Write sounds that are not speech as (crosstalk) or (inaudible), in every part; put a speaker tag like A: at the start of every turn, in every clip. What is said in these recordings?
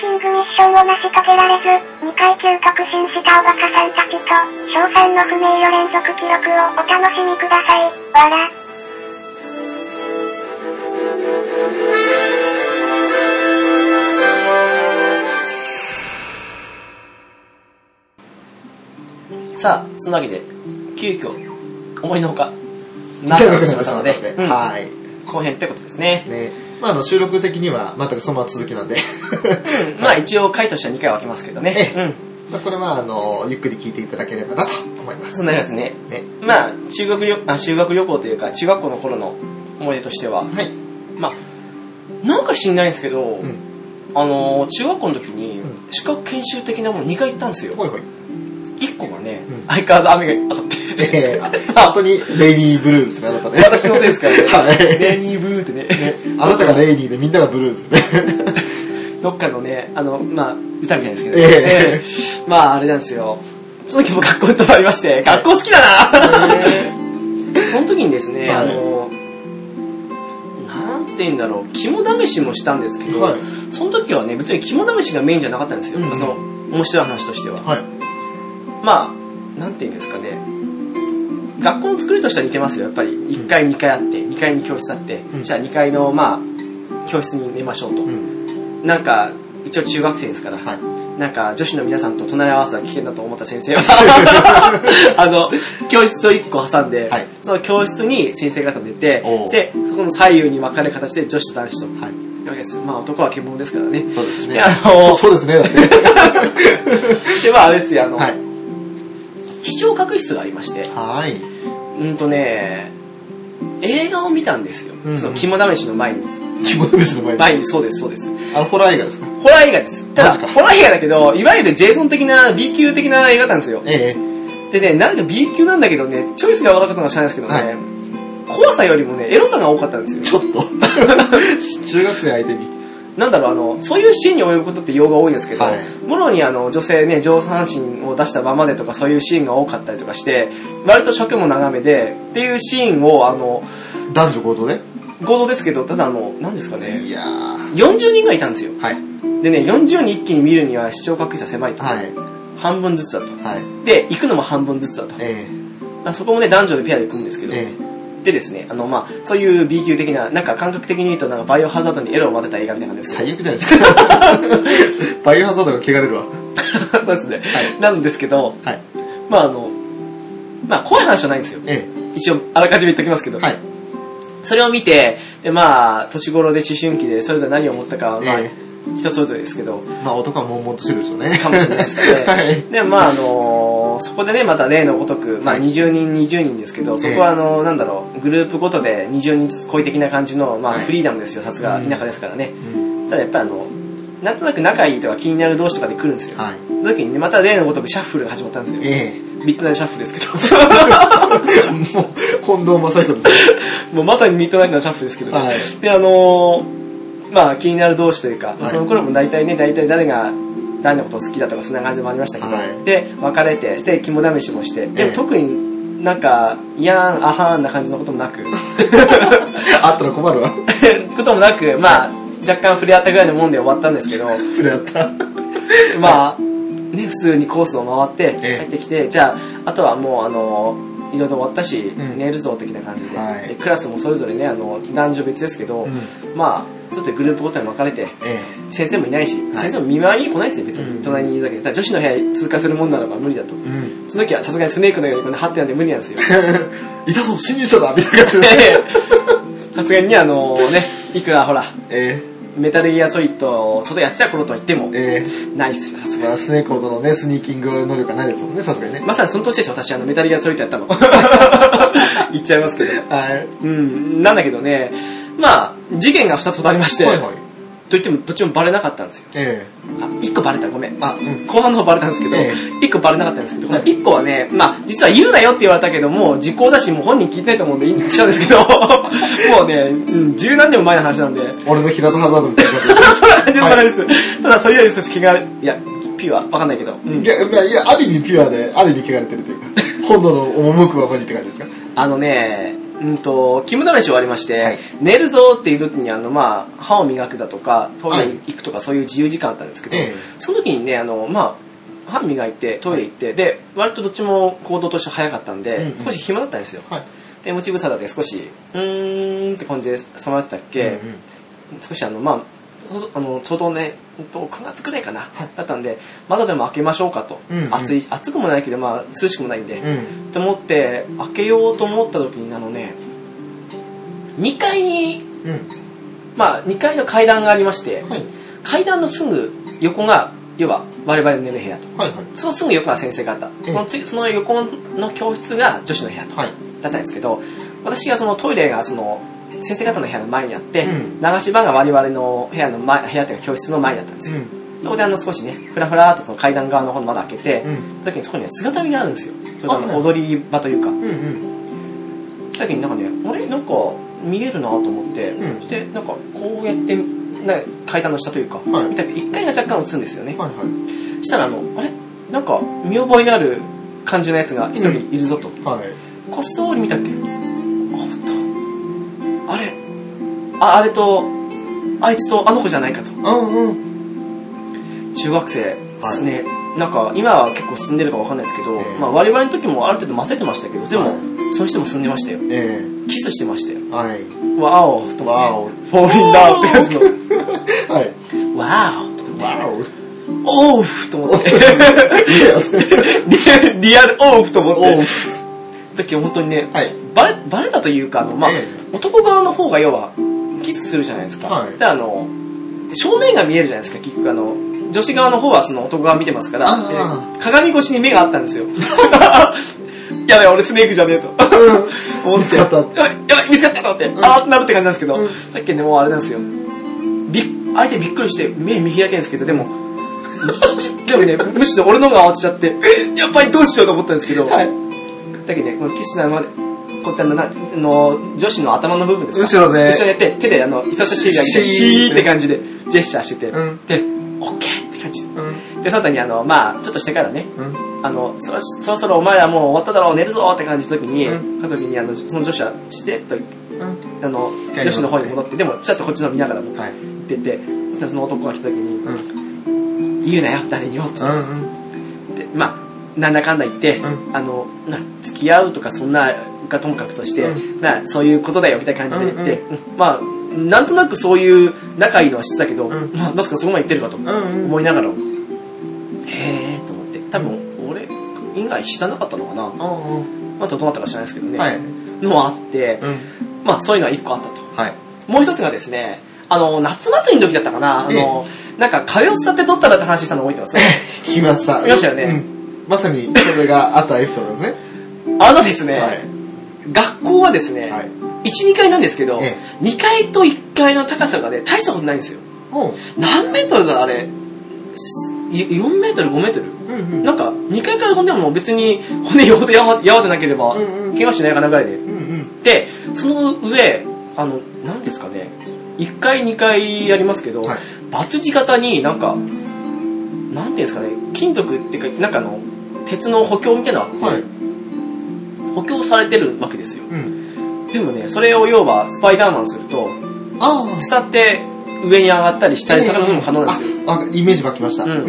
A: 賞を成し遂げられず、2階級特進したおバカさんたちと、賞賛の不名誉連続記録をお楽しみください。わら。
B: さあ、そのわけで、急遽、思いのほか、長くなってしまったので、うん
C: (laughs) はい。
B: 後編ということですね。
C: ね。まあ、あの、収録的には全くそのまま続きなんで。 (laughs)
B: うんまあ一応回としては2回は分けますけどね。
C: え
B: う
C: まあ、これは、あの、ゆっくり聞いていただければなと思いま
B: ん。
C: す。
B: そうなりますね。
C: ね。
B: まあ、修学旅、あ、修学旅行というか、中学校の頃の思い出としては、
C: はい。
B: まあ、なんか知んないんですけど、
C: うん。
B: あのー中学校の時に
C: う、
B: 資格研修的なもの2回行ったんですよ。
C: ほいほい。
B: 1個がね、
C: うん
B: 相変わらず雨が当たって、
C: えー、あ本当にレイニーブルーですね、あなたね。
B: (laughs) 私のせいですからね
C: はい。
B: レニーブーってね、
C: (laughs) あなたがレイニーでみんながブルーですね。
B: どっかのね、あの、まあ、歌みたいですけど、
C: え
B: ね
C: え
B: ええまあ、あれなんですよ。その時も学校に泊まりまして、学校好きだなその時にですね、
C: はい
B: あの、なんて言うんだろう、肝試しもしたんですけど、
C: はい
B: その時はね、別に肝試しがメインじゃなかったんですよ。
C: うん
B: その、面白い話としては。
C: (laughs) はい。
B: まあ、なんて言うんですかね。学校の作りとしては似てますよ、やっぱり。1階、2階あって、2階に教室あって、
C: うん
B: じゃあ2階の、まあ、教室に寝ましょうと。
C: うん。
B: なんか、一応中学生ですから、
C: はい。
B: なんか女子の皆さんと隣り合わせは危険だと思った先生
C: (laughs)
B: は、あの、教室を一個挟んで、
C: はい
B: その教室に先生方出て
C: お、う
B: で、そこの左右に分かれる形で女子と男子と、い
C: はい。
B: うわけですよ。まあ男は獣ですからね。
C: そうです
B: い
C: ね。
B: やあのー
C: そうそうですね、だって。
B: (laughs) で、まああれですよ、あの、
C: はい。
B: 視聴覚室がありまして、
C: はい。
B: うんとね、映画を見たんですよ。
C: うん
B: その肝試しの前に。
C: 肝試しの前に。
B: 前に、そうです、そうです。
C: あの、ホラー映画ですか
B: ホラー映画です。ただ、
C: マジか
B: ホラー映画だけど、いわゆるジェイソン的な B 級的な映画なんですよ。
C: ええ
B: でね、なんか B 級なんだけどね、チョイスが悪かったのは知らないですけどね、
C: はい
B: 怖さよりもね、エロさが多かったんですよ。
C: ちょっ
B: (laughs)
C: と。中学生相手に。
B: なんだろう、あの、そういうシーンに及ぶことって用が多いんですけど、
C: はい
B: もろにあの、女性ね、上半身を出したままでとかそういうシーンが多かったりとかして、割と尺も長めで、っていうシーンを、あの、
C: 男女合同で
B: 合同ですけど、ただあの、何ですかね、
C: いやー。
B: 40人ぐらいいたんですよ。
C: はい。
B: でね、40人一気に見るには視聴確率は狭いと。
C: はい。
B: 半分ずつだと。
C: はい。
B: で、行くのも半分ずつだと。だか
C: え
B: らそこもね、男女でペアで行くんですけ
C: え
B: ど、
C: え
B: でですね、あの、まあ、そういう B 級的な、なんか感覚的に言うと、なんかバイオハザードにエロを混ぜた映画みたいなんで
C: え
B: すけ
C: 最悪じゃないですか。 (laughs) バイオハザードが汚れるわ。
B: ど、 (laughs) そうですね、
C: はい
B: なんですけど、
C: はい。
B: まあ、あの、まあ、怖い話はないんですよ。
C: え
B: 一応、あらかじめ言っておきますけ
C: え
B: ど、
C: はい。
B: それを見て、で、まあ、年頃で思春期で、それぞれ何を思ったかは、まあ、
C: え
B: 人それぞれですけど、
C: まあ男は悶々としてるでしょうね。
B: かもしれないですけどね。
C: (laughs) はい。
B: で、まあ、あのそこでね、また例のごとく、まあ、
C: はい
B: 20人、20人ですけど、そこは、あのなんだろう、グループごとで20人ずつ恋的な感じの、まあ、
C: はい
B: フリーダムですよ、さすが
C: うん
B: 田舎ですからね。
C: うん
B: ただやっぱりあの、なんとなく仲いいとか気になる同士とかで来るんですよ。
C: はい。
B: その時にね、また例のごとくシャッフルが始まったんですよ。
C: ええ
B: ミッドナイトシャッフルですけ
C: (laughs) もう、近藤正彦です。
B: ど。 (laughs) もうまさにミッドナイトのシャッフルですけど。
C: はい。
B: で、あのーまあ気になる同士というか、
C: はい
B: その頃も大体ね、大体誰が、誰のことを好きだとかそんな感じもありましたけど、
C: はい
B: で、別れて、して肝試しもして、で
C: え
B: も
C: え
B: 特になんか、いやーん、あはーんな感じのこともなく、 (laughs)
C: あったら困るわ。
B: こともなく、まあ若干触れ合ったぐらいのもんで終わったんですけど、
C: それやった。
B: まあ、ね、普通にコースを回って、
C: ええ
B: 帰ってきて、じゃあ、あとはもう、あの、いろいろ終わったし、
C: ん
B: 寝るぞ、的な感じで,、
C: はい
B: で。クラスもそれぞれね、あの、男女別ですけど、
C: うん
B: まあ、そうやってグループごとに分かれて、
C: え
B: 先生もいないし、
C: い
B: 先生も見回りに来ないですよ、別
C: うん
B: に。隣にいるだけで。ただ女子の部屋通過するもんならば無理だと。
C: えうん。 (laughs)
B: その時はさすがにスネークのようにこんな張ってなんて無理なんですよ。
C: いたぞ、侵入者だみたいな感じで。
B: でさすがにね、あのね、いくらほら、
C: え
B: メタルギアソリッド、ちょっとやってた頃とは言っても
C: え、え
B: ないっすよ、さ
C: え
B: すが
C: ま
B: に
C: あ、。スネークほどのね、スニーキング能力はないですもんね、さすがにね。
B: まさにその年でした、私、あの、メタルギアソリッドやったの。
C: (laughs)
B: 言っちゃいますけど。
C: はい。
B: うん、なんだけどね、まあ、事件が2つほどありまして、
C: はいはい。
B: といっても、どっちもバレなかったんですよ。
C: え
B: あ、1個バレた、ごめん
C: え。あ、うん。
B: 後半の方バレたんですけど、
C: え
B: 1個バレなかったんですけど、この
C: はい
B: 1個はね、まあ、実は言うなよって言われたけど、もう時効だし、もう本人聞いてないと思うんで言っちゃうんですけ
C: (laughs)
B: ど、もうね、うん、十何年も前の話なんで、
C: 俺の平田ハザードみたいな感じ
B: そんな感じのバレです。ただ、それより少し気が、いや、ピュア、わかんないけど、うん
C: いや、まあい (laughs) や、ある意味ピュアで、ある意味汚れてるというか、本土の赴くままにって感じですか。
B: あのね、うんと、肝試しはありまして、
C: はい
B: 寝るぞっていう時に、あの、まあ、歯を磨くだとか、トイレ
C: はい
B: 行くとか、そういう自由時間あったんですけど、
C: ええ
B: その時にね、あの、まあ、歯磨いて、トイレ行って、で、割とどっちも行動として早かったんで、
C: うんう
B: 少
C: ん
B: し暇だったんですよ。
C: はい。
B: で、持ちぶさだって少し、うーんって感じで冷ましたっけ、
C: うんうん
B: 少しあの、まあ、そあのちょうどね、ほんと9月くらいかな、
C: はい
B: だったんで、窓でも開けましょうかと、
C: うんうん
B: 暑い、暑くもないけど、まあ、涼しくもないんで、
C: うん。
B: と思って、開けようと思った時に、あのね、2階に、
C: うん。
B: まあ、2階の階段がありまして、
C: はい。
B: 階段のすぐ横が、要は、我々の寝る部屋と。
C: はいはい。
B: そのすぐ横が先生方。
C: ん
B: その次その横の教室が女子の部屋と。
C: はい。
B: だったんですけど、私がそのトイレがその、先生方の部屋の前にあって、
C: うん
B: 流し場が我々の部屋の前、部屋っていうか教室の前だったんです
C: う
B: よ。
C: ん。
B: そこであの少しね、ふらふらっとその階段側の方の窓開けて、
C: うん。
B: その時にそこにね、姿見があるんですよ。ちょうどあ
C: あは
B: の
C: い
B: 踊り場というか。
C: うんうん。
B: その時になんかね、あれなんか見えるなと思って、
C: うん
B: そしてなんかこうやって、ね、階段の下というか、
C: はい
B: 見たら一階が若干映るんですよね。
C: はいはい。
B: そしたらあの、あれなんか見覚えのある感じのやつが一人いるぞと。
C: はい。
B: こっそり見たっけあ、ほんと。あれあ、あれと、あいつとあの子じゃないかと。
C: うんうん。
B: 中学生ですね。なんか、今は結構進んでるかわかんないですけど、
C: ええ
B: まあ我々の時もある程度混ぜてましたけど、でも、
C: はい
B: その人も進んでましたよ。
C: え
B: キスしてましたよ。
C: え。はい。
B: わおと
C: わ
B: 思
C: お
B: って。フォーリンダーって感じの。
C: はい。
B: わおと
C: わお。
B: お
C: (laughs)
B: うと思って。
C: いや、それ
B: (laughs) リリアルおうと思っ
C: おう
B: て。だけど本当にね、
C: はい。
B: バレ、バレたというか、あの、まあ、
C: え
B: 男側の方が要は、キスするじゃないですか。
C: はい
B: で、あの、正面が見えるじゃないですか、結局あの、女子側の方はその男側見てますから、
C: あ
B: で鏡越しに目があったんですよ。 (laughs) やばい、俺スネークじゃねえと。思
C: 見つかった
B: やばい、やばい見つかったと思って、
C: ん
B: あーってなるって感じなんですけど、
C: うん
B: さっきね、もうあれなんですよ。びっ、相手びっくりして目見開けるんですけど、でも、
C: (laughs)
B: でもね、むしろ俺の方が慌てちゃって、えやっぱりどうしようと思ったんですけど、
C: うんはい。
B: だけどね、このキスなまで、こうやってあのなあの、女子の頭の部分ですか
C: 後ろで
B: 後ろやって、手であの、人差し指上げて、
C: シー
B: シーって感じで、ジェスチャーしてて、
C: うん
B: で、オッケーって感じで。
C: うん。
B: で、その後にあの、まあちょっとしてからね、
C: うん。
B: あの、そろそろそろお前らもう終わっただろう、寝るぞって感じの時に、
C: う
B: その時にあの、その女子は、してっと、
C: うん。
B: あの、
C: や
B: 女子の方に戻って、でも、ちらっとこっちの見ながらも、
C: は
B: 行
C: い。
B: ってて、そしたらその男が来た時に、
C: うん。
B: 言うなよ、誰にもって
C: う
B: 言っ
C: んうん。
B: て、まあなんだかんだ言って、
C: う
B: あの、な、付き合うとかそんな、がともかくとして、
C: う
B: な、そういうことだよ、みたいな感じで言って、
C: う
B: うんまあなんとなくそういう仲いいのは知ってたけど、
C: うん
B: まあまさかそこまで言ってるかと
C: うんうん。
B: 思いながらも、へーと思って、多分、俺以外知らなかったのかな。
C: あ
B: まあ、どうなったか知らないですけど
C: あ。
B: ね。
C: はい。
B: のもあって、
C: うん。
B: まあ、そういうのは一個あったと。
C: はい。
B: もう一つがですね、あの、夏祭りの時だったかな、あの、なんか壁を伝って撮ったらって話したの覚えてます
C: (laughs) 聞きました。
B: 聞きましたよね
C: うん。まさに、それがあったエピソード
B: (laughs)
C: ですね。
B: あのですね、
C: はい。
B: 学校はですね、
C: はい。
B: 1、2階なんですけど、
C: ええ
B: 2階と1階の高さがね、大したことないんですよ。
C: おう。
B: 何メートルだろうあれ、すい4メートル、5メートル
C: うんうん。
B: なんか、2階から飛んでも別に骨よほどやわやわじゃなければ
C: う、んうん
B: 怪我しないかなぐらいで。
C: うんうん。
B: で、その上、あの、何ですかね、1階、2階ありますけど、
C: はい。
B: バツ字型になんか、なんていうんですかね、金属っていうか、なんかあの、鉄の補強みたいなのがあっ
C: はい。
B: て、補強されてるわけですよ。
C: うん。
B: でもね、それを要はスパイダーマンすると、
C: ああ。
B: 伝って上に上がったり下に下がることも可能なんですよ。
C: あ、あイメージ湧きました。
B: うん
C: ん。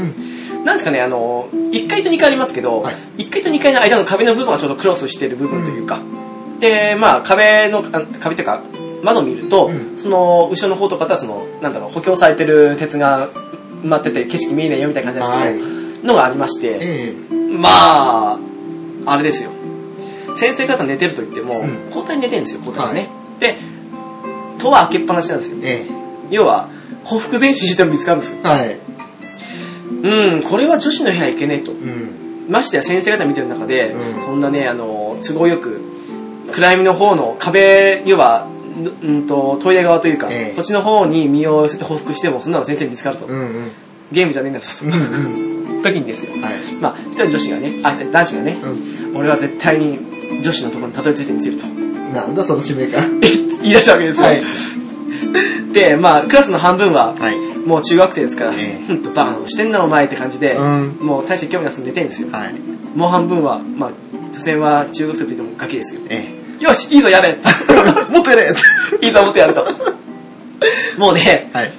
B: なんですかね、あの、1階と2階ありますけど、
C: はい
B: 1階と2階の間の壁の部分はちょうどクロスしてる部分というか、で、まあ壁の、あ壁というか、窓を見ると、
C: うん
B: その後ろの方とかとはその、なんだろう、補強されてる鉄が埋まってて景色見えないよみたいな感じなんですけど、
C: はい。
B: のがありまして、
C: ええ。
B: まあ、あれですよ。先生方寝てると言っても、
C: うん
B: 交代に寝てるんですよ、交代がね。で、戸は開けっぱなしなんですよ。
C: え
B: 要は、匍匐前進しても見つかるんですよ。
C: え。はい。
B: うん、これは女子の部屋いけねえと。
C: うん。
B: ましてや先生方見てる中で、
C: うん
B: そんなね、あの、都合よく、暗闇の方の壁、要は、んうんと、トイレ側というか、
C: ええ
B: こっちの方に身を寄せて匍匐しても、そんなの先生に見つかると。
C: うんうん。
B: ゲームじゃねえんだぞ、と。
C: うんうん。
B: 時にですよ。
C: はい。
B: まあ、一人女子がね、あ、男子がね、
C: う
B: 俺は絶対に女子のところにたどり着いてみせると
C: ん。なんだその使命感。
B: 言い出したわけですよ、
C: はい。
B: (laughs) でまあクラスの半分は
C: はい。
B: もう中学生ですから、
C: ええ
B: ふんとバカなことしてんなお前って感じで、
C: うん。
B: もう大して興味なく寝てるんですよ
C: はい。
B: もう半分はまあ女性は中学生といってもガキですよ (laughs)
C: ええ。
B: よし、いいぞ、やれ
C: もっとやれ
B: (laughs) いいぞ、もっとやると。もうね、
C: (laughs) はい。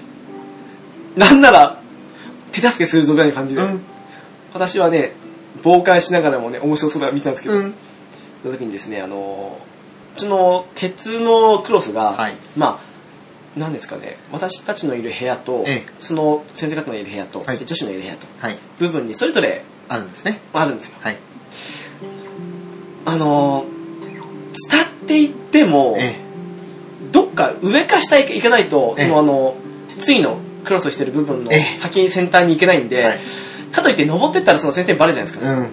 B: なんなら、手助けするぞぐらいの感じで、
C: うん。
B: 私はね、傍観しながらもね、面白そうなの見てたんですけど、
C: うん。
B: その時にですね、あのーうちの鉄のクロスが、
C: はい
B: まあ、なんですかね、私たちのいる部屋と
C: ええ、
B: その先生方のいる部屋と、
C: はい
B: 女子のいる部屋と、
C: はい。
B: 部分にそれぞれ
C: あるんですね。
B: あるんですよ。
C: はい。
B: あのー伝っていっても、
C: え
B: どっか上か下行かないと、
C: ええ
B: そのあの、次のクロスしてる部分の
C: ええ
B: 先に先端に行けないん
C: え。
B: で、
C: はい。
B: かといって登ってったらその先生にバレるじゃないです
C: う
B: か。
C: ん。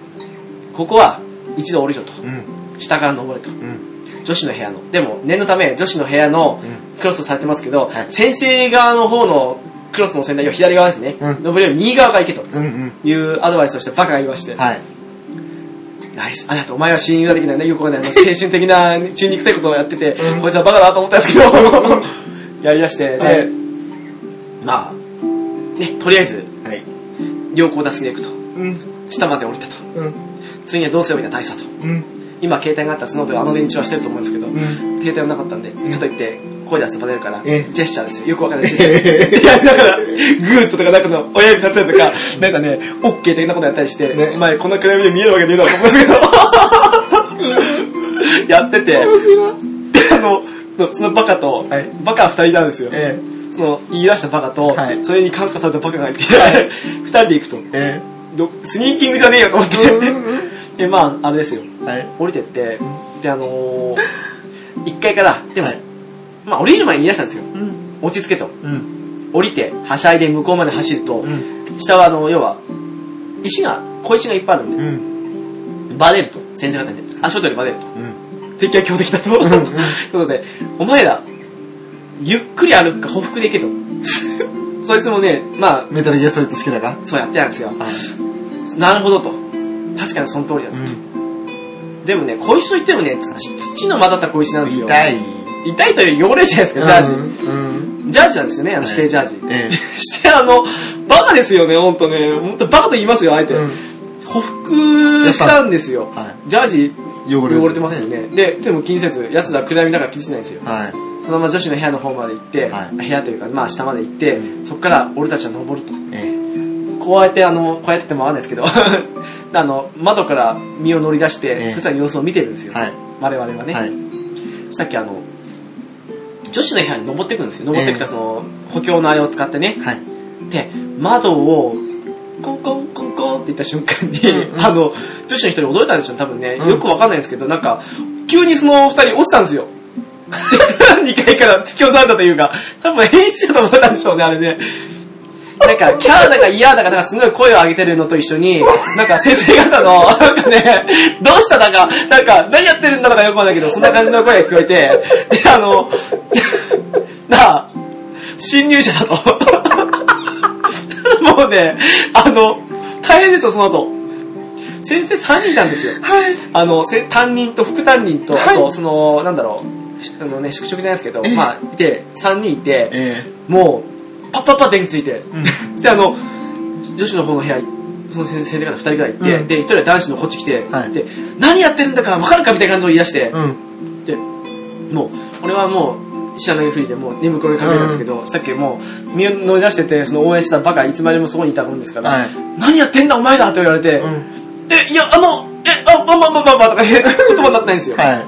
B: ここは一度降りろと。
C: うん。
B: 下から登れと。
C: うん。
B: 女子の部屋の。でも念のため女子の部屋の
C: うん。
B: クロスされてますけど、
C: はい
B: 先生側の方のクロスの先端要は左側ですね。
C: うん
B: 登れる右側から行けと
C: うん。うん。
B: いうアドバイスをしたバカがいまして。
C: はい。
B: ナイス、ありがとう。お前は親友だ的なね、よくわかんない、あの青春的な中肉たいことをやってて、
C: うん
B: こいつはバカだなと思ったんですけ
C: (laughs)
B: ど、やりだして、で、
C: はい
B: まあ、ね、とりあえず、
C: はい。
B: 良好を助けていくと。
C: うん。
B: 下まで降りたと。
C: うん。
B: 次はどうせよみたいな大したと。
C: うん。
B: 今、携帯があったらその後あの連中はしてると思うんですけど、
C: うん。
B: 携帯はなかったんで、かといって、声出すとバレるから、ジ
C: え
B: ェスチャーですよ。よくわかん (laughs) ないジェスチャーです。やりながら、グーととか、なんかの親指立ったりとか、なんかね、オッケー的なことやったりして、
C: ね
B: お前こんな暗闇で見えるわけねえだろと思うんですけど、
C: (laughs)
B: やってて、
C: 白いな。
B: で (laughs) あの、そのバカと、
C: はい
B: バカ二人いたんですよ。
C: え
B: その、言い出したバカと、
C: はい
B: それに感化されたバカがいて、 (laughs) 二人で行くと
C: え。え
B: どスニーキングじゃねえよと思っ
C: え。
B: て。 (laughs) で、まあ、あれですよ。
C: はい。
B: 降りてって、で、あのー、一階から、でも、
C: はい
B: まあ、降りる前に言い出したんですよ。
C: うん。
B: 落ち着けと。
C: うん。
B: 降りて、はしゃいで向こうまで走ると、
C: うん。
B: 下は、あの、要は、石が、小石がいっぱいあるんで、
C: うん。
B: バレると。先生方に。足元にバレると。
C: うん。
B: 敵は強敵だと。とい
C: ん
B: う (laughs) ことで、お前ら、ゆっくり歩くか、匍匐で行けと。 (laughs) そいつもね、ま
C: メタルギアソリッド好きだか
B: あ、そうやってたんですよ。
C: はい。
B: なるほどと。確かにその通りだ
C: う
B: と。
C: ん。
B: でもね、小石といってもね、土土の混ざった小石なんですよ。
C: 痛い。
B: 痛いというより汚れじゃないですか、ジャージ。
C: うん。
B: ジャージなんですよね、あの指定ジャージ。 (laughs)
C: え
B: して、あの、バカですよね、ほんとね。ほんとバカと言いますよ、あえ
C: え。
B: て。匍匐したんですよ。
C: は
B: ジャージ
C: い。汚れ
B: 汚れてますよ。ね。で、でも気にせず、奴ら暗闇だから気にしないんですよ。
C: はい。
B: そのまま女子の部屋の方まで行って、
C: はい
B: 部屋というか、まあ下まで行って、そこから俺たちは登ると。
C: ええ。
B: こうやって、あの、こうやっててもわかんないですけど、 (laughs) あの、窓から身を乗り出して、
C: ええ
B: そいつらの様子を見てるんですよ。
C: はい。
B: 我々はね。
C: はい。
B: さっきあの、女子の部屋に登っていくんですよ。登ってきたその、補強のあれを使ってね。
C: はい。
B: で、窓を、コンコンコンコンって言った瞬間に、
C: うんうん
B: あの、女子の一人驚いたんでしょうね多分ね。
C: うん
B: よくわかんないんですけど、なんか、急にその二人落ちたんですよ。2階から突き落とされたというか、多分演出だと思ったんでしょうね、あれね。なんか、キャーだかイヤーだか、なんかすごい声を上げてるのと一緒に、なんか先生方の、なんかね、どうしただか、なんか、何やってるんだとかよくわかんないけど、そんな感じの声が聞こえて、で、あの、 (laughs) なあ、侵入者だと。 (laughs) もうね、あの、大変ですよ、その後。先生3人なんですよ。
C: はい。
B: あの、せ担任と副担任と、
C: はい
B: あと、その、なんだろう、しあのね、宿直じゃないですけど、
C: ええ
B: まあ、いて、3人いて、
C: え
B: もう、パッパッパッ電気ついて、
C: え。う
B: (laughs)
C: ん。
B: で、あの、女子の方の部屋、その先生方2人ぐらい行って、
C: うん
B: で、1人は男子のこっち来て、
C: はい
B: で、何やってるんだか分かるかみたいな感じを言い出して、
C: うん。
B: で、もう、俺はもう、知らないふりでもう眠くに隠れたんですけど、したっけもう、身を乗り出してて、その応援してたバカ、いつまでもそこにいたもんですから、
C: はい。
B: 何やってんだお前らと言われて、
C: うん。
B: え、いや、あの、え、あ、まあまあまあまあまあとかね、言葉になってないんですよ。
C: はい。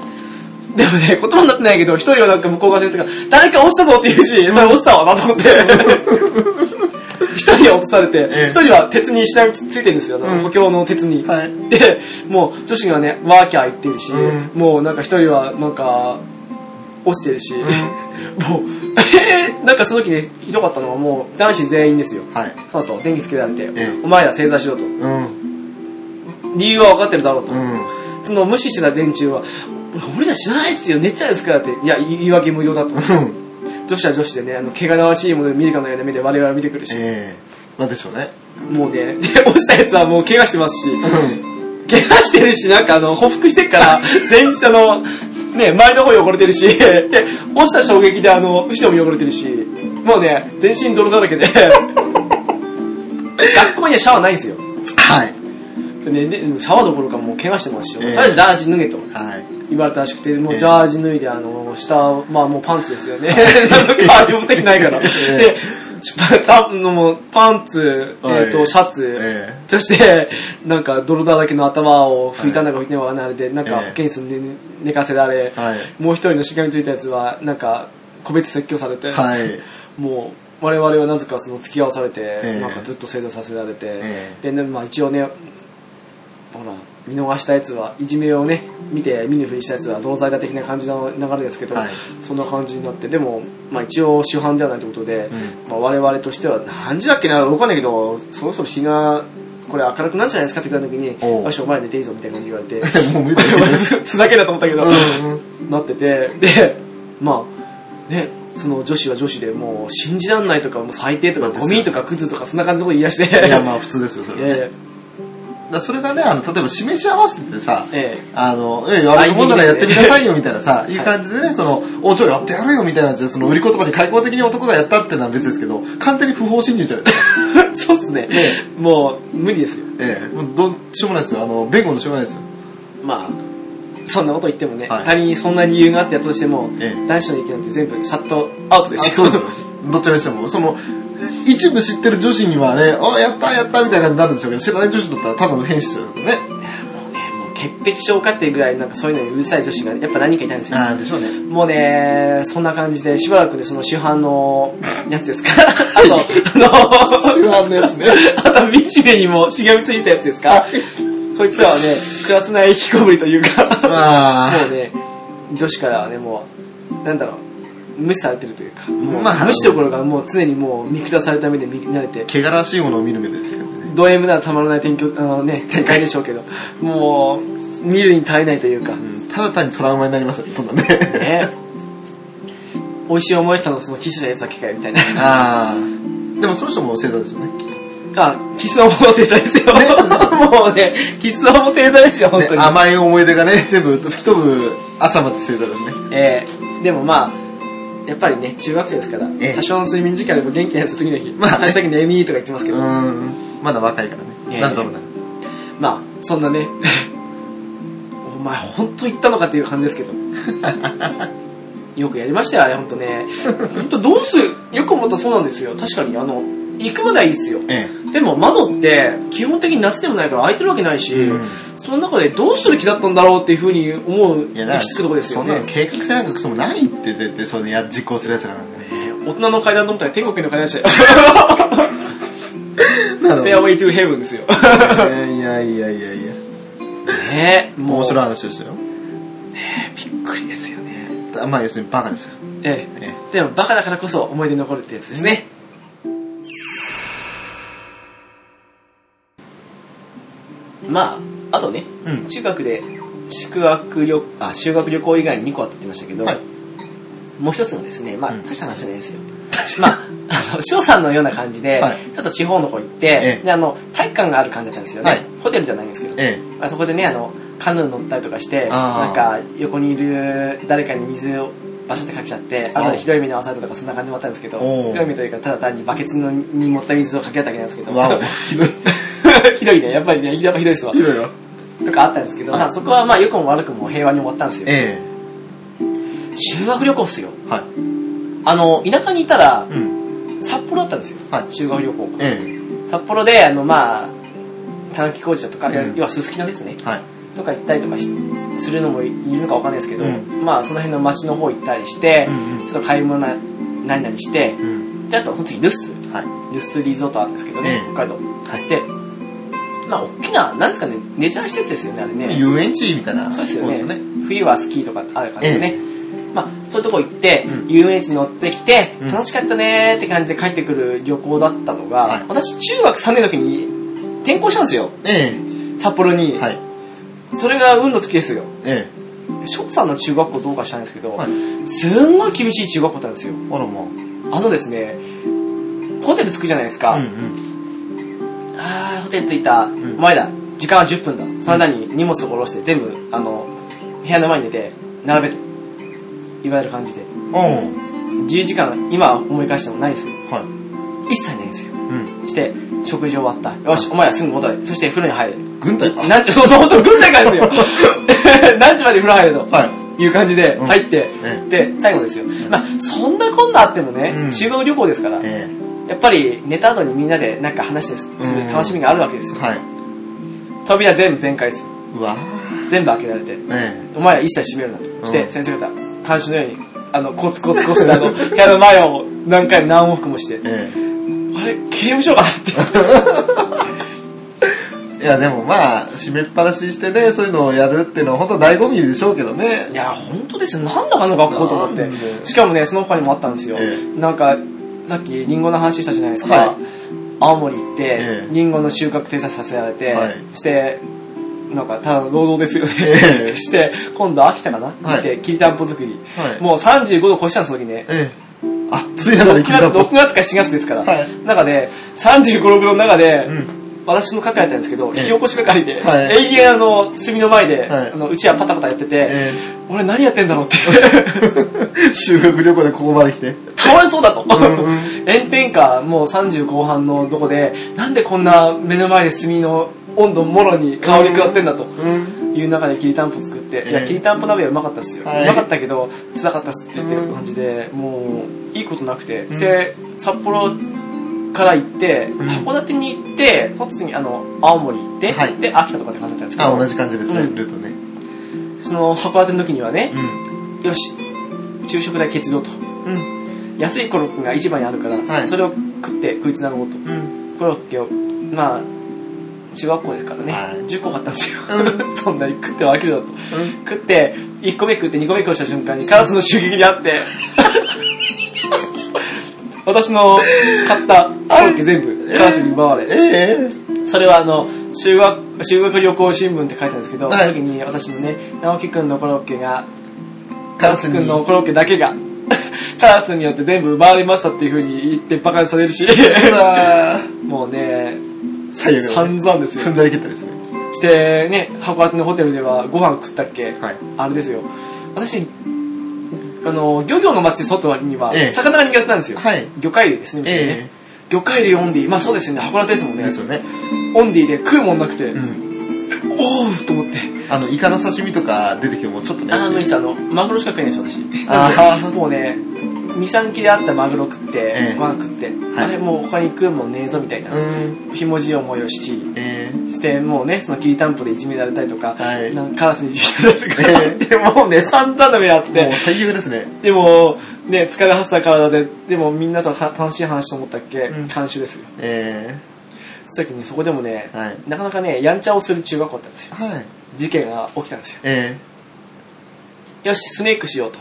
B: でもね、言葉になってないけど、一人はなんか向こう側先生が、誰か落ちたぞって言うし、それ落ちたわなと
C: (laughs)
B: 思って。一人は落とされて
C: ええ、
B: 一人は鉄に下につついてるんですよ、あ
C: う
B: の
C: ん
B: 補強の鉄に。
C: はい。
B: で、もう女子がね、ワーキャー言ってるし、
C: うん
B: もうなんか一人はなんか、落ちてるし、 (laughs)
C: ん
B: もう、えーなんかその時ね、ひどかったのはもう男子全員ですよ。
C: はい。
B: その後、電気つけられて、
C: え
B: お前ら正座しろと。
C: うん。
B: 理由は分かってるだろうと。
C: うん。
B: その無視してた連中は、俺ら知らないですよ、寝てたんですからって、いや、言い訳無用だと。 (laughs)
C: うん。
B: 女子は女子でね、あの、汚らわしいものを見るかのような目で我々は見てくるし、
C: ええ。なんでしょうね。
B: もうね、で、 (laughs) 落ちたやつはもう怪我してます (laughs) し、
C: うん。
B: 怪我してるし、なんかあの、匍匐してっから、 (laughs) 前下の、ね、前の方汚れてるし、 (laughs) で、落ちた衝撃であの、後ろも汚れてるし、もうね、全身泥だらけで、 (laughs) 学校にはシャワーないんですよ。
C: はい。
B: でね、でシャワーどころかもう怪我してますし、と
C: ええ
B: りあえずジャージ脱げと。
C: はい。
B: 言われたらしくて、もう
C: ええ
B: ジャージ脱いで、あの、下、まあもうパンツですよね。なんか、両的ないから。
C: (laughs) ええ
B: で、ちょパンのもうパンツ、えっ、
C: はい
B: と、シャツ、
C: え
B: そして、なんか、泥だらけの頭を拭いたんだか拭いてないのかなあれで、なんか、
C: ええ
B: 保健室に寝寝かせられ、
C: えはい。
B: もう一人のしがみついたやつは、なんか、個別説教されて、
C: はい。
B: もう、我々はなぜかその付き合わされて、
C: え
B: なんかずっと正座させられて、
C: え
B: で、ねまあ一応ね、ほら、見逃したやつは、いじめをね、見て見ぬふりしたやつは同罪だ的な感じの流れですけど、
C: はい
B: そんな感じになって、でも、まあ一応主犯ではないということで、
C: う
B: まあ我々としては、何時だっけな、動かんないけど、そろそろ日が、これ明るくなるんじゃないですかって言った時に、
C: おう
B: よし、お前寝ていいぞみたいな感じで言われて、
C: (laughs) ん。もう無理だよ。
B: (laughs) ふざけんなと思ったけど、
C: う
B: なってて、で、まあ、ね、その女子は女子でもう信じらんないとか、もう最低とか、
C: そうです
B: ゴ
C: よ
B: ミとかクズとか、そんな感じのこと言い出し
C: ん。
B: て。
C: いや、まあ普通ですよ、それは。だ
B: (laughs)
C: か
B: え
C: らそれがね、あの、例えば示し合わせてさ
B: え、え
C: あの、ええ、やるもんならやってみなさいよ、みたいなさ、いう感じでね、その、お、ちょ、やってやるよ、みたいな感じで、その、売り言葉に開放的に男がやったってのは別ですけど、完全に不法侵入じゃないですか。
B: え (laughs) そうっすね
C: え。
B: もう、無理ですよ。
C: ええ、もうどっちもないですよ。あの、弁護のしょうがないですよ。
B: まあ、そんなこと言ってもね、
C: はい
B: 仮にそんな理由があってやったとしても、
C: ええ
B: 男子の意見なんて全部シャットアウトで
C: あ
B: す
C: そ
B: よ。
C: うですよ。どっちにしても、その、一部知ってる女子にはね、あ、やったやったみたいな感じになるんでしょうけど、知らない女子だったらただの変質者です
B: も (laughs) う
C: よね。
B: ね、もう潔癖症かっていうぐらい、なんかそういうのにうるさい女子がやっぱ何人かいたんですよ。
C: ああ、でしょう (laughs) ね。
B: もうね、そんな感じで、しばらくでその主犯のやつ
C: (laughs)
B: ですかあと、あ
C: 主犯のやつね。 (laughs)
B: の、 (laughs) あと、みじめにもしがみついてたやつですかそいつら
C: (laughs)
B: はね、クラス内引きこもりというか、も
C: ま
B: う
C: あ、
B: ね、女子からはね、もう、なんだろう、無視されてるというか、もう、
C: まあ
B: 無視どころかもう常にもう見下された目で見慣れて、
C: 汚らわしいものを見る目でって感じで。
B: ド M ならたまらない天気あのね、展開でしょうけど、もう、見るに耐えないというか、
C: うんただ単にトラウマになりますよね、そんなんね。
B: ね、美味しい思いしたのそのキスのやつだけかよ、みたいな。
C: ああ。でもその人も正座ですよね。
B: あ、キスのも正座ですよ。もうね、キスのも正座ですよ、本当
C: ね
B: に。
C: 甘い思い出がね、 (laughs) 全部吹き飛ぶ朝まで正座ですね。
B: えー、でもまあ、やっぱりね、中学生ですから、
C: ええ
B: 多少の睡眠時間でも元気なやつ次の日、
C: まあね
B: 明日に眠いとか言ってますけ
C: う
B: ど、
C: ん。まだ若いから
B: ええ
C: ね。なんだろうな。
B: まあ、そんなね、 (laughs) お前本当言ったのかっていう感じですけど。よくやりましたよ、あれ本当ね。本当どうするよく思ったらそうなんですよ。確かに、あの、行くまではいいですよ。
C: え
B: でも窓って基本的に夏でもないから開いてるわけないし、
C: え。うん
B: その中でどうする気だったんだろうっていうふうに思う、
C: いや、だから
B: きつくとこですよ
C: そんな
B: ね
C: の。計画性なんかクソもないって、絶対、そのや、実行するやつらなんかね。
B: えー大人の階段と思ったら天国の階段で (laughs) したよ。ステアウェイトゥーヘブンですよ。
C: (laughs) いやいやいやいや。
B: ねえ、もう。
C: 面白い話でしたよ。
B: びっくりですよね。
C: まあ、要するにバカですよ。
B: え
C: え
B: え。でもバカだからこそ思い出に残るってやつですね。まあ、あとね、
C: (laughs) うん。
B: 中学で宿泊旅、あ、修学旅行以外に2個あったって言いましたけど、
C: はい
B: もう一つのですね、まあ、
C: うん
B: 大した話じゃないですよ。まあ、あの、 (laughs) 翔さんのような感じで、
C: はい
B: ちょっと地方の方行って、
C: ええ
B: で、あの、体育館がある感じだったんですよね。
C: はい
B: ホテルじゃないんですけど、
C: え
B: あそこでね、あの、カヌー乗ったりとかして、
C: あー
B: なんか、横にいる誰かに水を、バシャってかけちゃって、あとでひどい目に遭わされたとかそんな感じもあったんですけど、ひ
C: おー
B: どい目というか、ただ単にバケツのに持った水をかけただけなんですけ
C: え。
B: ど、
C: わお。ひどい。
B: (laughs) ひどいね、やっぱりね、やっぱひどいですわ。
C: ひどいよ。
B: とかあったんですけど、
C: はい
B: まあそこはまあ良くも悪くも平和に終わったんですよ。
C: え
B: 修学旅行っすよ。
C: え。はい。
B: あの、田舎にいたら、
C: うん。
B: 札幌だったんですよ。
C: はい
B: 修学旅行が。
C: え
B: 札幌で、あの、まあ、田中工事だとか、
C: うん
B: 要はすすきのですね。
C: え。はい。
B: とか行ったりとかしするのもいるのかわかんないですけど、
C: うん
B: まあその辺の町の方行ったりして、
C: うんうん
B: ちょっと買い物な、何々して、
C: うん。
B: で、あとその次、ルッス。
C: はい。
B: ルッスリゾートあるんですけどね、
C: ええ
B: 北海道。
C: はい。
B: で、まあ大きな、なんですかね、レジャー施設ですよね、あれね。
C: 遊園地みたいな。
B: そうですよ
C: こ
B: ね
C: とですよね。
B: 冬はスキーとかある感じでね。まあ、そういうとこ行って、
C: うん
B: 遊園地に乗ってきて、
C: うん
B: 楽しかったねーって感じで帰ってくる旅行だったのが、
C: はい
B: 私、中学3年の時に転校したんですよ。
C: え
B: 札幌に。
C: え。はい。
B: それが運の月ですよ。
C: え
B: 翔さんの中学校どうか知らないですけ
C: え。
B: ど、
C: はい。
B: すんごい厳しい中学校だったんですよ。
C: あらま
B: あのですね、ホテル着くじゃないですか。
C: あ。うんうん。
B: あー、ホテル着いた。
C: ん
B: お前だ。時間は10分だ。その間に荷物を下ろして、全部、あの、部屋の前に出て、並べと。言われる感じで。
C: おう
B: 10時間、今思い返してもないですよ。
C: はい。
B: 一切ないんですよ。
C: うん。
B: して、食事終わった。よし、お前らすぐ戻れ。そして風呂に入れ。
C: 軍隊か。
B: 何時、そうそう、本当軍隊からです
C: (laughs)
B: よ。何時まで風呂入るの
C: はい。
B: いう感じで
C: うん
B: 入って、
C: え
B: で、最後ですよ。まあ、そんなこんなあってもね、
C: うん
B: 修学旅行ですから、
C: え
B: やっぱり寝た後にみんなでなんか話してする楽しみがあるわけです
C: え
B: よ。
C: はい。
B: 扉全部全開ですよ。
C: うわ
B: 全部開けられて、
C: ぁ。え
B: お前は一切閉めるなと。して、
C: うん
B: 先生方、監視のように、あの、コツコツコツであの、 (laughs) 部屋の前を何回も何往復もして
C: え。、え
B: あれ、刑務所かなって。
C: え。いや、でもまあ、閉めっぱなしにしてね、そういうのをやるっていうのは本当醍醐味でしょうけど
B: い
C: (laughs) ね。
B: や、本当ですよ。なんだあの学校と思って
C: なんで。
B: しかもね、その他にもあったんですよ。
C: え
B: なんか、さっきリンゴの話したじゃないですか。
C: はい
B: 青森行って、
C: ええ
B: リンゴの収穫手伝いさせられて、
C: はい
B: して、なんか、ただの労働ですよね。
C: ええ
B: (laughs) して、今度秋田かな、
C: はい
B: 行って、きりたんぽ作り。
C: はい。
B: もう35度越したんです、その時ね。
C: ええ。 (laughs) 暑い中で
B: 6
C: きる
B: 月
C: んだ
B: 6月か7月ですから。
C: はい
B: 中で、35、6度の中で、
C: うん。 (laughs)
B: 私の係だったんですけど、
C: ええ
B: 火起こし係で、
C: はい
B: 永遠あの、炭の前で、
C: はい
B: あのうちはパタパタやってて、
C: え
B: 俺何やってんだろうって。
C: え。修学旅行でここまで来て。
B: かわいそうだと。
C: んう
B: 炎天下、もう30後半のとこで、なんでこんな目の前で炭の温度もろに香り食らってんだと。
C: うん。
B: いう中できりたんぽ作って、い
C: え
B: や、
C: え
B: きりたんぽ鍋はうまかったっすよ。う
C: はい
B: まかったけど、辛かったっすって言ってる感じで、もう、いいことなくて。
C: ん
B: で、札幌から行って、
C: ん
B: 函館に行って、その次にあの、青森行って、
C: はい
B: で、秋田とかって感じだったんですけ
C: あ、同
B: ど、
C: じ感じですね、
B: うん
C: ルートね。
B: その函館の時にはね、
C: う
B: よし、昼食代ケチどうと。
C: ん。うん。
B: 安いコロッケが市場にあるから、
C: はい
B: それを食って食いつなごうと。
C: うん。
B: コロッケを、まあ、中学校ですからね、
C: はい
B: 10個買ったんですよ。
C: う
B: (laughs) そんなに食っては飽きるだと。食って、1個目食って2個目食した瞬間にカラスの襲撃にあって、 (laughs) 私の買ったコロッケ全部カラスに奪われ、
C: ええ。
B: それはあの、修学、修学旅行新聞って書いてあるんですけど、
C: はい
B: その時に私のね、直樹くんのコロッケが、カ
C: カラ
B: ラ
C: ス
B: ス
C: に
B: くんのコロッケだけが、 (laughs) カラスによって全部奪われましたっていう風に言ってバカにされ
C: (laughs)
B: るし、
C: うわぁ。
B: もうね、
C: 左右が
B: 散
C: ね
B: 々です
C: 踏ん
B: よ。
C: (laughs) だり蹴ったりですね。
B: してね、函館のホテルではご飯食ったっけ
C: はい。
B: あれですよ。私、あの、漁業の街で育った割には
C: ええ、
B: 魚が苦手なんですよ。
C: はい。
B: 魚介類ですね、うち
C: え
B: ね。魚介類オンディー。まあそうですよね、函館ですもん
C: え。
B: ね
C: で。すよね。
B: オンディーで食うもんなくて、
C: ん。
B: おうと思って。
C: あの、イカの刺身とか出てきてもちょっとね。
B: あー無理した、あの、マグロしか食えないです、私。
C: あー
B: もうね、2、3切れあったマグロ食って、
C: ええ
B: ご飯食って、
C: い
B: あれもう他に食うもんねえぞみたいな、
C: うん。
B: ひもじい思いをし、
C: え
B: して、もうね、そのきりたんぽでいじめられたりとか、
C: はい
B: なんかカラスにいじめられたりとか、
C: え
B: でもうね、散々な目あっ
C: え。もう
B: て、
C: 最悪ですね。
B: でも、ね、疲れ果てた体で、でもみんなとは楽しい話と思ったっけ、
C: うん
B: 監修ですよ。
C: え
B: その時にそこでもね
C: え。、はい。
B: なかなかね、やんちゃをする中学校だったんですよ。
C: はい。
B: 事件が起きたんですよ。
C: え
B: よし、スネークし
C: (laughs)
B: ようと。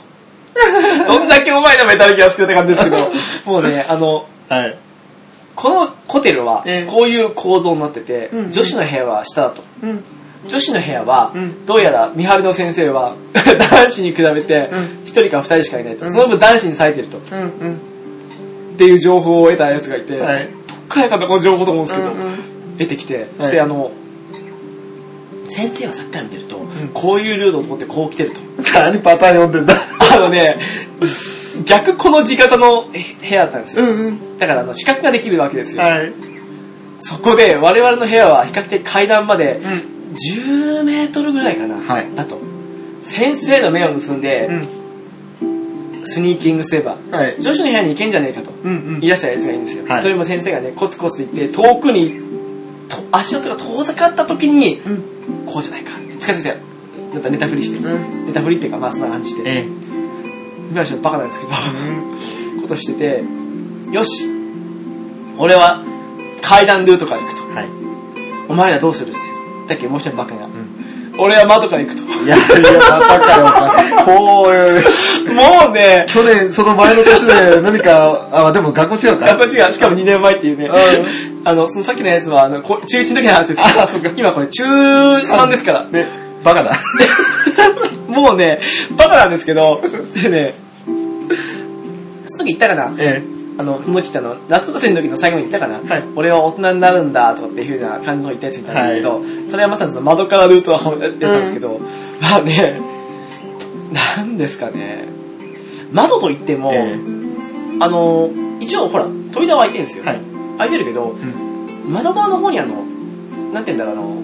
B: どんだけうまいのメタルギア好きだって感じですけど、もうね、あの、
C: え。 (laughs) はい。
B: このホテルは
C: ええ、
B: こういう構造になってて、
C: うんうん
B: 女子の部屋は下だと。
C: うん。
B: 女子の部屋は、
C: うん
B: どうやら、三春の先生は、 (laughs) 男子に比べて
C: うん、
B: 一人か二人しかいないと。
C: うん
B: その分男子に割いてると。
C: うん。うん。
B: っていう情報を得たやつがいて、
C: はい。
B: どっから得たんだこの情報と思うんですけど、
C: う
B: 得てきて、そし
C: はい
B: てあの、先生はさっきから見てると、
C: ん
B: こういうルールを取ってこう来てると。
C: ん。何パターン読んでんだ。
B: あのね、逆この字型の部屋だったんですよ。
C: んうん。
B: だからあの、視覚ができるわけですよ。
C: (laughs) はい。
B: そこで、我々の部屋は比較的階段まで、
C: ん。
B: 10メートルぐらいかな。
C: はい
B: だと。先生の目を盗ん
C: う
B: で、
C: ん。
B: スニーキングすれば、
C: はい。
B: 女子の部屋に行けんじゃねえかと。
C: うん
B: 言い出したやつがいいんですよ。
C: はい
B: それも先生がね、コツコツ行って、遠くに、と足音が遠ざかった時に、
C: うん。
B: こうじゃないかって近づいて、なんか寝たふりして、
C: うん。
B: 寝たふりっていうか、まあそんな感じして、
C: ええ。
B: 今の人バカなんですけど、
C: うん。
B: ことしてて、よし俺は階段ルートから行くと。
C: はい。
B: お前らどうするっすよ。だっけもう一人バカが。
C: ん
B: 俺は窓から行くと。 (laughs)
C: いや、いや、またか (laughs) よ、お前。こういう。
B: もうね、
C: 去年、その前の年で何か、あ、でも学校違うか。
B: 学校違う。しかも2年前っていうね。
C: う
B: (laughs) あの、そのさっきのやつは、あの、こ中1の時の話ですけど
C: あそっか
B: 今これ中3ですから。
C: (laughs) ね、バカだ。
B: もうね、バカなんですけど、でね、その時言ったかな
C: え
B: あの、その時あの、夏の生の時の最後に言ったかな、
C: はい
B: 俺は大人になるんだ、とかっていう風な感じの言ったやつにいたんですけど、それはまさにその窓からルートはやってたんですけど、まあね、なんですかね、窓といって
C: え。
B: も、
C: え
B: あの、一応ほら、扉は開いてるんです
C: え。
B: よ。
C: はい。
B: 開いてるけど、
C: ん
B: 窓側の方にあの、なんて言うんだろう、あの、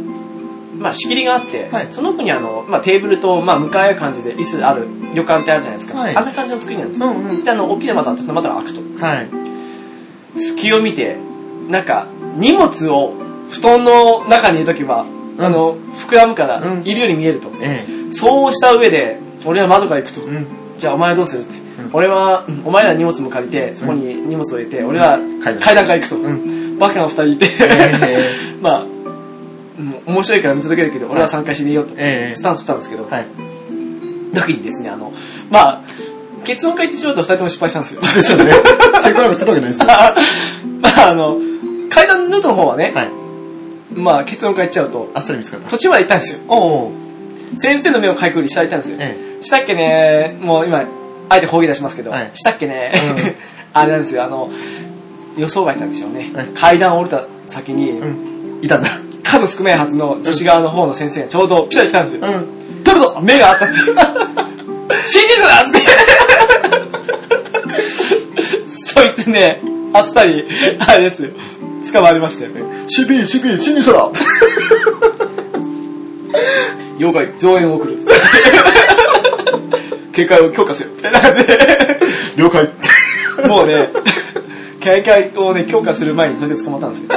B: まあ、仕切りがあって、
C: はい
B: その奥にあの、まあ、テーブルと、まあ、向かい合う感じで椅子ある旅館ってあるじゃないですか。
C: はい
B: あんな感じの作りなんです。
C: んうん。
B: で、あの、大きな窓あって、その窓が開くと。
C: はい。
B: 隙を見て、なんか、荷物を布団の中にいるときは、あの、膨らむから
C: う、ん
B: いるように見えると。
C: え
B: そうした上で、俺は窓から行くと
C: え。。うん。
B: じゃあお前はどうするって。
C: うん
B: 俺は、うんお前ら荷物も借りて、そこに荷物を入れて、俺は
C: 階段
B: 階段から行くと。
C: うん。
B: バカの二人いて、
C: え
B: (laughs) まあ、うん面白いから見届けるけど、俺は参加しねえよと、
C: ええ
B: スタンス取ったんですけど、
C: はい。
B: 時にですね、あの、まあ、結論書いてしまうと二人とも失敗したんですよ。
C: でしょうね。成功なんかするわけないです
B: (laughs)
C: よ。
B: まあ、あの、階段ルートの方はね、
C: はい。
B: まあ、結論書いちゃうと、
C: あっさり見つかった。
B: 途中まで行ったんですよ。
C: おお。
B: 先生の目をかいくぐり下行ったんですよ。
C: え
B: したっけねもう今、あえて方言出しますけど、
C: はい
B: したっけね、
C: うん
B: (laughs) あれなんですよ、あの、予想外なんでしょうね。
C: はい
B: 階段を降りた先に、
C: え。うん。いたんだ。
B: 数少ないはずの女子側の方の先生がちょうどピタリ来たんですよ。
C: うん。取るぞ
B: 目があったって。新人賞だっつ
C: (laughs)
B: って。そいつね、あっさり、あれですよ。捕まりましたよ。
C: 守備、守備、侵入者だ
B: 妖怪、上演を送る。 (laughs) 警戒を強化せよ。みたいな感じで。
C: (laughs) 了解。
B: もうね、警戒をね、強化する前にそいつ捕まったんですよ。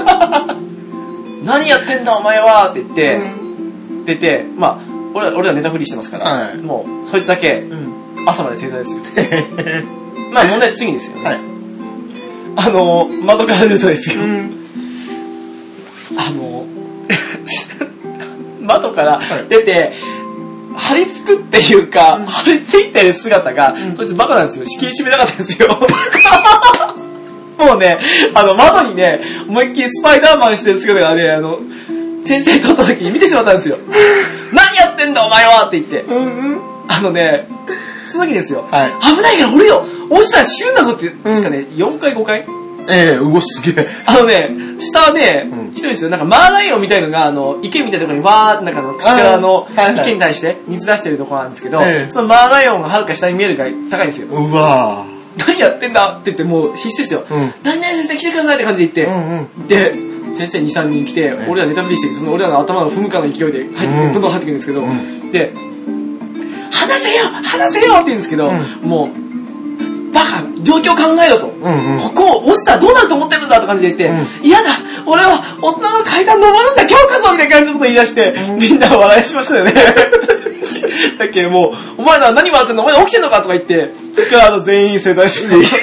B: 何やってんだお前はって言って、出て、まあ、俺ら俺らネタフリしてますから、
C: はい
B: もう、そいつだけ
C: うん。
B: 朝まで正座
C: (laughs)
B: ですよ。まあ問題は次ですよね。
C: はい。
B: あの、窓から出るとですよ。
C: ん。
B: あの、 (laughs) 窓から出て、張り付くっていうか、
C: うん
B: 張り付いてる姿が、
C: ん
B: そいつバカなんですよ。敷居締めなかったんですよ。 (laughs) もうね、あの、窓にね、思いっきりスパイダーマンしてる姿がね、あの、先生撮った時に見てしまったん
C: (laughs)
B: ですよ。何やってんだお前はって言って。
C: うんうん。
B: あのね、その時ですよ。
C: はい
B: 危ないから俺よ落ちたら死ぬんだぞって、確かね、4回5回
C: ええ、うごすげえ。
B: あのね、下はね
C: うん、
B: 一人ですよ。なんかマーライオンみたいのが、あの、池みたいなところにわーってなんかあの、口からあの
C: あーはいはい
B: 池に対して水出してるところなんですけど
C: え、え
B: そのマーライオンがはるか下に見えるから高いんですよ。 (laughs)
C: うわ
B: 何やってんだって言ってもう必死ですよ
C: ぁ。。うん。
B: 何々先生来てくださいって感じで
C: う
B: 言っ
C: んうん。
B: て、で、先生2、3人来て、
C: え
B: 俺らネタフリして、その俺らの頭の踏むかの勢いで入ってきて
C: うん
B: どんどん入ってくるんですけど
C: う、
B: で、話せよ話せよって言うんですけど、
C: う
B: もう、バカ状況考えろと。
C: うんうん。
B: ここを落ちたらどうなると思ってるんだって感じで言って、嫌だ俺は大人の階段登るんだ今日こそみたいな感じのこと言い出して、みんな笑いしましたよ
C: (laughs)
B: ね。だっけもう、お前ら何笑ってんのお前ら起きてんのかとか言って、それからあの全員正座して、
C: (laughs)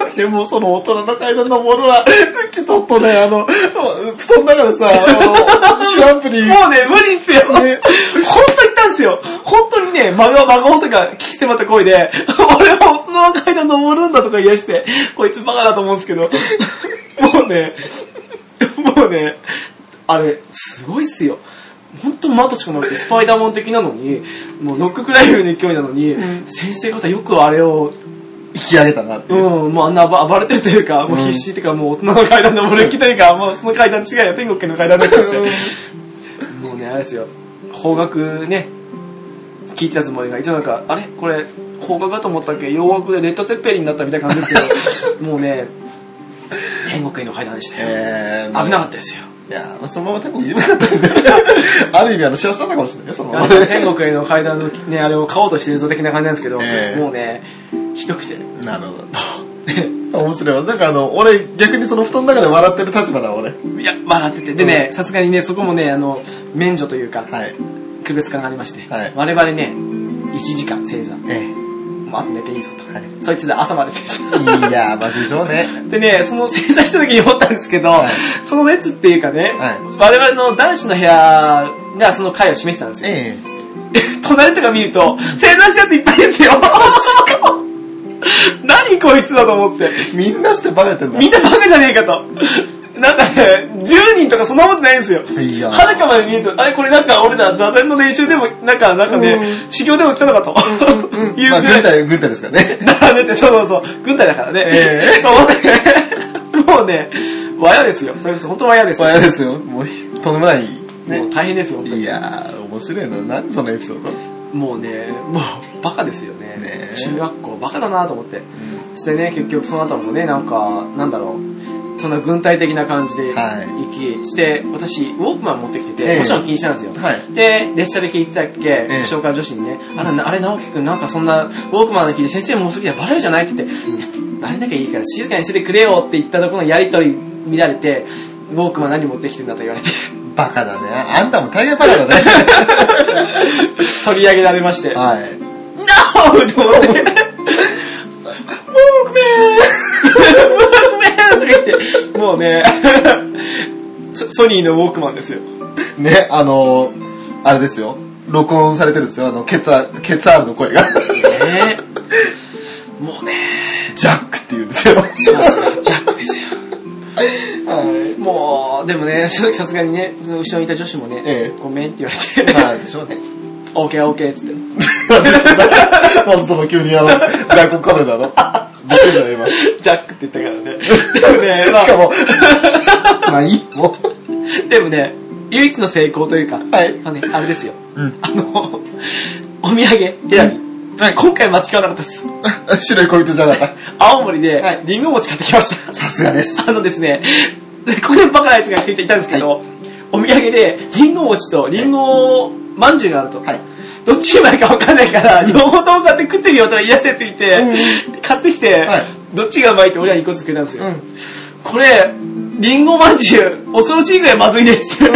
C: (laughs) でもその大人の階段登るは、ちょっとね、あの、布団の中でさ、あ (laughs) の、スランプに、
B: もうね、無理っすよ。本
C: ね
B: 当言ったんですよ。本当にね、真顔真顔とか聞き迫った声で、 (laughs) 俺は大人の階段登るんだとか言い出して、こいつバカだと思うんですけど、もうね、もうね、あれ、すごいっすよ。本当マトしかなくて、スパイダーマン的なのに、もうノッククライフの勢いなのに、先生方よくあれを、
C: 引き上げたなって
B: う
C: い
B: ん
C: う。、
B: もうあんな暴暴れてるというか、もう
C: うん
B: 必死というか、もう大人の階段登る気というか、もうその階段違いよ、天国の階段だってって。もうね、あれですよ、方角ね、聞いてたつもりが、一応なんか、あれこれ、方角だと思ったっけ洋楽でレッド・ゼッペリンになったみたいな感じですけど、 (laughs) もうね、天国への階段でしたよ。
C: えー、
B: 危なかったですよ。
C: いやー、そのまま天国言えなかったんで、 (laughs) ある意味あの幸せだったかもしれないね、そのまま。
B: 天国への階段のね、あれを買おうとしてるぞ的な感じなんですけど、
C: ええ
B: もうね、ひどくて。 (laughs)
C: なるほど。 (laughs) 面白いわ。なんかあの、俺、逆にその布団の中で笑ってる立場だ、俺。
B: いや、笑ってて。でね、さすがにね、そこもね、あの、免除というか、
C: はい。
B: 区別化がありまして、
C: はい
B: 我々ね、1時間正座、も
C: ええ。
B: うあと寝ていいぞと。
C: はい。
B: そいつで朝まで正座。 (laughs)
C: いやー、まずいでしょうね。
B: でね、その正座した時に思ったんですけど、
C: はい
B: その列っていうかね、
C: は
B: 我々の男子の部屋がその回を示してたんですよ。
C: ええ。
B: (laughs) 隣とか見ると、正座したやついっぱいです
C: (laughs)
B: よ。 (laughs) 何こいつだと思って。
C: みんなしてバカやってんだ。
B: みんなバカじゃねえかと。なんかね、10人とかそんなことないんですよ。
C: いやー
B: はるかまで見えると、あれこれなんか俺ら座禅の練習でも、なんか、なんかね、
C: う
B: 修行でも来たのかと。いうぐ
C: ま
B: ら
C: あ、軍
B: い。だ
C: 隊、軍隊ですから
B: (laughs)
C: ね。
B: からねって、そうそうそう、軍隊だからね。
C: ええ
B: そうね。もうね、わやですよ。それこそ本当わやです
C: そう
B: よ。
C: やですよ。もう、とんでもない。
B: もう大変ですよ、本当
C: い
B: に。
C: やー、面白いな。なんでそのエピソード
B: もうね、もう、バカですよね。
C: ねえ
B: 中学校、バカだなと思って。してね、結局その後もね、なんか、なんだろう、そんな軍隊的な感じで
C: はい
B: 行き、して、私、ウォークマン持ってきてて、
C: ええ
B: もちろん気にしたんですよ。
C: はい。
B: で、列車で聞いてたっけ、
C: ええ
B: 紹介女子にね、あら、なあれ、直樹くんなんかそんな、ウォークマンの聞いて、先生もうすぐにはバレるじゃないって言って、バレなきゃいいから静かにしててくれよって言ったところのやりとり乱れて、ウォークマン何持ってきてんだと言われて、 (laughs)
C: バカだね。あんたも大概バカだね。
B: 取り上げられまして、
C: はい。
B: NO! と思って、ウォークマンウォークマンとか言って、もうね、ソソニーのウォークマンですよ。
C: ね、あのー、あれですよ。録音されてるんですよ。あの、ケツア、ケツアールの声 (laughs) が。
B: ねえもうね、
C: ジャックって言うんですよ。
B: そうそう、ジャックですよ。
C: はい。
B: もう、でもね、その時さすがにね、その後ろにいた女子もね、
C: え
B: ごめんって言われて、
C: まあ、でしょう (laughs) ね。
B: (laughs) オーケーオーケーっつって。
C: まずその急にあの、外国カメラの。びっくりだね、今。し
B: ジャックって言ったから (laughs) ね。でもね、まあ
C: かも、まあいいもう
B: でもね、唯一の成功というか、
C: はい
B: あのね、あれですよ。
C: うん
B: あの、お土産選び。今回間違わなかったです。
C: 白い恋人じゃなかっ
B: 青森で
C: はい、
B: リンゴ餅買ってきました
C: た。。さすがです。
B: (laughs) あのですね、でこれバカなやつが聞いていたんですけど、お土産で、リンゴ餅とリンゴまんじゅうがあると。
C: はい。
B: どっちにまいかわかんないから、両方とも買って食ってみようとか言い出してついて、 (laughs) 買ってきて、
C: はい
B: どっちがうまいって俺らに1個ずつくれたんですよ。
C: うん。
B: これ、リンゴまんじゅう、恐ろしいぐらいまずいです。 (laughs)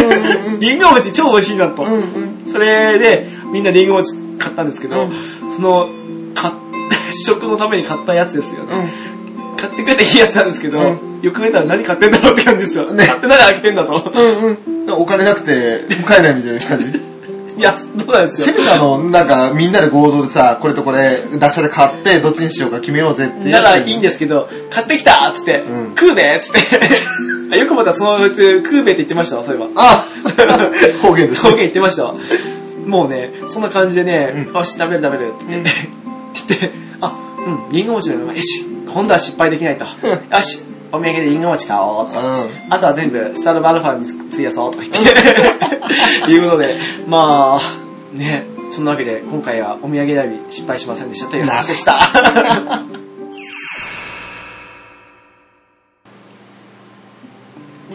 B: リンゴ餅超美味しいじゃんと。
C: うんうん。
B: それで、みんなリンゴ餅買ったんですけど、
C: うん
B: その、買っ (laughs) 試食のために買ったやつですよね。
C: う
B: 買ってくれたいいやつなんですけど、
C: う
B: よく見たら何買ってんだろうって感じですよ。
C: ね
B: 買ってないで飽きてんだと。
C: ん。うん。お金なくて、帰えないみたいな感じ。
B: いや、そうなんです
C: せ
B: よ。
C: めてあの、なんか、みんなで合同でさ、これとこれ、出しで買って、どっちにしようか決めようぜって。
B: ならいいんですすけど、買ってきたっつって、 (laughs)
C: うん
B: 食うねっつって。よくまたそのうち、食うべって言ってましたわ、そういえば。
C: あ (laughs) 方
B: (laughs)
C: 言です。
B: 方言言ってましたわ。もうね、そんな感じでね、
C: うん
B: よし、食べる食べるって言って、って言って、あ、うん、リンゴ餅の名前、よし、今度は失敗できないと。よし、お土産でリンゴ餅買おうと。
C: う
B: あとは全部、スタルバルファに費やそうとか言
C: (laughs)
B: って、いうことで、まあ、ね、そんなわけで、今回はお土産選び失敗しませんでしたという話でした。 (laughs)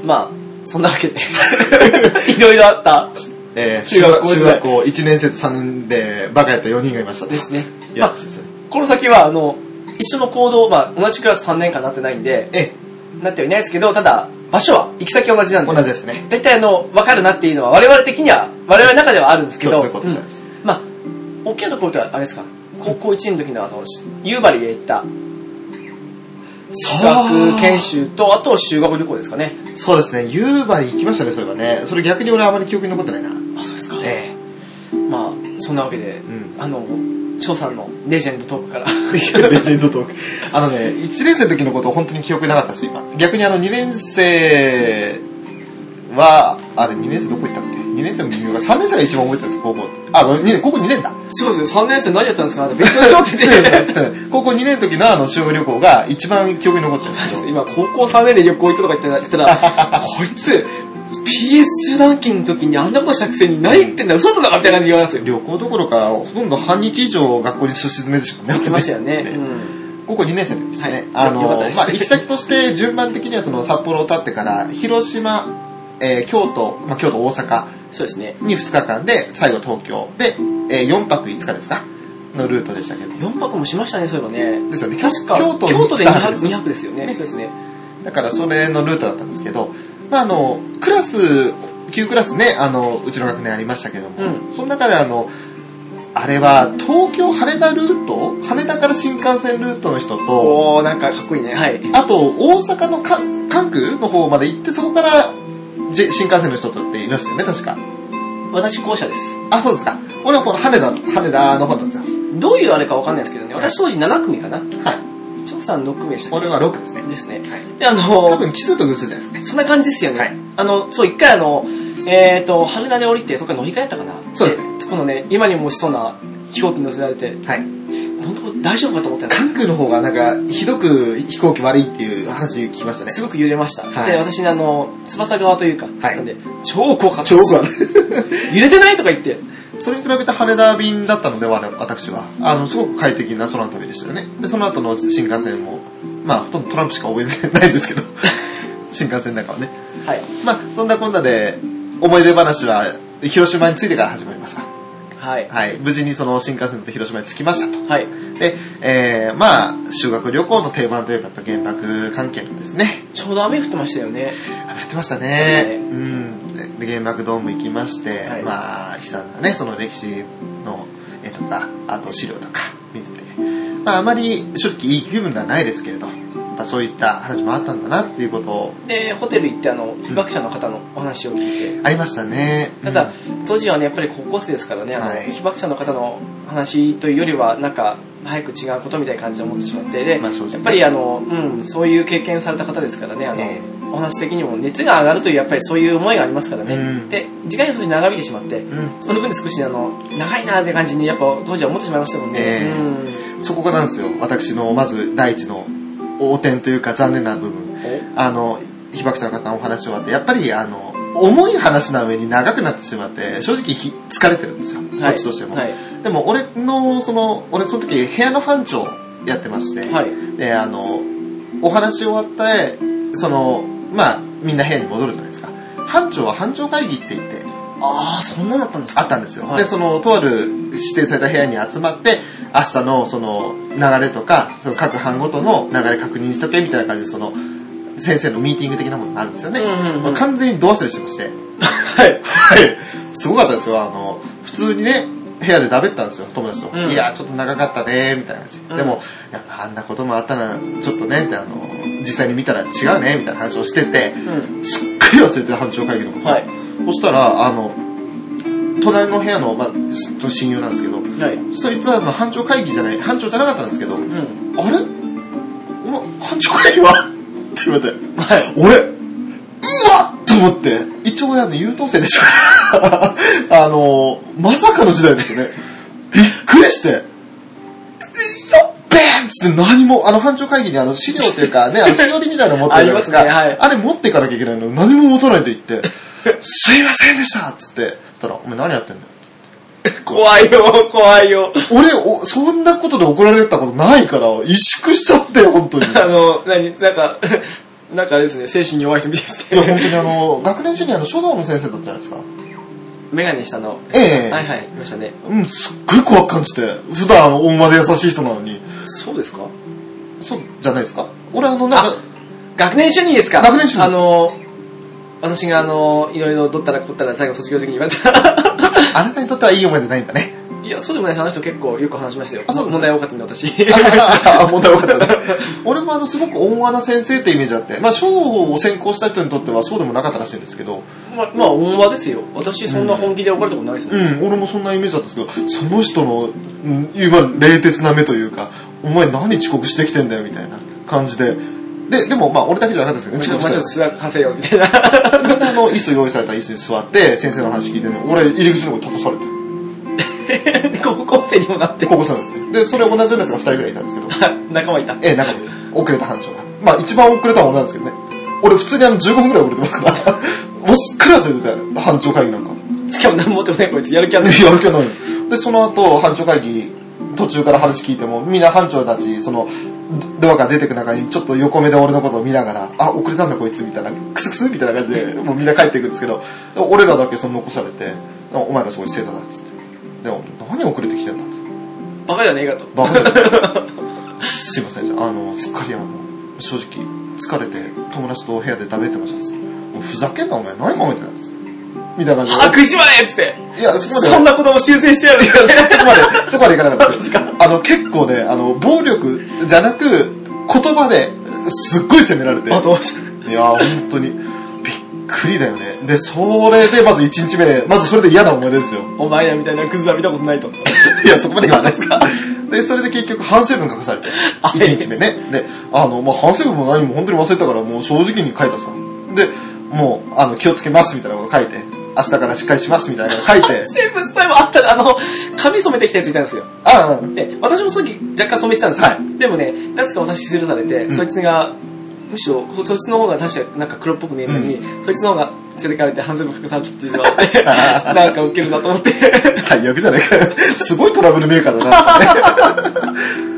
B: まあ、そんなわけ
C: (laughs)
B: で、 (laughs) いろいろあった
C: ん。えー、
B: 中
C: 中
B: 学
C: 学
B: 校時
C: 中
B: 代
C: 学校1年生と3年でバカやった4人がいました。
B: ですね。
C: い
B: ま
C: や
B: あ、、この先は、あの、一緒の行動、まあ、同じクラス3年間なってないんで、
C: え、
B: なってはいないですけど、ただ、場所は、行き先は同じなんで
C: 同、じですね。
B: 大体あの、分かるなっていうのは、我々的には、我々の中ではあるんですけど、
C: 共通項としてはです
B: うんまあ、大きなところとは、あれですか、高校1年の時のあの、夕張へ行った、
C: そう
B: 学研修と、あと修学旅行ですかね。
C: そうですね、夕張行きましたね、そういえばね。それ逆に俺あまり記憶に残ってないな。
B: あ、そうですか
C: え
B: まあ、そんなわけで、
C: ん
B: あの、翔さんのレジェンドトークから。
C: え。レジェンドトーク。あのね、1年生の時のこと本当に記憶なかったです、今。逆にあの2年生は、あれ2年生どこ行ったっけ ?2 年生も微妙か。3年生が一番覚えてたんです、高校。あ、ごめん二年高校2年だ。
B: そうですね、3年生何やったんです (laughs) かね勉強しようって
C: 失
B: 言
C: 礼
B: っ
C: しま
B: て
C: した。失礼高校2年の時のあの修学旅行が一番記憶に残ってるんですよ。
B: 今、高校3年で旅行行ったとか言ったら、言ったらこいつ、PS ランキングの時にあんなことしたくせに何言ってんだ、嘘だったのかみたいな感じで言われますよ。
C: 旅行どころか、ほとんど半日以上学校にすし詰めてしまって
B: 言ってましたよね。
C: ね
B: うん
C: 高校2年生の時ですね。
B: はい
C: あの、
B: よかっ
C: ま
B: た
C: あ、
B: です
C: 行き先として順番的にはその札幌を立ってから、広島、えー京都、まあ、京都、大阪
B: そうですね。
C: に2日間で、最後東京で、え4泊5日ですかのルートでしたけど。
B: 4泊もしましたね、そういえばね。
C: ですよね。
B: 確か、
C: 京都に
B: 京都で
C: 2
B: 200,
C: 泊ですね
B: 2泊ですよね。
C: ね
B: そうですね。
C: だからそれのルートだったんですけど、まああの、クラス、旧クラスね、あの、うちの学年ありましたけども、
B: う
C: その中であの、あれは東京羽田ルート羽田から新幹線ルートの人と、
B: おー、なんかかっこいいね。はい。
C: あと大阪のか関空の方まで行ってそこから、じ新幹線の人とっていましたよね、確か。
B: 私、校舎です。
C: あ、そうですか。俺はこの羽田の、羽田の方なんですよ。
B: どういうあれかわかんないですけどね。私当時7組かな。
C: はい。
B: 翔さん6組でしたっ
C: 俺は6ですね
B: け。ですね。
C: はい。
B: で、あの
C: 多分奇数と偶数じゃないです
B: そんな感じですよね。
C: はい
B: あの、そう、一回あの、えっ、ー、と、羽田で降りて、そこから乗り換えたかな。
C: そうです
B: ね。このね、今にも落ちそうな飛行機に乗せられて、
C: か。はい。
B: 本当大丈夫かと思ったんです
C: 関空の方がなんか、ひどく飛行機悪いっていう話聞きましたね。
B: すごく揺れました。
C: い
B: それで私ね、あの、翼側というか、
C: はい
B: なんで、超怖かった
C: 超
B: です。
C: 怖い。
B: 揺れてないとか言って、
C: それに比べて羽田便だったので、わ私は。あの、すごく快適な空の (laughs) 旅でしたよね。で、その後の新幹線も、まあ、ほとんどトランプしか覚えてないんですけど、新幹線の中はね。
B: はい。
C: まあ、そんなこんなで、思い出話は、広島に着いてから始まりますが
B: はい。
C: はい。無事にその新幹線で広島に着きましたと。
B: はい。
C: で、えー、まあ、修学旅行の定番といえばやっぱ原爆関係なんですね。
B: ちょうど雨降ってましたよね。
C: あ降ってました
B: そう
C: ね。
B: ですね
C: うん。で、で原爆ドーム行きまして、
B: はい
C: まあ、悲惨なね、その歴史の絵とか、あと資料とか見てて、まあ、あまり正直いい気分ではないですけれど、やっぱそういった話もあったんだなっていうことを、
B: で、ホテル行って、あの、被爆者の方のお話を聞いて、
C: ありましたね。
B: ただ
C: う、
B: 当時はね、やっぱり高校生ですからね、あの
C: はい
B: 被爆者の方の話というよりは、なんか、早く違うことみたいな感じを持ってしまって、で、
C: ん、まあ、正直ね
B: やっぱりあの、うん、そういう経験された方ですからね、あの、
C: え
B: お話的にも熱が上がるという、やっぱりそういう思いがありますからね。
C: うん
B: で、時間が少し長引いてしまって、
C: えうん。
B: その分少し、あの、長いなーって感じに、やっぱ当時は思ってしまいましたもんね。
C: ええそこがなんですよ。私の、まず、第一の、横転というか残念な部
B: う
C: 分。
B: ん。
C: あの、被爆者の方のお話をあって、やっぱり、あの、重い話な上に長くなってしまって、正直ひ疲れてるんですよ。こ
B: はい
C: っちとしても。
B: はい。
C: でも、俺の、その、俺その時、部屋の班長やってまして、
B: はい。
C: で、あの、お話終わって、その、まあ、みんな部屋に戻るじゃないですか。班長は班長会議って言って、
B: ああ、そんなだったんですか
C: あったんですよ。
B: はい
C: で、その、とある指定された部屋に集まって、明日のその流れとか、その各班ごとの流れ確認しとけみたいな感じで、その、先生のミーティング的なものがあるんですよね。
B: うんうんうん
C: 完全にどうしたりしてまして。
B: はい。
C: はい。 (laughs) すごかったですよ。あの、普通にね、部屋でだべったんですよ、友達と。
B: うん
C: いや、ちょっと長かったね、みたいな感じ。
B: うん
C: でも、いや、あんなこともあったら、ちょっとね、ってあの、実際に見たら違うね、みたいな話をしてて、
B: うん。
C: すっごい忘れてた班長会議のこと。
B: はい。
C: そしたら、あの、隣の部屋の、まあ、ずっと親友なんですけど、
B: はい。
C: そいつはその班長会議じゃない、班長じゃなかったんですけど、あれ
B: うん。
C: お前、班長会議はって言われて、
B: はい。
C: 俺、うわっと思って、一応俺あの優等生でした (laughs) から、あの、まさかの時代ですよね。びっくりして、よっべーっつって何も、あの班長会議にあの資料という
B: (laughs)
C: かね、あのしおりみたいなの持ってるじゃないですか。
B: ありますねはい
C: あれ持っていかなきゃいけないのに何も持たないで行って、すいませんでしたっつって、そしたら、お前何やってんだよ。
B: 怖いよ、怖いよ。
C: 俺お、そんなことで怒られたことないから、萎縮しちゃって、本当に。
B: あの、何、なんか、なんかあれですね、精神に弱い人みたいです
C: いや、本
B: (laughs) ね。
C: 当にあの、学年主任あの書道の先生だったじゃないですか。
B: メガネしたの。
C: ええ
B: はいはい、いましたね。
C: うん、すっごい怖く感じて。普段、大馬で優しい人なのに。
B: そうですか
C: そう、じゃないですか。俺、あの、なんか、
B: 学年主任ですか
C: 学年主任
B: あ
C: です
B: の、私があの、いろいろどったらこったら最後卒業時に言われ (laughs) た。
C: あなたにとってはいい思い出ないんだね。
B: いや、そうでもないです。あの人結構よく話しましたよ。
C: あそうです
B: 問題多かったんで、私。
C: (laughs) あ、問題分かったね。 (laughs) 俺もあの、すごく大馬な先生ってイメージあって、まあ、書道を専攻した人にとってはそうでもなかったらしいんですけど、
B: ままあ、恩和ですよ。私、そんな本気で怒られたことないです
C: う
B: ね。
C: ん、俺もそんなイメージだったんですけど、その人の、うん、いわゆる冷徹な目というか、お前何遅刻してきてんだよ、みたいな感じで。で、でも、まあ、俺だけじゃなかったですけどね、
B: ち
C: 遅
B: ょっ
C: 刻
B: と、まあ、ち
C: した
B: ょっ
C: や
B: と
C: つ
B: 数学稼いよ、み (laughs) たいな。
C: み (laughs) んなあの、椅子用意された椅子に座って、先生の話聞いてね、俺、入り口の方立たされて。
B: 高校生にもな (laughs) って。
C: 高校生なんで。で、それ同じようなやつが2人ぐらいいたんですけど、
B: 仲間いた。
C: ええ、仲間で、遅れた班長が。まあ、一番遅れたのは俺なんですけどね。俺、普通にあの、15分ぐらい遅れてますから。もうすっかり忘れてたよ、班長会議なんか。
B: しかも何も持ってこないこいつ、やる気ある
C: いやる気はないので、その後、班長会議、途中から話聞いても、みんな班長たち、その、ドドアから出てく中に、ちょっと横目で俺のことを見ながら、あ、遅れたんだこいつ、みたいな、クスクスみたいな感じで、もうみんな帰っていくんですけど、で俺らだけその残されて、あお前らすごい正座だっつって。でも、何遅れてきてんだって。
B: バカじゃねえかと。
C: バカじゃないすいません、あの、すっかりあの、正直、疲れて、友達と部屋で食べてましたっす。もうふざけんな、お前、何考えてたんですみたいな感じで。
B: 把握しまねえっつって。
C: いや、そこまで。
B: そんなことも修正してやる。
C: いやそこまで、そこまでいかなかったです。あの、結構ね、あの、暴力じゃなく、言葉で、すっごい責められて。
B: (laughs)
C: い
B: あ
C: や
B: と、
C: ー、本当に、びっくりだよね。で、それで、まず1日目、まずそれで嫌な思い出ですよ。
B: お前らみたいなクズは見たことないと。
C: いや、そこまで言わないですか。で、それで結局反省文書かされて、
B: はい、
C: 1日目ね。で、あの、まあ、反省文も何も本当に忘れたから、もう正直に書いたさ。で、もう、あの、気をつけますみたいなこと書いて、明日からしっかりしますみたいなこと書いて
B: (laughs) 生物体もあったら、あの、髪染めてきたやついたんですよ。
C: ああ、
B: で、私もその時若干染めてたんですよ。
C: は
B: でもね、なぜか私スルーされて、
C: ん
B: そいつが、むしろ、そそいつの方が確かなんか黒っぽく見えるのに、そいつの方が連れてかれて半ズボン隠されたっていうのがあ (laughs) って、なんかウケるなと思って。 (laughs) (laughs)
C: 最悪じゃないか。すごいトラブルメーカーだな、ね。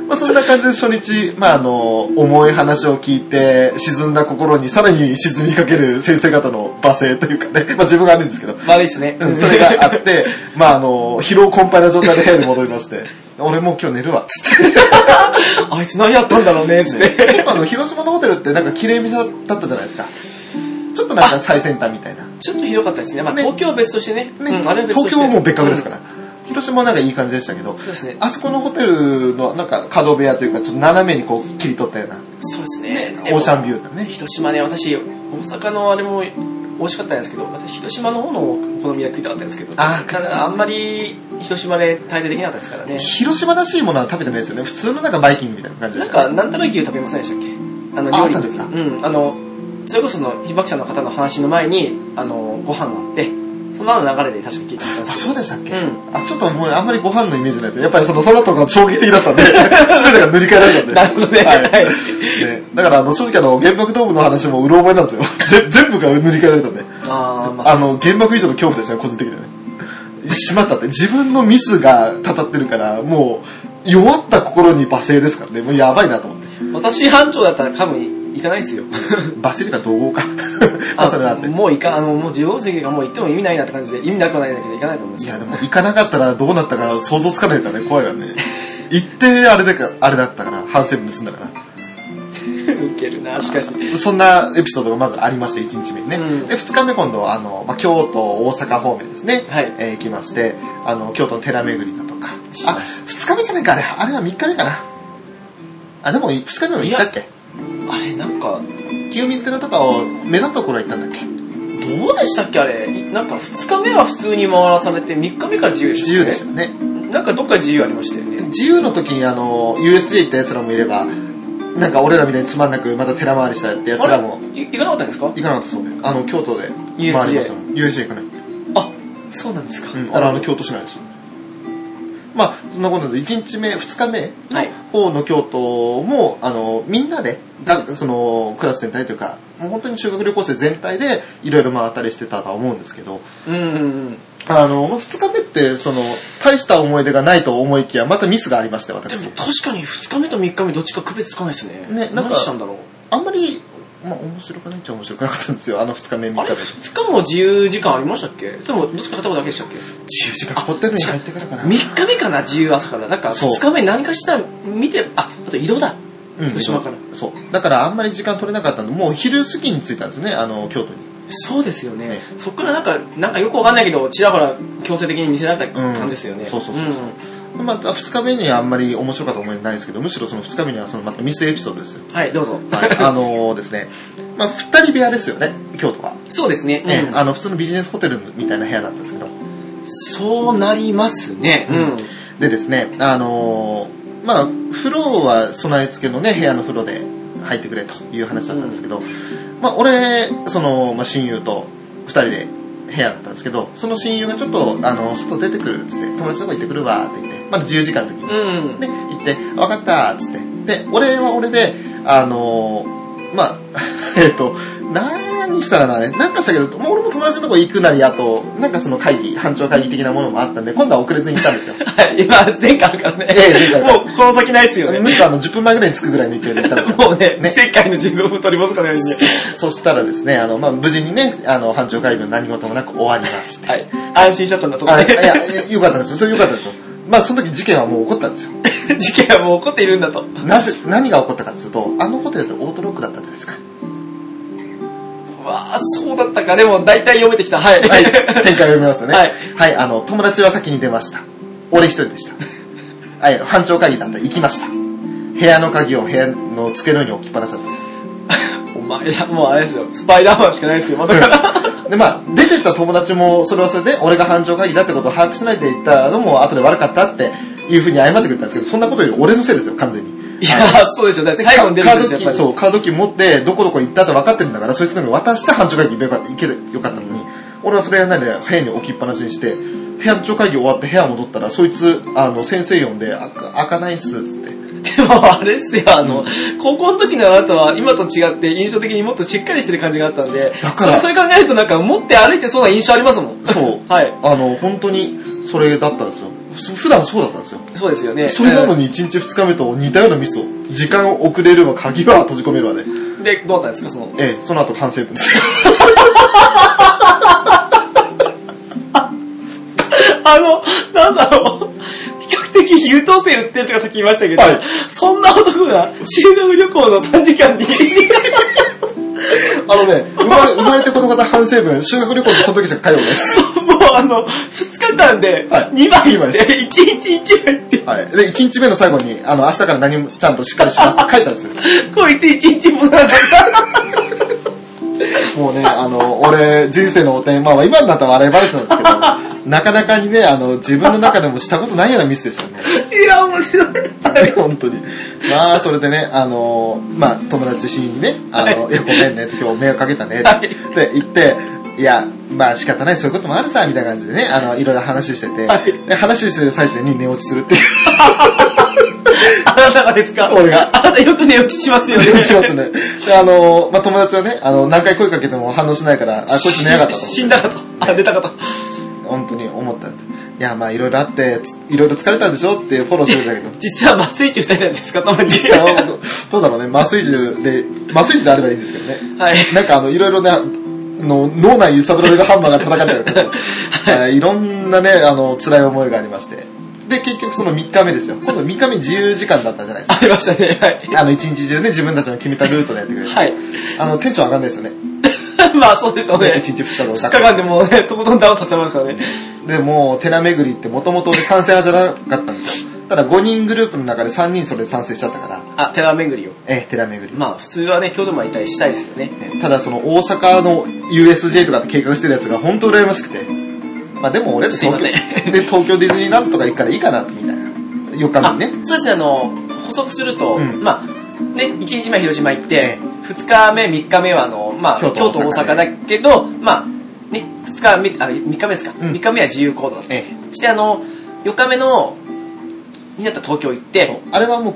C: まあそんな感じで初日、まあ、あの、重い話を聞いて、沈んだ心にさらに沈みかける先生方の罵声というかね、まあ自分があるんですけど、
B: 悪いっすね。
C: うんそれがあって、まああの、疲労困憊な状態で部屋に戻りまして、俺もう今日寝るわ、つって。
B: あいつ何やったんだろうね、つって。
C: 結構あの、広島のホテルってなんか綺麗見せだったじゃないですか。ちょっとなんか最先端みたいな。ね、
B: ちょっとひどかったですね。まあ、
C: ね
B: 東京は別としてね。うん、あれは別とし
C: 東
B: て。。
C: 京はもう別格ですからら。広島はなんかいい感じでしたけど
B: そう、ですね。
C: あそこのホテルのなんか角部屋というか、ちょっと斜めにこう切り取ったような、
B: そうですね。で
C: オ
B: も
C: ーシャンビューだね。
B: 広島ね、私、大阪のあれも美味しかったんですけど、私、広島の方のお好み焼き食いたかったんですけど、
C: あー
B: ただあんまり広島で滞在できなかったですからね。
C: 広島らしいものは食べてないですよね。普通のなんかバイキングみたいな感じで
B: なん
C: したね。
B: か、なんたら牛食べませんでしたっけあの、
C: あ
B: 料
C: あったん
B: 理
C: ですか
B: うん、あの、それこそその被爆者の方の話の前に、あの、ご飯があって、その後の流れで確か聞いたんで
C: (laughs) あ、
B: す
C: そうでしたっけ、
B: う
C: あ、ちょっともうあんまりご飯のイメージないですね。やっぱりその、その後が衝撃的だった
B: (laughs)
C: んで、すべてが塗り替えられたんで。
B: なるほどね
C: はい。
B: はい
C: ね、だから、あの、正直あの、原爆ドームの話もうろ覚えなんですよ。ぜ全部が塗り替えられたんで。
B: けど。あー、まあ、
C: あの、原爆以上の恐怖ですね、個人的にはね。しまったって、自分のミスがたたってるから、もう、弱った心に罵声ですからね、もうやばいなと思って。
B: 私班長だったら多分行かないですよ。
C: 罵声というか、同合か。 (laughs) まあ、それはあって。
B: もう行か、あの、もう15過ぎてからもう行っても意味ないなって感じで、意味なくはないんだけど行かないと思うんで
C: い
B: すよ
C: や、でも行かなかったらどうなったか想像つかないからね、怖いからね。 (laughs) 行って、あれだか、あれだったから、反省文盗んだから。
B: ウケるな、しかし。
C: そんなエピソードがまずありまして、1日目にね。
B: うん
C: で、2日目今度は、あの、まあ、京都、大阪方面ですね。
B: はい
C: えー行きまして、あの、京都の寺巡りだとか。
B: し
C: あ、
B: ま
C: 2日目じゃないか、あれ。あれは3日目かな。あ、でも2日目も行ったっけ
B: あれ、なんか、
C: 清水寺とかを目立ったところは行ったんだっけ
B: どうでしたっけあれ。なんか2日目は普通に回らされて、3日目から自由でし
C: 自
B: た
C: 由
B: よね
C: でしたよね。
B: なんかどっか自由ありましたよね。
C: 自由の時にあの、USJ 行った奴らもいれば、なんか俺らみたいにつまんなくまた寺回りしたって奴
B: あ
C: らも
B: れい行かなかったんですか
C: 行かなかったそうで。あの、京都で回
B: USJ
C: りましたもん。USJ 行かない。う
B: あ、そうなんですか。
C: ん。あの、あの京都市内ですよ。まあ、そんなことで、1日目、2日目
B: はい。
C: 方の京都も、あの、みんなで、だその、クラス全体というか、もう本当に修学旅行生全体で、いろいろ回ったりしてたとは思うんですけど、
B: うんうん
C: あの、まあ2日目って、その、大した思い出がないと思いきや、またミスがありまして、
B: うん。で
C: 私
B: も。確かに2日目と3日目どっちか区別つかないですね。
C: ねなんか
B: 何したんだろう。
C: あんまり、まあ、面白くないっちゃ面白くなかったんですよ、あの2日目、3
B: あ
C: 日
B: れ
C: 目。
B: ?2 日も自由時間ありましたっけそれもどっちか片方だけでしたっけ
C: 由時間。ホテルに帰ってからかな。
B: ?3 日目かな自由朝から。なんか
C: そう
B: 2日目何かしたら見て、あ、あと移動だ。
C: うん
B: 広島から
C: そう。だからあんまり時間取れなかったんで、もう昼過ぎに着いたんですね、あの、京都に。
B: そうですよね
C: ね。
B: そっからなんか、なんかよくわかんないけど、ちらほら強制的に見せられた感じですよね。
C: うんそうそうそう
B: う
C: そ
B: ん。
C: また2日目にはあんまり面白かった思い出ないんですけど、むしろその2日目にはそのまたミスエピソードですよ。
B: はい、どうぞ。 (laughs)
C: はい。あのですね、まあ、二人部屋ですよね、京都は。
B: そうですね。
C: ね、
B: うん
C: あの、普通のビジネスホテルみたいな部屋なんですけど。
B: そうなりますね。うん。
C: でですね、あのーまあ、風呂は備え付けのね、部屋の風呂で入ってくれという話だったんですけど、まあ、俺、その、まあ、親友と二人で部屋だったんですけど、その親友がちょっと、あの、外出てくるっつって、友達のとこ行ってくるわって言って、まだ自由時間の時に。
B: うん。 (laughs)
C: で、行って、わかったっつって。で、俺は俺で、あのーまあ、 (laughs) えっと、何したかなね、なんかしたけど、もう俺も友達のとこ行くなり、あと、なんかその会議、班長会議的なものもあったんで、今度は遅れずに来たんですよ。
B: はい、今、前回あるからね。
C: ええ前回あ
B: もう、この先ないですよね。
C: むしろあの、10分前ぐらいに着くぐらいの勢いで行ったんですよ。
B: (laughs) もうね、
C: ね
B: 世界の15分取り戻すかのようにね。
C: そしたらですね、あの、まあ、無事にね、あの、班長会議の何事もなく終わりまして。
B: はい。安心しちゃったんだ、そこ
C: あい
B: で。
C: や、いやよかったですよ。それよかったですよ。まあ、その時事件はもう起こった
B: (laughs)
C: んですよ。
B: 事件はもう起こっているんだと。
C: なぜ、何が起こったかっていうと、あのホテルってオートロックだったじゃないですか。
B: わあ、そうだったか。でも、大体読めてきた。はい。
C: はい、
B: (laughs)
C: 展開を読みますよね。
B: はい。
C: はい、あの、友達は先に出ました。俺一人で
B: (laughs)
C: した。はい、班長会議だった。行きました。部屋の鍵を部屋の机の上に置きっぱなしだったんですよ。
B: お前、いや、もうあれですよ。スパイダーマンしか (laughs) ないですよ、まだから。
C: で、まあ、出てった友達も、それはそれで、俺が班長会議だってことを把握しないで言ったのも、後で悪かったっていうふうに謝ってくれたんですけど、そんなことより俺のせいですよ、完全に。
B: いや、そうでしょ。だって
C: で
B: 最後に出る
C: カ
B: んで
C: ー
B: す
C: ド
B: よ、やっぱ
C: キ
B: り。
C: そう、カードキー持って、どこどこ行ったって分かってるんだから、そいつのに渡して班長会議行けばよかったよかったのに、俺はそれやらないで部屋に置きっぱなしにして、部屋長会議終わって部屋戻ったら、そいつ、あの、先生呼んで、あか開かないっす、つって。
B: でも、あれですよ、あの、高校の時のあなたは、今と違って印象的にもっとしっかりしてる感じがあったんで、
C: だから
B: それそれ考えるとなんか、持って歩いてそうな印象ありますもん。
C: そう。
B: (laughs) はい。
C: あの、本当に、それだったんですよ。ふ普段そうだったんですよ。
B: そうですよね。
C: それなのに1日2日目と似たようなミスを。時間を遅れるわ、鍵は閉じ込めるわで。
B: うん。で、どうだったんですか、その。
C: ええ、その後反省文です。
B: (laughs) あの、なんだろう。比較的優等生売ってるとかさっき言いましたけど、
C: はい
B: そんな男が修学旅行の短時間に、
C: (laughs) あのね、生まれ生まれてこの方反省文、修学旅行のその時しか通うんです。
B: もうあの、2日間で
C: はい
B: 2枚
C: 二枚
B: で、
C: です
B: 1日1枚って、
C: はい。で、1日目の最後に、あの、明日から何もちゃんとしっかりします (laughs) って書いたんですよ。
B: こいつ1日もなかった。
C: もうね、あの、俺、人生の汚点、まあまあ今になったら笑い話なんですけど、なかなかにね、あの、自分の中でもしたことないようなミスでしたね。
B: いや、面白い。
C: 本当に。まあ、それでね、あの、まあ、友達親友にね、あの、いや、ごめんね、今日迷惑かけたね、っ
B: はい
C: て言って、いや、まあ仕方ない、そういうこともあるさ、みたいな感じでね、あの、いろいろ話してて、
B: はい
C: で話してる最中に寝落ちするっていう。
B: あなたがですか
C: 俺が
B: あなたよく寝落ちしますよね。
C: しますね。で、あの、まあ、友達はね、あの、何回声かけても反応しないから、あ、こいつ寝やがったと思って
B: 死んだかと。あ、出たかと。
C: 本当に思ったんでいや、まあいろいろあって、ついろいろ疲れたんでしょってフォローするんだけど。
B: 実は麻酔中二人なんですか、たまに。
C: いや、本当どうだろうね、麻酔銃で、麻酔銃であればいいんですけどね。
B: はい。
C: なんかあの、いろいろね、あの、脳内揺さぶられるハンマーが叩かれた
B: (laughs)
C: りとか、はい、いろんなね、あの、辛い思いがありまして。で、結局その3日目ですよ。今度3日目自由時間だったじゃないです
B: ありましたね。はい。
C: か。あの、1日中ね、自分たちの決めたルートでやってくれる。
B: はい。 (laughs)
C: あの、テンション上がんないですよね。
B: まあ、そうでしょう
C: ね
B: ね
C: 1。日2日で
B: 2
C: お
B: 日
C: 酒
B: 間でもうね、とことんダウンさせましたね。
C: で、もう、寺巡りってもともと俺賛成派じゃなかったんですよ。ただ5人グループの中で3人それで賛成しちゃったから、
B: あ、寺巡りを。
C: え、寺巡り。
B: まあ、普通はね、京都まで行ったりしたいですよね。
C: ねただその大阪の USJ とかって計画してるやつが本当羨ましくて。まあでも俺
B: すいません
C: 東京で (laughs) 東京ディズニーランドとか行くからいいかな、みたいな。4日
B: あ、
C: 目にね。
B: そうですね、あの、補足すると、
C: うん
B: まあ、ね、1日目は広島行って
C: ええ、
B: 2日目、3日目はあの、まあ、
C: 京
B: 京
C: 都
B: 都、
C: 大
B: 大
C: 阪
B: 阪だけど、まあ、ね、2日目、あ、3日目ですか。
C: うん
B: 3日目は自由行動だった。
C: ええ
B: して、あの、4日目の、になったら東京行って、
C: そうあれはもう、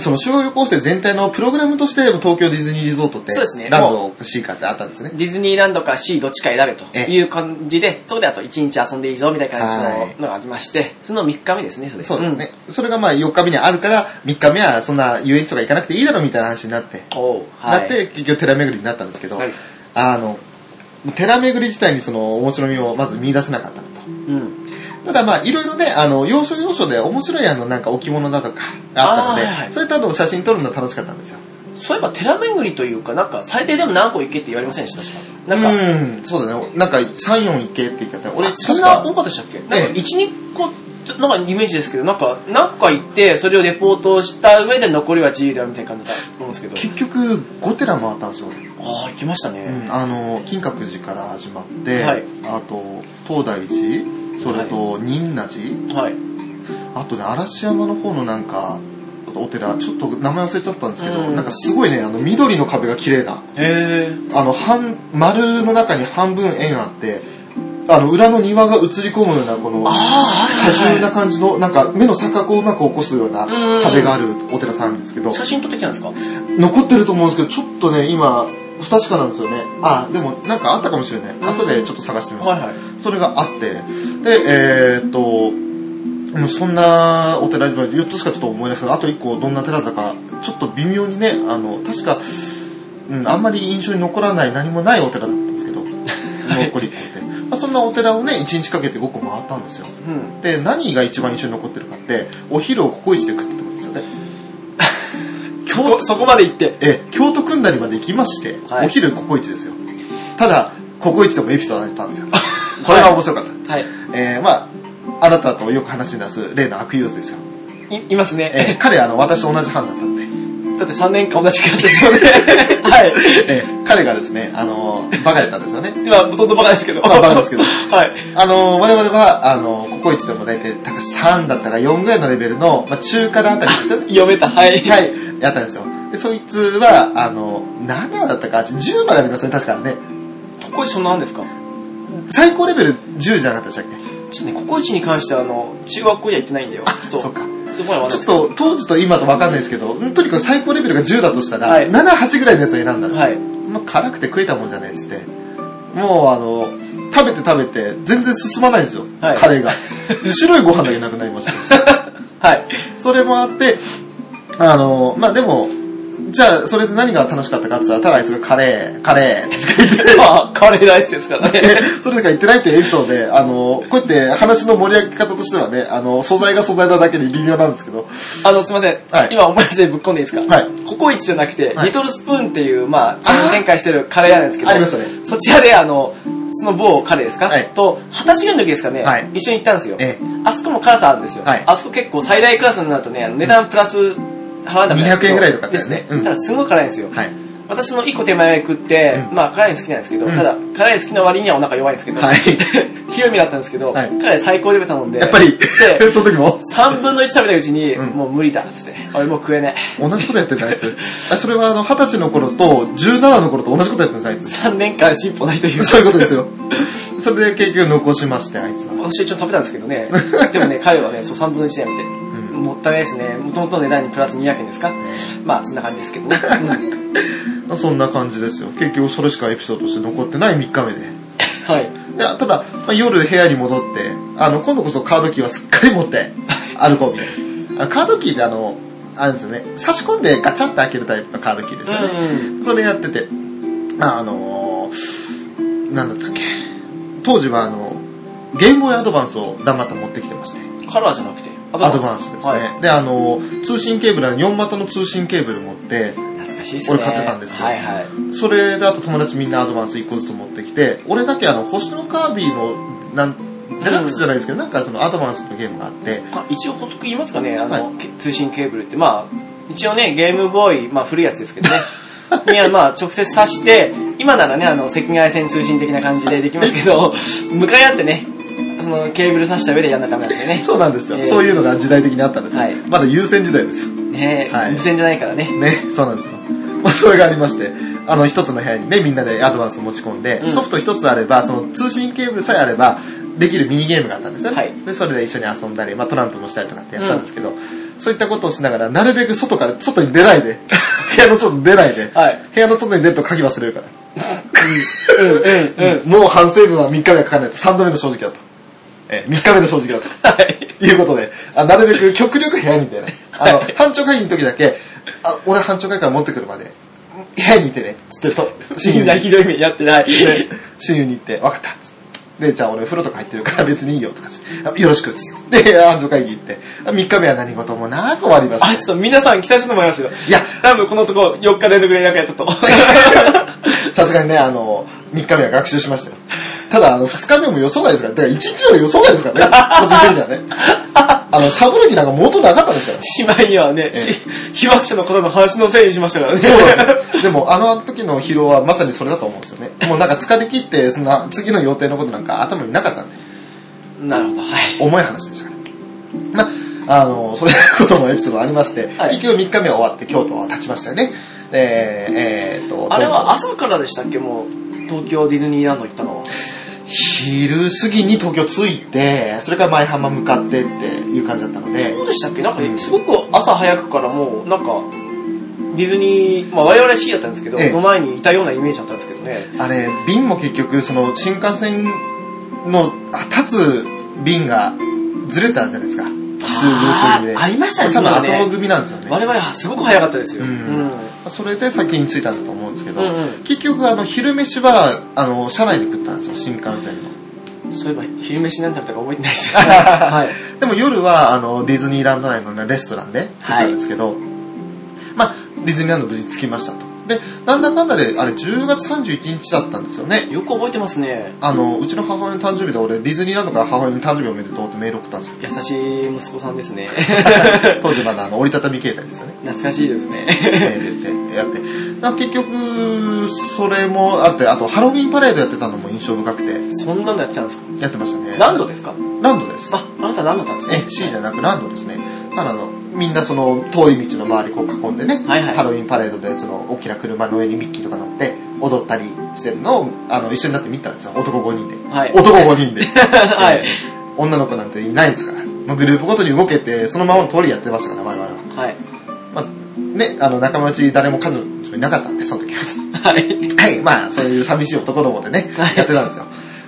C: その修学旅行生全体のプログラムとして東京ディズニーリゾートって、
B: そうですね
C: ランドシーカーってあったんですね。
B: ディズニーランドか C どっちか選べという感じで、そこであと1日遊んでいいぞみたいな感じ
C: はい
B: ののがありまして、その3日目ですね、それ。
C: そうですね。それがまあ4日目にあるから、3日目はそんな遊園地とか行かなくていいだろうみたいな話になって。
B: うん。おう
C: な
B: は
C: っ
B: い。
C: て、結局寺巡りになったんですけど、
B: はい
C: あの、寺巡り自体にその面白みをまず見出せなかったなと。
B: うん。
C: ただまあ、いろいろね、あの、要所要所で面白いあの、なんか置物だとかあったの
B: あーは
C: で、
B: いはい
C: そういったのを写真撮るのが楽しかったんですよ。
B: そういえば、寺巡りというか、なんか、最低でも何個行けって言われませんでした、確か。なんか、
C: うん、そうだね。なんか、3、4行けって言い方。俺、
B: あそん
C: 確
B: な
C: か
B: 多、かったでしたっけなんか、
C: え
B: 1、
C: え
B: 2個、ちょなんかイメージですけど、なんか、何個か行って、それをレポートした上で残りは自由だみたいな感じだと思うんですけど。
C: 結局、5寺回ったんですよ。
B: ああ、行きました
C: う
B: ね。
C: ん、あの、金閣寺から始まって、
B: はい
C: あと、東大寺、それと、仁和寺、
B: はい。
C: あとね、嵐山の方のなんか、お寺、ちょっと名前忘れちゃったんですけど、
B: うん
C: なんかすごいね、あの、緑の壁が綺麗な。
B: へえ。
C: あの、半、丸の中に半分円あって、あの、裏の庭が映り込むような、この、
B: ああ、
C: 多
B: はいはいは。
C: 重ない感じの、なんか、目の錯覚をうまく起こすような
B: うん
C: 壁があるお寺さんあるんですけど、
B: 写真撮ってきたんですか
C: 残ってると思うんですけど、ちょっとね、今、不確かなんですよね。あ、でも、なんかあったかもしれない。後でちょっと探してみます。
B: はいはい。
C: それがあって、で、えーっと、もうそんなお寺、4つしかちょっと思い出せない。あと1個どんな寺だか、ちょっと微妙にね、あの、確か、うん、あんまり印象に残らない何もないお寺だったんで
B: (laughs)
C: すけど、残り1個って。まあ、そんなお寺をね、1日かけて5個回ったんですよ。
B: うん。
C: で、何が一番印象に残ってるかって、お昼をココイチで食ってたことですよね。
B: そこそこまで行って。
C: え、京都組んだりまで行きまして、
B: はい
C: お昼ココイチですよ。ただ、ココイチでもエピソードがあったん
B: (laughs)
C: ですよ。これが面白かった。
B: はい。
C: えー、まあ、あなたとよく話に出す例の悪ユースですよ。
B: いいますね。
C: えー、彼、あの、私と同じ班だったんで、
B: (laughs) だって3年間同じクラスですよね。 (laughs) はい。
C: えー、彼がですね、あのー、バカやったんですよね。
B: 今、ほとんどバカですけど。
C: まあバカですけど
B: (laughs) はい。
C: あのー、我々は、あのー、ココイチでも大体、高3だったか4ぐらいのレベルの、まあ、中華のあたりですよね。
B: 読めた。はい。
C: はい、やったんですよ。で、そいつは、あのー、7だったか、10までありますね、確かにね。
B: ここ一緒なんですか
C: 最高レベル10じゃなかったでしたっけ
B: ちょっとね、ここ一に関しては、あの、中学校には行ってないんだよ。ちょっと、
C: そっか。
B: そこまでは
C: ちょっと、当時と今とわかんないですけど、うんとにかく最高レベルが10だとしたら、
B: はい
C: 7、8ぐらいのやつを選んだんですよ
B: はい。
C: まあ、辛くて食えたもんじゃないっつって。もうあの、食べて食べて、全然進まないんですよ。
B: はい
C: カ
B: (laughs)
C: レーが。で白いご飯だけなくなりました。
B: はい。
C: それもあって、あの、まあでも、じゃあ、それで何が楽しかったかって言ったら、ただあいつがカレー、カレーって言って
B: まあ、カレー大好きですからね。 (laughs)
C: (laughs) それだから言ってないっていうエピソードで、あの、こうやって話の盛り上げ方としてはね、あの、素材が素材なだけに微妙なんですけど、
B: あの、すいません。
C: はい
B: 今思い出してぶっ込んでいいですか
C: はい。
B: ココイチじゃなくて、
C: はい
B: リトルスプーンっていう、まあ、チーム展開してるカレー屋なんですけど、
C: ありましたね。
B: そちらで、あの、その某カレーですか、
C: はい
B: と、二十歳ぐらいの時ですかね、
C: はい
B: 一緒に行ったんですよ。
C: ええ
B: あそこも辛さあるんですよ。
C: はい
B: あそこ結構最大クラスになるとね、あの値段プラス払わなくなるんですけど。
C: 200円ぐらいとかだ
B: で
C: よ
B: す
C: ね
B: ね。
C: うん
B: ただすごい辛いんですよ。
C: はい。
B: 私の一個手前まで食って、
C: うん
B: まあ辛いの好きなんですけど、
C: うん
B: ただ辛いの好きな割にはお腹弱いんですけど、
C: はい
B: 清美だったんですけど、
C: はい
B: 辛い最高で食べたもんで、
C: やっぱり、
B: で
C: (laughs) その時も、
B: 3分の1食べたうちに、
C: うん
B: もう無理だっつって、俺もう食えね
C: 同じことやってるんだ、あいつ。あそれはあの、二十歳の頃と、17の頃と同じことやってるんです、あい
B: え。
C: つ。
B: 3年間進歩ないという。
C: (laughs) そういうことですよ。それで結局残しまして、あいつは。
B: 私一応食べたんですけど
C: (laughs)
B: ね、でもね、彼はね、そう3分の1でやめて、
C: ん
B: もったいないですね。もともとの値段にプラス200円ですかまあ、そんな感じですけ
C: (laughs)
B: どね。うん
C: そんな感じですよ。結局それしかエピソードとして残ってない3日目で。
B: はい。
C: いや、ただ、まあ、夜部屋に戻って、あの、今度こそカードキーはすっかり
B: (laughs)
C: 持って歩こうみたいな。あのカードキーってあの、あるんですよね。差し込んでガチャって開けるタイプのカードキーですよね。
B: うん。
C: それやってて、ああのー、なんだったっけ。当時はあの、ゲームボーイアドバンスを黙って持ってきてまして。
B: カラーじゃなくて、ア
C: アドバンスですね。
B: はい
C: で、あのー、通信ケーブルは4股の通信ケーブル持って、
B: 懐かしいですね。
C: 俺買ってたんですよ
B: はいはい。
C: それであと友達みんなアドバンス1個ずつ持ってきて、俺だけあの、星のカービィの、なん、デラックスじゃないですけど、なんかそのアドバンスのゲームがあって、
B: まあ一応補足言いますかね、あの、け通信ケーブルって、まあ、一応ね、ゲームボーイ、まあ古いやつです
C: (laughs)
B: けどね、にはまあ直接挿して、今ならね、あの、赤外線通信的な感じでできますけど、向かい合ってね、そのケーブル挿した上でやんなきゃダメなんですよね。
C: そうなんですよ。
B: ええ
C: そういうのが時代的にあったんですよ。
B: はい
C: まだ優先時代ですよ。
B: ねえ、
C: はい
B: 無線じゃないからね。
C: ね、そうなんですよ。まあ、それがありまして、あの、一つの部屋にね、みんなでアドバンスを持ち込んで、
B: うん
C: ソフト一つあれば、その通信ケーブルさえあれば、できるミニゲームがあったんですよね。
B: はい
C: で、それで一緒に遊んだり、まあ、トランプもしたりとかってやったんですけど、そういったことをしながら、なるべく外から、外に出ないで、 (laughs) 部屋の外に出ないで、
B: はい。
C: 部屋の外に出ると鍵忘れるから。
B: うん、うん、うん。
C: もう反省文は3日目は書かないと、3度目の正直だと。えー、3日目の正直だと。
B: (laughs) はい。
C: いうことで、あなるべく極力部屋にいてね。あの、班長会議の時だけ、あ、俺班長会から持ってくるまで、部屋にいてね、つってと、
B: み
C: 親友
B: ん
C: に
B: なひどい目やってない。
C: で親友に行って、分かった、つって。で、じゃあ俺風呂とか入ってるから別にいいよ、とかつってあよろしく、つって。で、班長会議行って、3日目は何事もなく終わりま
B: あ、
C: す。
B: ちょっと皆さん期待してもらいますよ。
C: いや、
B: 多分このとこ4日連続でなんかや
C: (laughs)
B: ったと。
C: さすがにね、あの、3日目は学習しましたよ。ただ、あの、2日目も予想外ですから、だから1日目も予想外ですからね、個人的にはね。あの、サブる気なんか元なかったですから。
B: しまいにはね、
C: え
B: ひ被爆者の方の話のせいにしましたからね。
C: そうなんですよ。でも、あの時の疲労はまさにそれだと思うんですよね。もうなんか疲れ切って、そんな次の予定のことなんか頭になかったんで、
B: (laughs) なるほど、はい。
C: 重い話でしたから。まあ、あの、そういうこともエピソードありまして、
B: はい
C: 結局3日目は終わって京都は立ちましたよね。えー、えーと、
B: あれは
C: どう
B: 朝からでしたっけもう、東京ディズニーランド行ったのは。
C: 昼過ぎに東京着いて、それから舞浜向かってっていう感じだったので
B: そ、うでしたっけなんかね、すごく朝早くからもう、なんか、ディズニー、まあ我々 C やったんですけど、
C: ええ
B: の前にいたようなイメージだったんですけどね。
C: あれ、便も結局、その新幹線のあ立つ便がずれたんじゃないですか。奇数偶数で。
B: あーありましたね
C: 多分
B: そういうのね
C: 後組なんですよね。
B: 我々はすごく早かったですよ。
C: う
B: うんん。
C: それで先に着いたんだと思うんですけど、
B: うんうん
C: 結局あの昼飯はあの車内で食ったんですよ、新幹線の。
B: そういえば、昼飯何食べたか覚えてない (laughs) ですけど、はい。
C: でも夜はあのディズニーランド内の、ね、レストランで食ったんですけど、まあディズニーランド無事着きましたと。で、なんだかんだであれ10月31日だったんですよね。
B: よく覚えてますね。
C: あの、うちの母親の誕生日で俺、ディズニーランドから母親に誕生日おめでとうってメール送ったん
B: (laughs)
C: ですよ。
B: 優しい息子さんです (laughs) ね。
C: 当時まだあの、折りたたみ携帯ですよね。
B: 懐かしいです
C: メ
B: ね。
C: ールでやって。なんか結局、それもあって、あとハロウィンパレードやってたのも印象深くて、
B: そんなのやってたんですか
C: やってましたね。
B: ランドですか
C: ランドです。
B: あ、あなたランドだったんですね
C: え、。C じゃなくランドですね。あの、みんなその、遠い道の周りこう囲んでね、
B: はいはい
C: ハロウィンパレードでその、大きな車の上にミッキーとか乗って、踊ったりしてるのを、あの、一緒になって見たんですよ。男5人で。
B: はい。
C: 男5
B: (laughs)
C: 人で。
B: はい。
C: 女の子なんていないですから、まあ、グループごとに動けて、そのままの通りやってましたから、我々は。
B: はい。
C: まあ、ね、あの、仲間内誰も彼女いなかったんで、その時は。 (laughs)
B: はい。
C: はい、まあ、そういう寂しい男どもでね、やってたんですよ。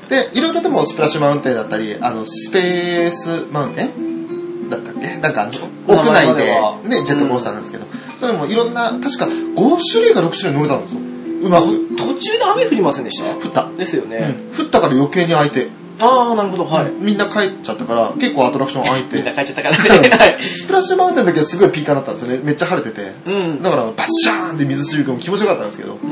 C: で、いろいろでもスプラッシュマウンテンだったり、あの、スペースマウンテンだったっけなんかあの、
B: 名
C: 屋
B: 前ま
C: 内
B: では
C: で、ね、ジェットコースターなんですけど、それもいろんな、確か5種類か6種類乗れたんですよ。うまく。
B: 途中で雨降りませんでした
C: 降った。
B: ですよね。
C: うん降ったから余計に空いて、
B: ああ、なるほど、はい。
C: みんな帰っちゃったから、結構アトラクション空い
B: みんな
C: て、
B: 帰っちゃったからね。
C: (laughs)
B: はい。
C: スプラッシュマウンテンだけはすごいピーカーだったんですよね。めっちゃ晴れてて。
B: うん。
C: だから、バッシャーンって水しぶきも気持ちよかったんですけど、
B: う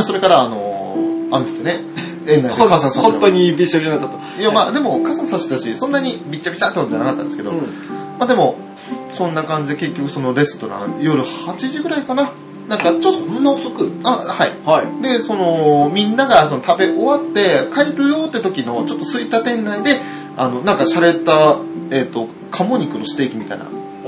B: ん。
C: それから、あのー、雨降ってね、園内で
B: ほん
C: 傘さして
B: 本当にびしょびしょになったと。
C: いや、まあ、でも、傘さしてたし、そんなにびっちゃびちゃってことじゃなかったんですけど、
B: うん。
C: まあでも、そんな感じで結局そのレストラン、夜8時ぐらいかな。なんかちょっと、
B: こんな遅く
C: あ、はい。
B: はい。
C: で、その、みんながその食べ終わって帰るよって時の、ちょっと空いた店内で、あの、なんか洒落た、えっ、と、鴨肉のステーキみたいな、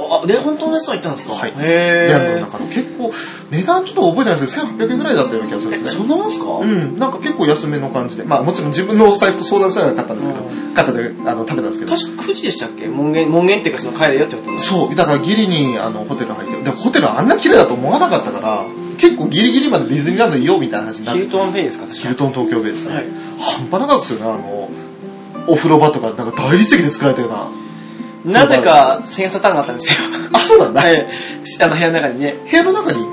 B: あ、で、本当のレストラン行ったんですか
C: はいレアの
B: へ
C: 中の結構、値段ちょっと覚えてないですけど、1800円ぐらいだったような気がす
B: え。
C: るん
B: え、
C: ですね。
B: そんなもんすか
C: うん、なんか結構安めの感じで。まあもちろん自分のお財布と相談しながら買ったんですけど、買ったで、あの、食べたんですけど。
B: 確か9時でしたっけ門限、門限っていうかその帰れよってことです。
C: そう、だからギリにあのホテル入って、でもホテルあんな綺麗だと思わなかったから、結構ギリギリまでディズニーランドいようみたいな話になっ
B: ヒ
C: て
B: ル、トンフェイですか
C: ヒ
B: 確
C: ル
B: か
C: トン東京ベイですね、
B: はい。
C: 半端なかったですよね、あの、お風呂場とか、なんか大理石で作られたような。
B: なぜか、セガサターンがあったんですよ。
C: あ、そうなんだ。
B: はい。あの、部屋の中にね。
C: 部屋の中に、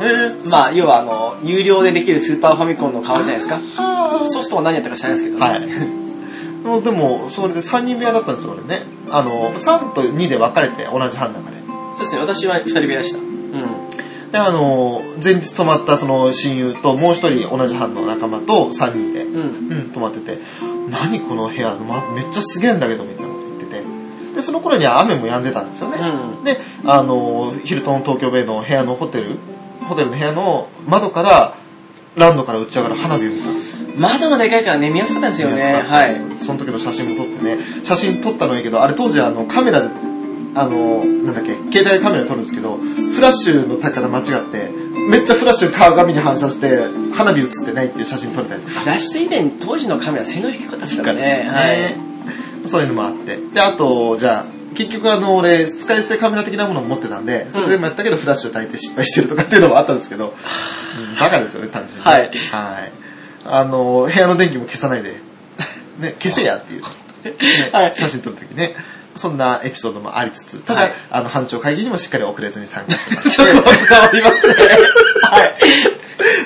B: まあ、要はあの、有料でできるスーパーファミコンの顔じゃないですか。
C: あ
B: ソフトは何やったか知らないですけど、
C: ー
B: ね。
C: はい。 (laughs) もうでも、それで3人部屋だったんですよ、俺ね。あの、3と2で分かれて、同じ班の中で。
B: そうですね、私は二人部屋でした。うん。
C: で、あの、前日泊まったその親友と、もう一人同じ班の仲間と3人で、
B: うん。
C: うん、泊まってて、何この部屋、ま、めっちゃすげえんだけど、みたいなこと言ってて。で、その頃には雨も止んでたんですよね。
B: うん。
C: で、あの、ヒルトン東京ベイの部屋のホテル、ホテルの部屋の窓から、ランドから打ち上がる花火を見たんですよ。
B: 窓もでかいからね、見やすかったんですよね。
C: 見やすかった
B: は
C: で
B: い
C: す。その時の写真も撮ってね、写真撮ったのはいいけど、あれ当時あの、カメラで、あの、なんだっけ、携帯カメラで撮るんですけど、フラッシュの高さ間違って、めっちゃフラッシュ鏡に反射して、花火映ってないっていう写真撮れたりとか。
B: フラッシュ以前、当時のカメラ性能低かったですからね。はい。
C: はい。そういうのもあって。で、あと、じゃあ、結局あの、俺、使い捨てカメラ的なものを持ってたんで、それでもやったけど、フラッシュを焚いて失敗してるとかっていうのもあったんですけど、うんバカですよね、単純に。
B: はい
C: はい。あの、部屋の電気も消さないで、ね、消せやっていう。ね
B: はい
C: 写真撮るときね。そんなエピソードもありつつ、ただ、
B: はい
C: あの、班長会議にもしっかり遅れずに参加し
B: (laughs)
C: まし
B: そこ
C: て、
B: は変わりますね。はい。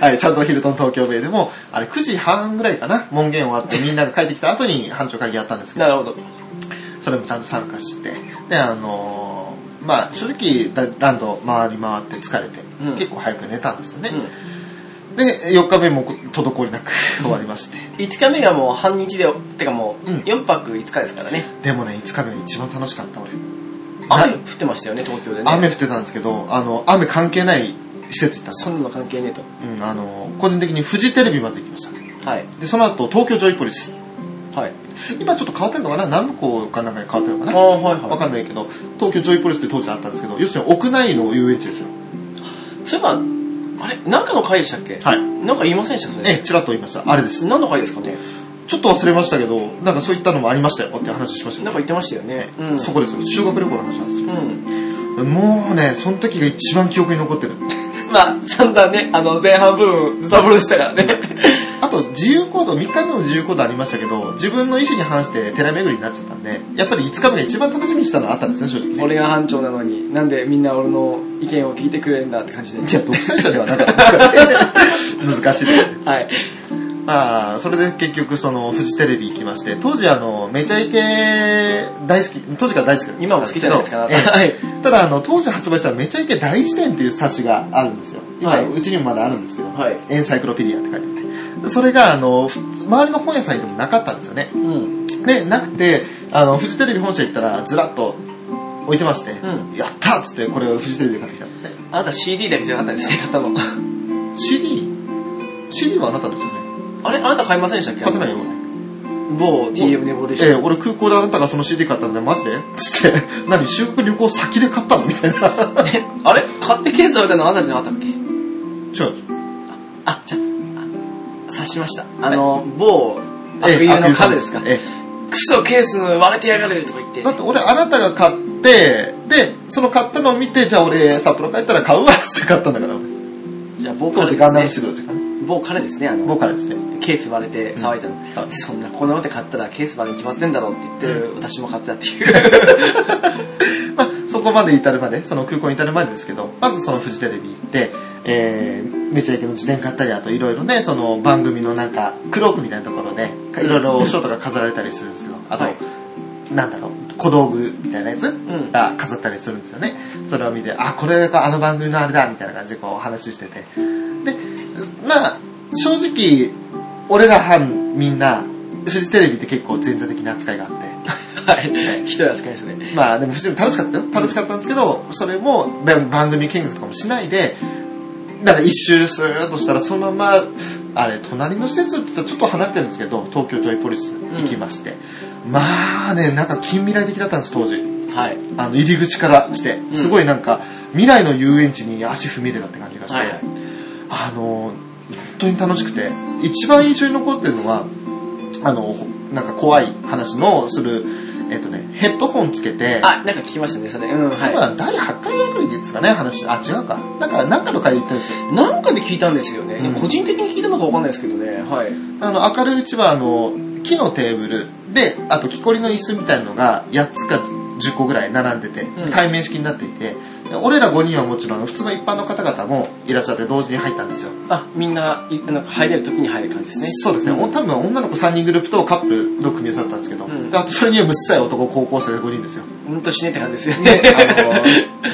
C: はい、ちゃんとヒルトン東京ベイでも、あれ9時半ぐらいかな、門限終わってみんなが帰ってきた後に班長会議やったんですけど、
B: (laughs) なるほど。
C: それもちゃんと参加して、で、あのーまあ正直、ラランド回り回って疲れて、
B: うん
C: 結構早く寝たんですよね。
B: う
C: で、4日目もこ滞りなく (laughs) 終わりまして。
B: ん。5日目がもう半日で、てかもう
C: うん
B: 4泊5日ですからね。
C: でもね、5日目が一番楽しかった俺。
B: 雨降
C: な
B: ってましたよね、東京でね。
C: 雨降ってたんですけど、あの、雨関係ない施設行ったんです
B: そ
C: よ。
B: んなの関係ねえと。
C: うん、あの、個人的にフジテレビまで行きました。
B: はい。
C: で、その後、東京ジョイポリス。
B: はい。
C: 今ちょっと変わってんのかな南部港かなんかに変わってんのか
B: あ
C: な
B: あ、はい
C: わ
B: は
C: かんないけど、東京ジョイポリスって当時あったんですけど、要するに屋内の遊園地ですよ。
B: い。そういえば、あれ、何かの回でしたっけ
C: はい。
B: なんか言いませんでしたそれ。
C: ええ、ちらっと言いました。あれです。
B: 何の回ですかね
C: ちょっと忘れましたけど、なんかそういったのもありましたよって話しました
B: なんか言
C: よ
B: ってましたよね。うん。
C: そこですよ。修学旅行の話なんです
B: うん。
C: よ。もうね、その時が一番記憶に残ってる。
B: まあ、散々ね、あの、前半部分、ズタボロでしたからね。
C: あと、自由行動、3日目も自由行動ありましたけど、自分の意思に反して寺巡りになっちゃったんで、やっぱり5日目が一番楽しみにしたのはあったんですね、正直
B: (laughs)
C: ね。
B: 俺が班長なのに、なんでみんな俺の意見を聞いてくれるんだって感じで。
C: いや、独裁者ではなかったですからね。 (laughs) 難しいですね。
B: はい。
C: まあ、それで結局、その、フジテレビ行きまして、当時あの、めちゃイケ大好き、当時から大好きだったんですけど
B: 今も好きじゃないですか。
C: ええ
B: はい。
C: ただあの当時発売しためちゃイケ大辞典っていう冊子があるんですよ今、
B: はいう
C: ちにもまだあるんですけど、
B: はい
C: エンサイクロペディアって書いてあってそれがあのふ周りの本屋さんにでもなかったんですよね
B: うん。
C: でなくてあのフジテレビ本社行ったらずらっと置いてまして、
B: う
C: やったーっつってこれをフジテレビで買ってきたんですね
B: あなた CD だけじゃなかったですね、買 (laughs) ったの。
C: CD? CD はあなたですよね
B: あれあなた買いませんでしたっけ
C: 買ってないよ
B: 某 TM ネボでし
C: ええ
B: た。
C: 俺空港であなたがその CD 買ったんでマジでつって何修学旅行先で買ったのみたいな (laughs)
B: であれ買ってケース置いたのあなたじゃなかったっけ
C: 違う
B: あ、じゃあ、察しました。あの、某、アクリ
C: あ
B: ルの壁ですか。
C: ええ
B: クソケース割れてやがるとか言って
C: だ。って俺あなたが買って、で、その買ったのを見て、じゃあ俺札幌帰ったら買うわっつって買ったんだから。
B: じゃあ僕
C: 当
B: は
C: 時ガンダム
B: です
C: 指導時間ね。
B: ね、某彼ですね、あの、
C: 僕からですね。
B: ケース割れて騒いだの。
C: うん
B: そんなこんなこと買ったらケース割れに決まってんだろうって言ってる、私も買ってたって (laughs) いう。
C: まあ、そこまで至るまで、その空港に至るまでですけど、まずそのフジテレビ行って、えー、めちゃイケの自伝買ったり、あといろいろね、その番組のなんか、クロークみたいなところで、いろいろショートが飾られたりするんですけど、あと、
B: はい
C: なんだろう、小道具みたいなやつ
B: ん
C: が飾ったりするんですよね。それを見て、あ、これがあの番組のあれだ、みたいな感じでこう話してて。で、まあ、正直、俺ら班みんな、フジテレビって結構前座的な扱いがあって、
B: はい。一人扱いですね。
C: まあでも普通に楽しかったよ。楽しかったんですけど、それもば番組見学とかもしないで、なんか一周スーッとしたら、そのまま、あれ、隣の施設って言ったらちょっと離れてるんですけど、東京ジョイポリス行きまして。まあね、なんか近未来的だったんです、当時。
B: はい。
C: あの、入り口からして。すごいなんか、未来の遊園地に足踏み入れたって感じがして。
B: はいはい
C: あの、本当に楽しくて、一番印象に残ってるのは、あの、ほなんか怖い話のする、えっとね、ヘッドホンつけて、
B: あ、なんか聞きましたね、それ。うん、
C: 多
B: は
C: 分第8回ぐらいですかね、話。あ、違うか。なんか、なんかの回で言ったんですよ。
B: い。なんかで聞いたんですよね。でも
C: うん
B: 個人的に聞いたのかわかんないですけどね。はい。
C: あの、明るいうちは、あの、木のテーブルで、あと木こりの椅子みたいなのが8つか10個ぐらい並んでて
B: うん、
C: 対面式になっていて、で俺ら5人はもちろん、あの普通の一般の方々もいらっしゃって同時に入ったんですよ。
B: あ、みんな、いなんか入れる時に入る感じですね。
C: そうですね。お多分女の子3人グループとカップの組み合わせだったんですけど、
B: うん
C: であとそれにはむっさい男高校生5
B: (laughs)
C: 人ですよ。
B: うんとしねって感じですよ
C: ね
B: ね。、 (laughs)
C: あ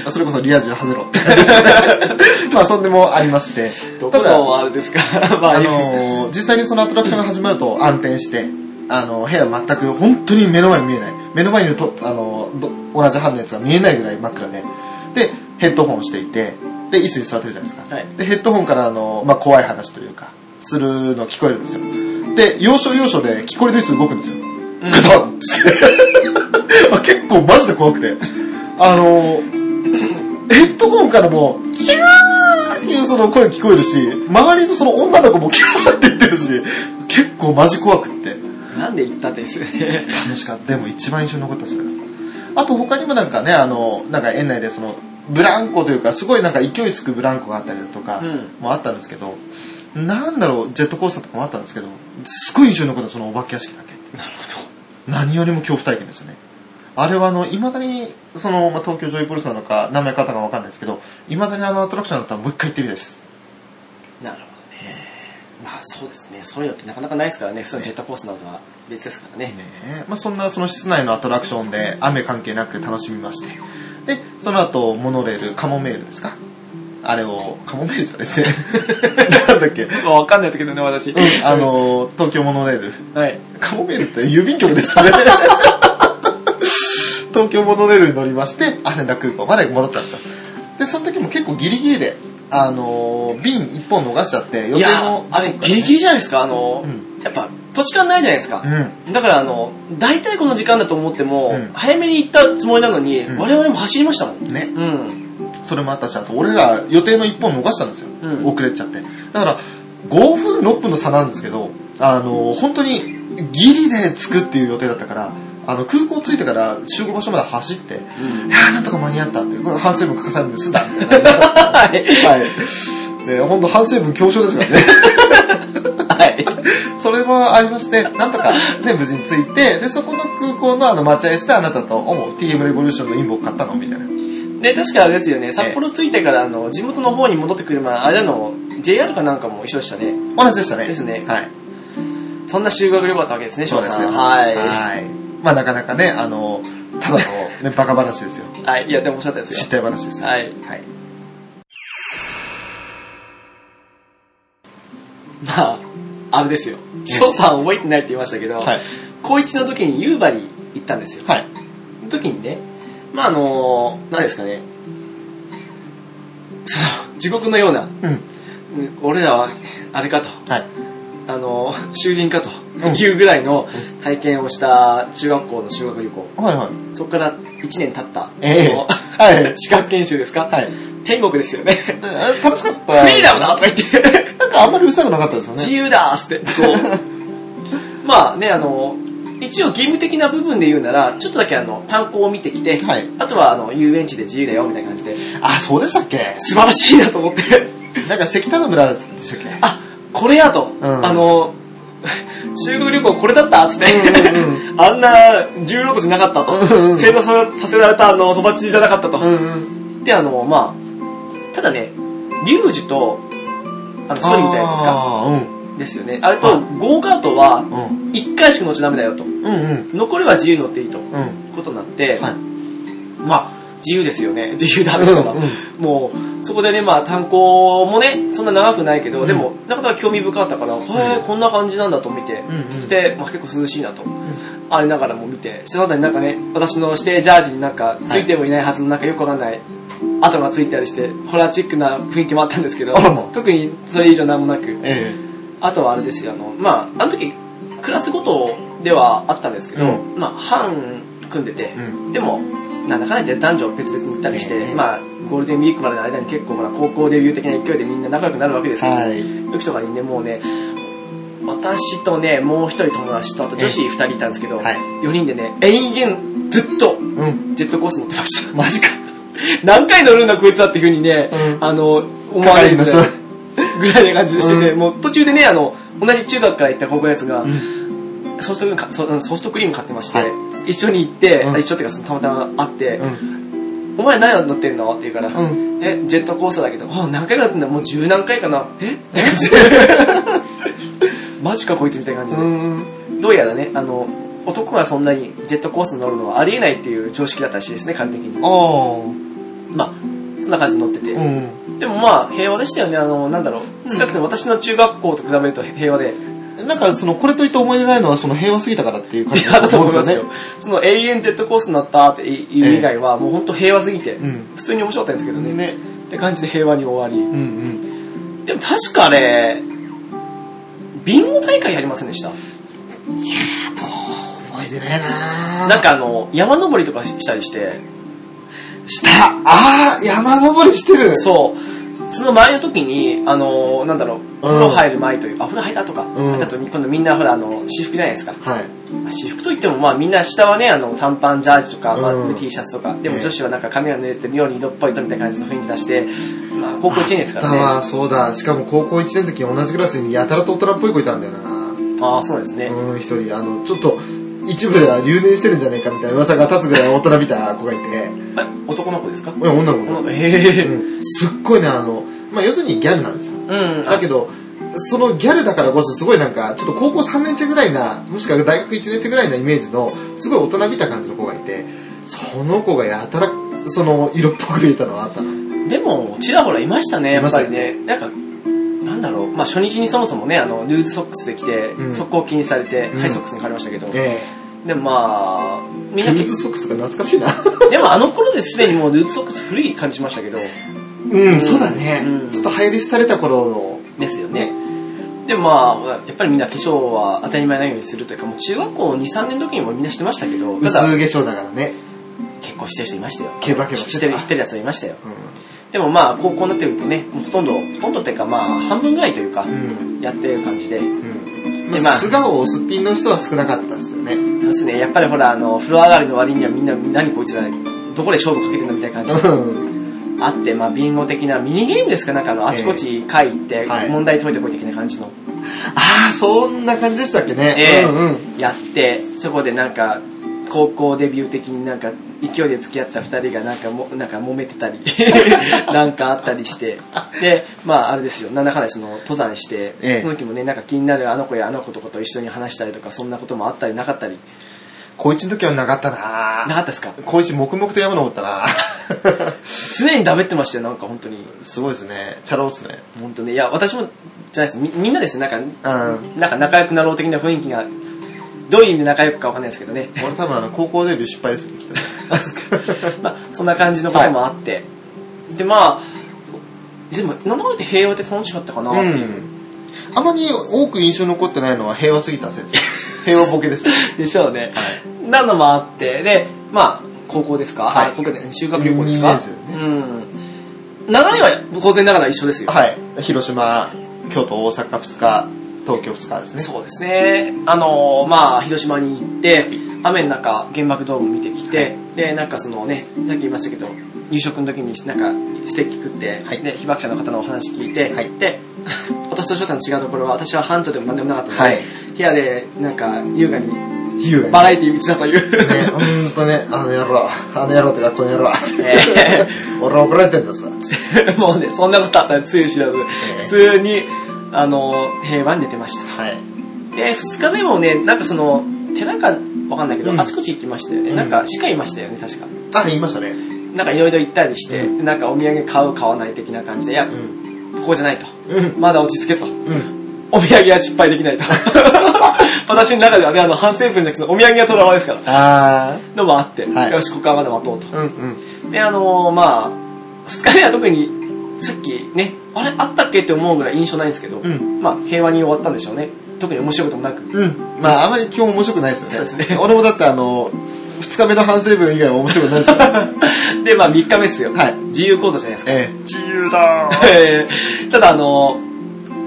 C: の、それこそリア充外ろって感じです
B: (laughs)
C: ね。まあ、そんでもありまして。
B: どこのあれですか (laughs) まあ、
C: あ
B: いいですね
C: のー実際にそのアトラクションが始まると暗転して、あのー部屋全く本当に目の前見えない。目の前にいると、あのーど同じ班のやつが見えないぐらい真っ暗で。で、ヘッドホンしていて、で、椅子に座ってるじゃないですか。
B: はい
C: で、ヘッドホンから、あのーまあ、怖い話というか、するの聞こえるんですよ。で、要所要所で聞こえる椅子動くんですよ。
B: うん
C: グタンって。あ (laughs) 結構マジで怖くて。あのー、ヘッドホンからも、キャーっていうその声聞こえるし、周りのその女の子もキャーって言ってるし、結構マジ怖くって。
B: なんで行ったんです (laughs) ね。
C: 楽しかった。でも一番印象に残ったそれだあと他にもなんかね、あの、なんか園内でその、ブランコというか、すごいなんか勢いつくブランコがあったりだとか
B: うん、
C: もあったんですけど、なんだろう、ジェットコースターとかもあったんですけど、すごい印象に残ったそのお化け屋敷だけ。
B: なる
C: 何よりも恐怖体験ですよね。あれはあの、未だに、その、まあ、東京ジョイポリスなのか、名前方がわかんないですけど、未だにあのアトラクションだったらもう一回行ってみたいです。
B: ほど。なるほどね。まあそうですね。そういうのってなかなかないですからね。普通のジェットコースなどは別ですからね
C: ね。えまあ、そんなその室内のアトラクションで雨関係なく楽しみまして。で、その後、モノレール、カモメールですかあれを、カモメールじゃないですね。 (laughs) なんだっけ。
B: まあわかんないですけどね、私。
C: うん、あ、の、東京モノレール。
B: はい。
C: カモメールって郵便局
B: (laughs)
C: ですね。東京モノレールに乗りまして、羽田空港まで戻ったんですよ。で、その時も結構ギリギリで、あのー便一本逃しちゃって、予
B: い
C: 定
B: や
C: の、。
B: あれ、ギリギリじゃないですか。あの、
C: う
B: やっぱ、土地勘ないじゃないですか。
C: うん。
B: だから、あの、大体この時間だと思っても、
C: うん
B: 早めに行ったつもりなのに、
C: うん
B: 我々も走りましたもん。
C: ね。
B: うん。
C: それもあったし、あと俺ら予定の一本逃したんですよ。
B: うん
C: 遅れちゃって。だから、5分、6分の差なんですけど、あのー本当にギリで着くっていう予定だったから、あの、空港着いてから集合場所まで走って、いやーなんとか間に合ったって、これ反省文書かされる
B: (laughs)
C: んですんだ、みたいな。
B: はい。
C: はい。 (laughs) ね、ほんと反省文強症ですからね。
B: (laughs) はい。
C: それもありまして、なんとかね、無事に着いて、で、そこの空港のあの待合室であなたと、おう TM レボリューションのインボ買ったのみたいな。
B: で、確かあれですよね、札幌着いてから、あの、地元の方に戻ってくる前、あれなの、JR かなんかも一緒でしたね。
C: 同じでしたね。
B: ですね
C: はい。
B: そんな修学旅行だったわけですね、
C: そう
B: 翔
C: です
B: さ
C: よ。
B: ん。は
C: はい。まあなかなかね、あの、た
B: (laughs)
C: だの、ね、バカ話ですよ。
B: い。はい。いや、でもおっしゃったです
C: 失
B: よ。
C: 態話ですよ。
B: はい。
C: はい。
B: まあ、あれですよ。翔さん覚えてないって言いましたけど、
C: はい。
B: 高一の時に夕張行ったんですよ。
C: はい。
B: その時にね、まああの、何ですかね、その、地獄のような、
C: うん。
B: うん俺らは、あれかと、
C: はい。
B: あの、囚人かと
C: うん
B: いうぐらいの体験をした中学校の修学旅行。
C: はいはい。
B: そこから1年経った、
C: ええ
B: その
C: は
B: (laughs)
C: い。
B: 資格研修ですか、
C: はい。
B: 天国ですよね。
C: であ楽しかった。
B: フリーダムだとか言って、
C: なんかあんまりうるさくなかったですよ
B: 自
C: ね。
B: 由だーっつって。そう。 (laughs) まあね、あの、一応義務的な部分で言うなら、ちょっとだけあの、単行を見てきて、
C: はい
B: あとはあの、遊園地で自由だよみたいな感じで、 (laughs)
C: あ、そうでしたっけ (laughs)
B: 素晴らしいなと思って。
C: なんか石炭の村でしたっけ
B: あ、これやと、
C: ん
B: あの、 (laughs) 修学旅行これだったっつって、
C: うんう
B: (laughs) あんな重労働じゃなかったと、
C: うんうん
B: 正座ささせられたあの、そばっちじゃなかったと。
C: うん
B: で、あの、まあ、ただね、リュージュと、あの、ソリみたいなやつですか。
C: あー
B: ですよね。あれと、
C: はい
B: ゴーカートは、
C: うん
B: 1回しか乗っちゃダメだよと。
C: うんうん
B: 残りは自由に乗っていいと。
C: うんうん
B: ことになって、
C: はい
B: まあ、自由ですよね。 (laughs) 自由だったら。
C: うんうん
B: もう、そこでね、まあ、炭鉱もね、そんな長くないけど、でも、なかなか興味深かったから、へえ、こんな感じなんだと見て、
C: うんうん
B: そして、まあ、結構涼しいなと、あれながらも見て、その後になんかね、私の指定ジャージになんか、ついてもいないはずの、なんかよくわかんない、跡がついたりして、ホラーチックな雰囲気もあったんですけど
C: あらま、
B: 特にそれ以上なんもなく、
C: え
B: あとはあれですよ、あの、まあ、あの時、クラスごとではあったんですけど、
C: う
B: まあ、班組んでて、
C: えうん
B: でも、なんだかんだ言って男女別々に行ったりして、
C: ええ
B: まあ、ゴールデンウィークまでの間に結構ほら、高校デビュー的な勢いでみんな仲良くなるわけですよ。
C: はい
B: 時とかにね、もうね、私とね、もう一人友達と、あと女子二人いたんですけど、
C: はい
B: 4人でね、延々ずっと
C: うん
B: ジェットコース乗ってました。 (laughs)
C: マジか
B: 何回乗るんだこいつだっていう風にね、
C: うん
B: あの、思われる
C: 係員の
B: ぐ
C: 人
B: らい (laughs) ぐらいな感じでしてて、
C: う
B: もう途中でね、あの、同じ中学から行った高校のやつが、
C: うん
B: ソフトクリームかそソフトクリーム買ってまして、
C: は
B: 一緒に行って、
C: うん
B: あ一緒っていうかそのたまたま会って、
C: うん
B: お前何乗ってんのって言うから、
C: うん
B: え、ジェットコースターだけど、あ、何回か乗ってんだもう十何回かな。えって感じで。 (laughs) マジかこいつみたいな感じで。
C: うん
B: どうやらね、あの、男がそんなにジェットコースター乗るのはありえないっていう常識だったらしいですね、完璧に。
C: あー
B: まあ、そんな感じで乗ってて。
C: うん
B: でもまあ、平和でしたよね。あの、なんだろう。少なくとも私の中学校と比べると (laughs) 平和で。
C: なんかそのこれといって思い出ないのはその平和すぎたからっていう感じ
B: 平和だと思います
C: ね
B: よ。その永遠ジェットコースになったっていう以外は、もう本当平和すぎて、
C: うん
B: 普通に面白かったんですけどね。
C: ね
B: って感じで平和に終わ
C: うんうん
B: り。でも確かあれ、ビンゴ大会やりませんでした
C: 覚えてねえな
B: なんかあの、山登りとかしたりして、
C: したあー山登りしてる
B: そう。その前の時に、あの、なんだろう、
C: うん
B: 風呂入る前という、あ、風呂入ったとか、
C: ん
B: 入った後に今度みんなほら、あの、私服じゃないですか。
C: はい
B: まあ私服といっても、まあみんな下はね、あの、短パンジャージとか、まあ
C: うん
B: T シャツとか、でも
C: ええ
B: 女子はなんか髪が濡れてて妙に色っぽいぞみたいな感じの雰囲気出して、まあ高校1年ですか
C: あっ
B: ら
C: た
B: ね。
C: わそうだ。しかも高校1年の時同じクラスにやたらと大人っぽい子いたんだよな。
B: ああ、そうなんですね。
C: うん、一人、あの、ちょっと、一部では留年してるんじゃないかみたいな噂が立つぐらい大人みたいな子がいて、いや
B: え、男の子ですか
C: 女の子だ、
B: へえ。
C: うんすっごいね、あの、まあ、要するにギャルなんですよ。
B: うん。
C: だけど、そのギャルだからこそすごいなんか、ちょっと高校3年生ぐらいな、もしくは大学1年生ぐらいなイメージの、すごい大人びた感じの子がいて、その子がやたら、その、色っぽく見えたのはあったな。
B: でも、ちらほらいましたね、やっぱりね。なんか、なんだろう、まあ初日にそもそもね、あの、ルーズソックスで来て
C: う、ん
B: 速攻禁止されて、
C: うん
B: ハイソックスに変わりましたけど、
C: え
B: でもまあ、
C: え
B: みんな
C: ルー
B: 結
C: ズソックスが懐かしいな。
B: 構、でもあの頃ですでにもうルーズソックス古い感じしましたけど、
C: うん、そうだね、
B: うん
C: ちょっと流行り廃れた頃の、
B: ですよね。でまあ、やっぱりみんな化粧は当たり前のようにするというか、もう中学校2、3年の時にもみんなしてましたけど、た
C: 薄
B: だ
C: 化粧だからね。
B: 結婚してる人いましたよ。
C: ケバケバ
B: し
C: してて
B: る、
C: た
B: してるやつもいましたよ。
C: う
B: でもまあ、高校になってくるとね、もうほとんど、ほとんどっていうかまあ、半分ぐらいというか
C: ん。う、ん。
B: やってる感じで、
C: うん。
B: で
C: まあ、
B: まあ
C: 素顔をすっぴんの人は少なかったですよね。
B: そうですね、やっぱりほら、あの、風呂上がりの割にはみんな、何こいつだ、どこで勝負かけてんのみたいな感じで
C: うん。
B: あって、まあ、ビンゴ的なミニゲームですか、なんかあの、あちこち会行って
C: は、い
B: 問題解いてこい的な感じの、
C: ああ、そんな感じでしたっけね。
B: ええ
C: うんうん。
B: やって、そこでなんか、高校デビュー的になんか、勢いで付き合った二人がなんかも、なんか揉めてたり、 (laughs) なんかあったりして、で、まあ、あれですよ、なんだかんだその、登山して、
C: ええ
B: その時もね、なんか気になるあの子やあの子とかと一緒に話したりとか、そんなこともあったりなかったり、
C: 高一の時はなかった
B: な
C: な
B: かったですか
C: 高一黙々と山登ったな
B: 常にダメってましたよ、なんか本当に。
C: (laughs) すごいですね。チャラ男っすね。
B: 本当ね、いや、私も、じゃないです。みみんなですね、なんか、
C: うん。
B: なんか仲良くなろう的な雰囲気が、どういう意味で仲良くかわかんないですけどね。
C: 俺多分あの、高校デビュー失敗ですね、きっとね。
B: (laughs) まあ、そんな感じのこともあって。で、まあ、でも、なんだかんだ言って平和って楽しかったかなっ
C: う
B: ていう。
C: ん。あまり多く印象に残ってないのは平和すぎたせい (laughs) です。平和ボケです。
B: でしょうね。なのもあって、で、まあ、高校ですか
C: はい
B: あ高校で修学旅行ですか
C: 二年生
B: うん。流れは当然ながら一緒ですよ。
C: はい。広島、京都、大阪2日、東京2日ですね。
B: そうですね。あのまあ、広島に行って、雨の中、原爆ドーム見てきて、で、なんかそのね、さっき言いましたけど、夕食の時になんかステーキ食って、
C: はい
B: で被爆者の方のお話聞いて、
C: はい
B: で (laughs) 私と翔太の違うところは私は班長でも何でもなかったので、
C: はい
B: 部屋でなんか優雅に
C: 優雅に。
B: バラエティー打ちだという、
C: ね、ほんとね、あの野郎、あの野郎とかこの野郎って
B: え
C: 俺は怒られてんださ。
B: (laughs) もうねそんなことあったらつゆ知らず
C: え
B: 普通にあの平和に寝てました
C: はい。
B: で、二日目もね、なんかその、寺かわかんないけど、
C: うん
B: あちこち行きましたよね。
C: うん
B: なんか、鹿いましたよね、確か。
C: あ、言いましたね。
B: なんかいろいろ行ったりして、
C: う
B: なんかお土産買う、買わない的な感じで、いや
C: う、ん。
B: ここじゃないと。
C: うん。
B: まだ落ち着けと。
C: うん。
B: お土産は失敗できない
C: (laughs)
B: と。私の中ではね、あの、反省文じゃなくて、お土産はトラワですから。
C: あ
B: のもあって、
C: はい
B: よし、ここはまだ待とうと。
C: ー。うんうん。
B: で、あのーまあ、二日目は特に、さっきね、あれあったっけって思うぐらい印象ないんですけど、
C: うん
B: まあ、平和に終わったんでしょうね。特に面白いこともなく。
C: うん。まあ、あまり今日面白くないですよね。
B: そうですね
C: 俺もだってあの、二日目の反省文以外は面白くないですよ。
B: で、まあ、3日目ですよ。
C: はい。
B: 自由講座じゃないですか。
C: ええ。自由だ
B: えー (laughs) ただあの、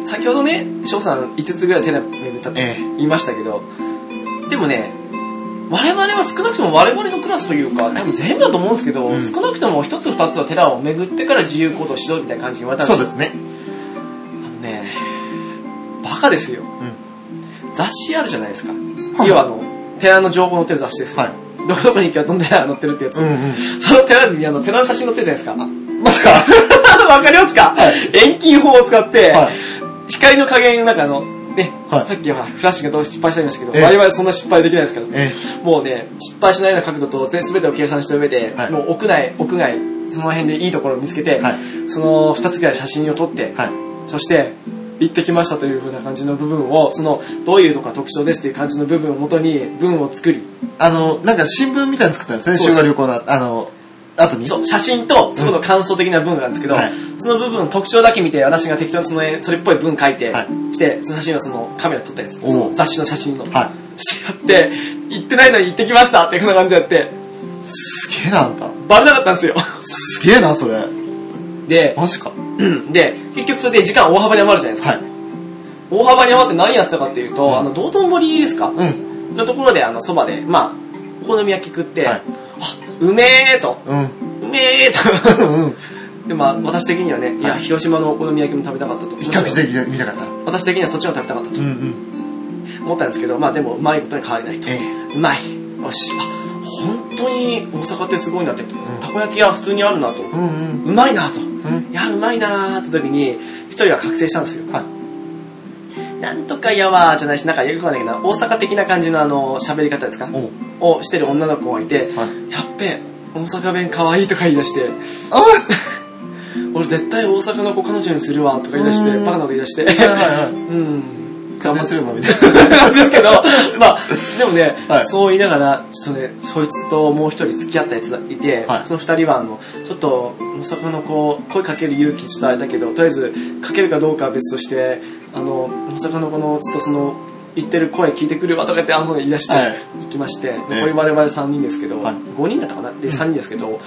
B: 先ほどね、翔さん5つぐらい手で巡ったと
C: ええ。
B: 言いましたけど、でもね、我々は少なくとも我々のクラスというか、多分全部だと思うんですけど、
C: うん
B: 少なくとも1つ2つは寺を巡ってから自由行動しろみたいな感じに言われたんで
C: そう
B: す
C: で
B: よ。
C: すね。
B: あのね、バカですよ。
C: うん。
B: 雑誌あるじゃないですか。
C: はい
B: 要はあの、寺の情報載ってる雑誌ですよ。
C: はい。
B: どこどこに行けばどんな寺が載ってるってやつ。
C: うんうん。
B: その寺にあの寺の写真載ってるじゃないですか。
C: まさ
B: (laughs)
C: か。
B: わかりますか、遠近法を使って、
C: はい。
B: 光の加減なんかあの、ね、
C: はい
B: さっきはフラッシュがどう失敗したりましたけど、
C: ええ
B: 我々そんな失敗できないですから、
C: え
B: もうね、失敗しないような角度と全全てを計算した上で、
C: はい
B: もう屋内、屋外、その辺でいいところを見つけて、
C: え。はい。
B: その2つぐらい写真を撮って、
C: はい。
B: そして、行ってきましたという風な感じの部分を、その、どういうのが特徴ですっていう感じの部分をもとに文を作り、
C: あの、なんか新聞みたいに作ったんですね。
B: そうで
C: 修
B: す
C: 和旅行の、あの、後に。
B: そう、写真と、そこの感想的な文なんですけど、
C: はい
B: その部分の特徴だけ見て、私が適当にその絵、それっぽい文書いて、
C: はい
B: して、その写真はそのカメラで撮ったやつ、
C: おう
B: その雑誌の写真の、
C: は
B: してやって、行ってないのに行ってきましたってこんな感じでやって、
C: い。すげえな、あんた。
B: バレなかったんですよ。
C: すげえな、それ。
B: で、
C: マジか。
B: で、結局それで時間大幅に余るじゃないですか。
C: はい。
B: 大幅に余って何やってたかっていうと、
C: うん
B: あの、道頓堀ですか、
C: うん。
B: のところで、あの、そばで、まあ、お好み焼き食って、
C: はい
B: あ、うめえと、
C: うん。
B: うめえと。
C: (laughs) うん。
B: で、まあ、私的にはね、いや、
C: はい
B: 広島のお好み焼きも食べたかったと。
C: 比較的見たかった。
B: 私的にはそっちの方が食べたかった
C: う
B: と
C: んうん。
B: 思ったんですけど、まあでもうまいことに変わりないと。
C: え
B: うまい。よし。あ、本当に大阪ってすごいなって。
C: ん
B: たこ焼きは普通にあるなと。
C: え。うんう
B: う
C: ん。
B: まいなと。
C: うん。
B: いや、うまいなーって時に、一人は覚醒したんですよ。
C: はい。
B: なんとかやわーじゃないし、なんかよくわかんないけど、大阪的な感じのあの、喋り方ですか
C: おう
B: をしてる女の子がいて、
C: はい。
B: やっべ、大阪弁可愛いとか言い出して、
C: あ
B: 俺絶対大阪の子彼女にするわとか言い出して、
C: うん
B: バカなこと言い出して、
C: はいはいは
B: うん。
C: い。完全すればみたい
B: なんですけど、
C: (laughs)
B: まあ、でもね、
C: はい
B: そう言いながら、ちょっとね、そいつともう一人付き合ったやつがいて、
C: はい
B: その二人は、あの、ちょっと、大阪の子、声かける勇気ちょっとあれだけど、とりあえず、かけるかどうかは別として、あの、大阪の子の、ちょっとその、言ってる声聞いてくるわとかって、あの、言い出して、
C: な。は
B: 行
C: い。
B: きまして、残り我々3人ですけど、
C: はい
B: 5人だったかなで、
C: うん
B: 3人ですけど、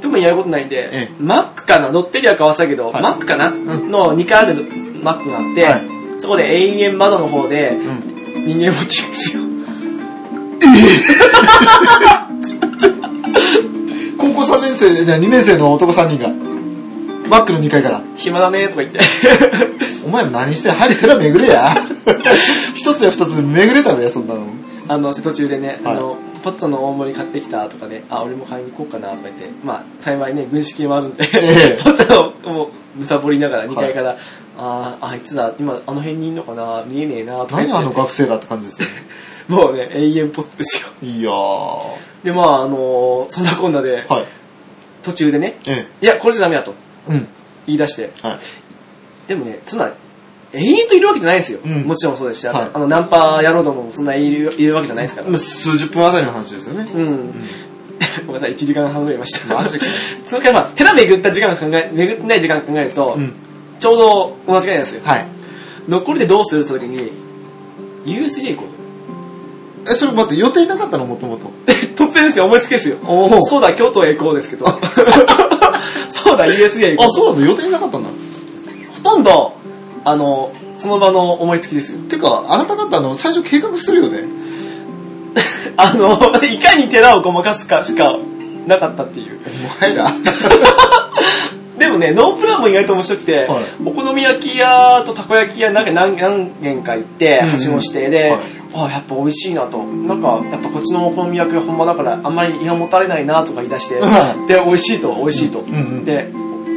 B: 特にやることないんで、
C: ええ
B: マックかな乗ってりゃかわせたけど、
C: はい
B: マックかな、
C: ん
B: の2回あるマックがあって、
C: はい
B: そこで永遠窓の方で、
C: うん。
B: 人間ウォッチです
C: (laughs)
B: よ。
C: 高校3年生、じゃあ2年生の男3人が、マックの2階から、
B: 暇だねとか言って。
C: お前何してん早く寺巡れや。 (laughs) 一つや二つ巡れたべや、そんなの。
B: (laughs) あの、途中でね、
C: はい
B: あの、ポテトの大盛り買ってきたとかね、あ、俺も買いに行こうかなとか言って、まあ、幸いね、軍資金はあるんで、
C: え
B: (laughs)
C: え
B: ポテトをもう、むさぼりながら2階から、あーあいつだ、今あの辺にいんのかな、見えねえなとか言っ
C: 何
B: て。
C: あの学生らって感じですよ。
B: もうね、永遠ポテトですよ。
C: いやー。は
B: で、まあ、あのそんなこんなで、
C: い。
B: 途中でね、
C: え
B: いや、これじゃダメだと
C: え。うん。
B: 言い出して、
C: はい。
B: でもね、そんな、永遠といるわけじゃないんですよ。
C: うん
B: もちろんそうですし、あと
C: はい
B: あの、ナンパ野郎どももそんないるいるわけじゃないですから。
C: まあ数十分あたりの話ですよね。
B: うん。ごめんなさい、1時間半ぐらいいました。
C: マジか。
B: その代わり、まあ、寺巡った時間を考え、巡ってない時間を考えると、
C: うん。
B: ちょうど同じぐらいなんですよ。
C: はい。
B: 残りでどうするって時に、USJ 行こう
C: え、それ待って、予定なかったのもともと。
B: と。突然ですよ、思いつきですよ。
C: おお。
B: そうだ、京都へ行こうですけど。 (laughs) そうだ、USJ 行こ
C: あ、
B: う。
C: そうなんだ、予定なかったんだ。
B: ほとんど、あの、その場の思いつきですよ。
C: てか、あなた方、あの、最初計画するよね。
B: あの、いかに寺をごまかすかしかなかったっていう。
C: お前ら。
B: でもね、ノープランも意外と面白くて、
C: はい
B: お好み焼き屋とたこ焼き屋なんか何何軒か行って、
C: うん
B: はしごして、で、
C: はい
B: あやっぱ美味しいなと。なんか、やっぱこっちのお好み焼きは本場だから、あんまり胃がもたれないなとか言い出して、
C: う
B: で、美味しいと、美味しいと。
C: うんうん。
B: で、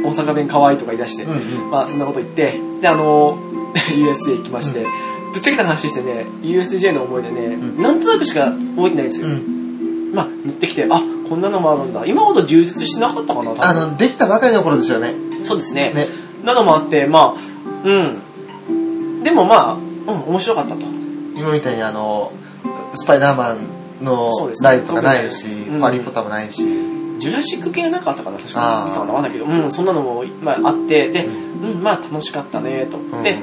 B: 大阪弁可愛いとか言い出して、
C: うんうん。
B: まあそんなこと言って、で、あの、USA 行きまして、ぶっちゃけた話してね、USJ の思い出ね、
C: ん
B: なんとなくしか覚えてないんですよ。
C: うん。
B: まあ、行ってきて、あ、こんなのもあるんだ。今ほど充実してなかったかな、多分
C: あの、できたばかりの頃ですよね。
B: そうですね。
C: ね。
B: なのもあって、まあ、うん。でもまあ、うん、面白かったと。
C: 今みたいにあの、スパイダーマンの
B: そうですね
C: ライトがないし、
B: うん
C: ハリーポッターもないし。
B: ジュラシック系なかったかな、確か
C: あー
B: に。そうなんだけど、うん、そんなのも、まあ、あって、で、
C: う
B: うん、まあ、楽しかったね、と。
C: うん
B: で、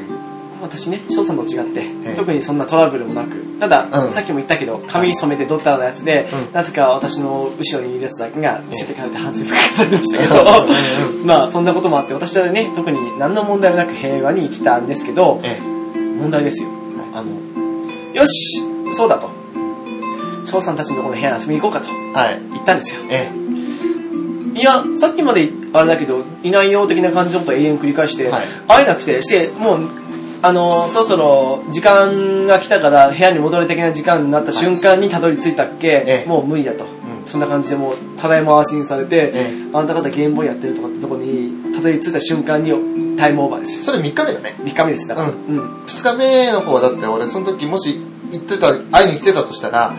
B: 私ね、翔さんと違って、
C: ええ
B: 特にそんなトラブルもなく、ただ、
C: うん
B: さっきも言ったけど、髪染めてドッタラのやつで、
C: うん
B: なぜか私の後ろにいるやつだけが、見せてかれて反省深されてましたけ
C: う
B: ど、まあ、そんなこともあって、私はね、特に何の問題もなく平和に生きたんですけど、
C: ええ。
B: 問題ですよ。
C: あの、
B: よしそうだと。翔さんたちのこの部屋に遊びに行こうかと
C: はい。
B: 言ったんですよ。
C: ええ。
B: いや、さっきまであれだけど、いないよ的な感じのことを永遠繰り返して、
C: はい
B: 会えなくて、して、もう、あの、そろそろ時間が来たから部屋に戻る的な時間になった瞬間にたどり着いたっけ、
C: ええ
B: もう無理だと。
C: ん
B: そんな感じでもう、ただい回しにされて、
C: ええ
B: あんた方ゲームボーイやってるとかってとこに、たどり着いた瞬間にタイムオーバーですよ。
C: それ3日目だね。
B: 3日目です、だから。
C: うん
B: うん。
C: 2日目の方はだって俺その時もし行ってた、会いに来てたとしたら、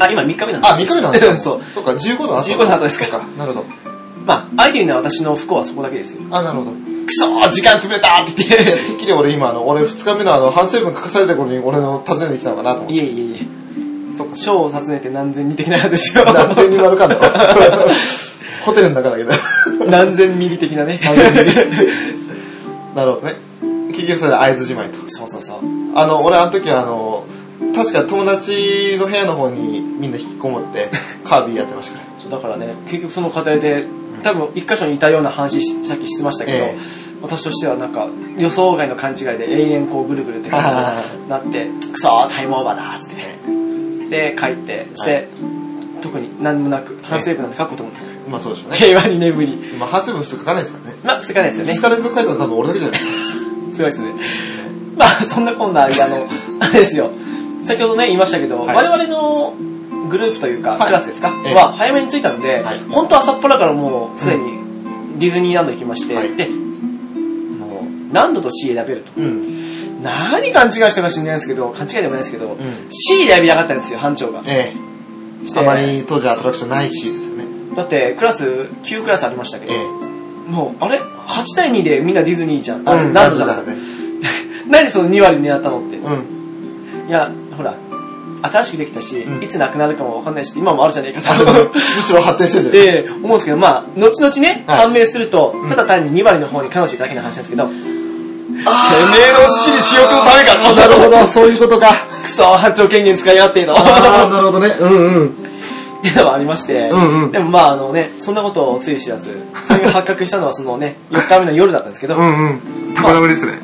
B: あ、今3日目なんです
C: あ、3日目なんですか
B: (laughs) そう。
C: そうか、15の朝。
B: 15の朝ですか
C: そうなるほど。
B: まあ、相手にのは私の不幸はそこだけですよ。
C: あ、なるほど。
B: くそー時間潰れたって言っ
C: いや、
B: て。
C: てっきり俺今あの、俺2日目のあの、反省文書かされた頃に俺の訪ねてきたのかなと思っ
B: い
C: て。
B: えいえいえ。
C: そうか、しょ
B: 賞を訪ねて何千人的なやつですよ。
C: 何千人丸かんだろ。ホテルの中だけど。
B: (laughs) 何千ミリ的なね。
C: なるほどね。結局それで会津じまいと。
B: (laughs) そうそうそう。
C: あの、俺あの時はあの、確か友達の部屋の方にみんな引きこもって、カービィやってましたから。
B: そうだからね、結局その過程で、多分一箇所にいたような話しさっきしてましたけど、
C: ええ
B: 私としてはなんか予想外の勘違いで永遠こうぐるぐるって感じになって、くそータイムオーバーだーっつって。で、帰って、して、
C: はい
B: 特に何もなく、反省文なんて書くこともなく、
C: まあそうでしょうね。
B: 平和に眠り。
C: まあ反省文普通書かないですからね。
B: まあ、防かないですよね。
C: 2日連続書いたの多分俺だけじゃないですか。
B: すごいですね。まあ、そんなこんな間の、あれですよ。先ほどね、言いましたけど、
C: はい
B: 我々のグループというか、
C: はい
B: クラスですか、
C: ええ
B: は早めに着いたので、
C: はい
B: 本当朝っぱらからもうすでにディズニーランド行きまして、
C: はい
B: で、もう、ランドと C 選べると。
C: うん。
B: 何勘違いしたか知んないんですけど、勘違いでもないですけど、
C: うん
B: C 選びやがったんですよ、班長が。
C: ええ。
B: して
C: あまり当時アトラクションないしですよね。
B: だって、クラス、9クラスありましたけど、
C: ええ。
B: もう、あれ ?8 対2でみんなディズニーじゃん。あ
C: うん
B: ランドじゃな
C: ラ
B: く
C: ン
B: て
C: ド。ね。
B: (laughs) 何その2割狙ったのって。
C: うん。
B: いや、ほら、新しくできたし、
C: うん
B: いつなくなるかもわかんないし、今もあるじゃねえか
C: あの
B: と。
C: むしろ発展してるじ
B: (laughs)
C: ゃ
B: で、思うんですけど、まあ、後々ね、
C: はい
B: 判明すると
C: う、ん
B: ただ単に2割の方に彼女いただけの話なんですけど、てめえの私利私欲のため
C: ん。あ、
B: か
C: なるほど、そういうことか。
B: くそ、班長権限使いやがってえの。
C: あ (laughs) あ、なるほどね。うんうん。
B: ってのはありまして、
C: うんうん
B: でもまあ、あのね、そんなことをつい知らず、それが発覚したのはそのね、4日目の夜だったんですけど、
C: んうん。高田ぶりですね。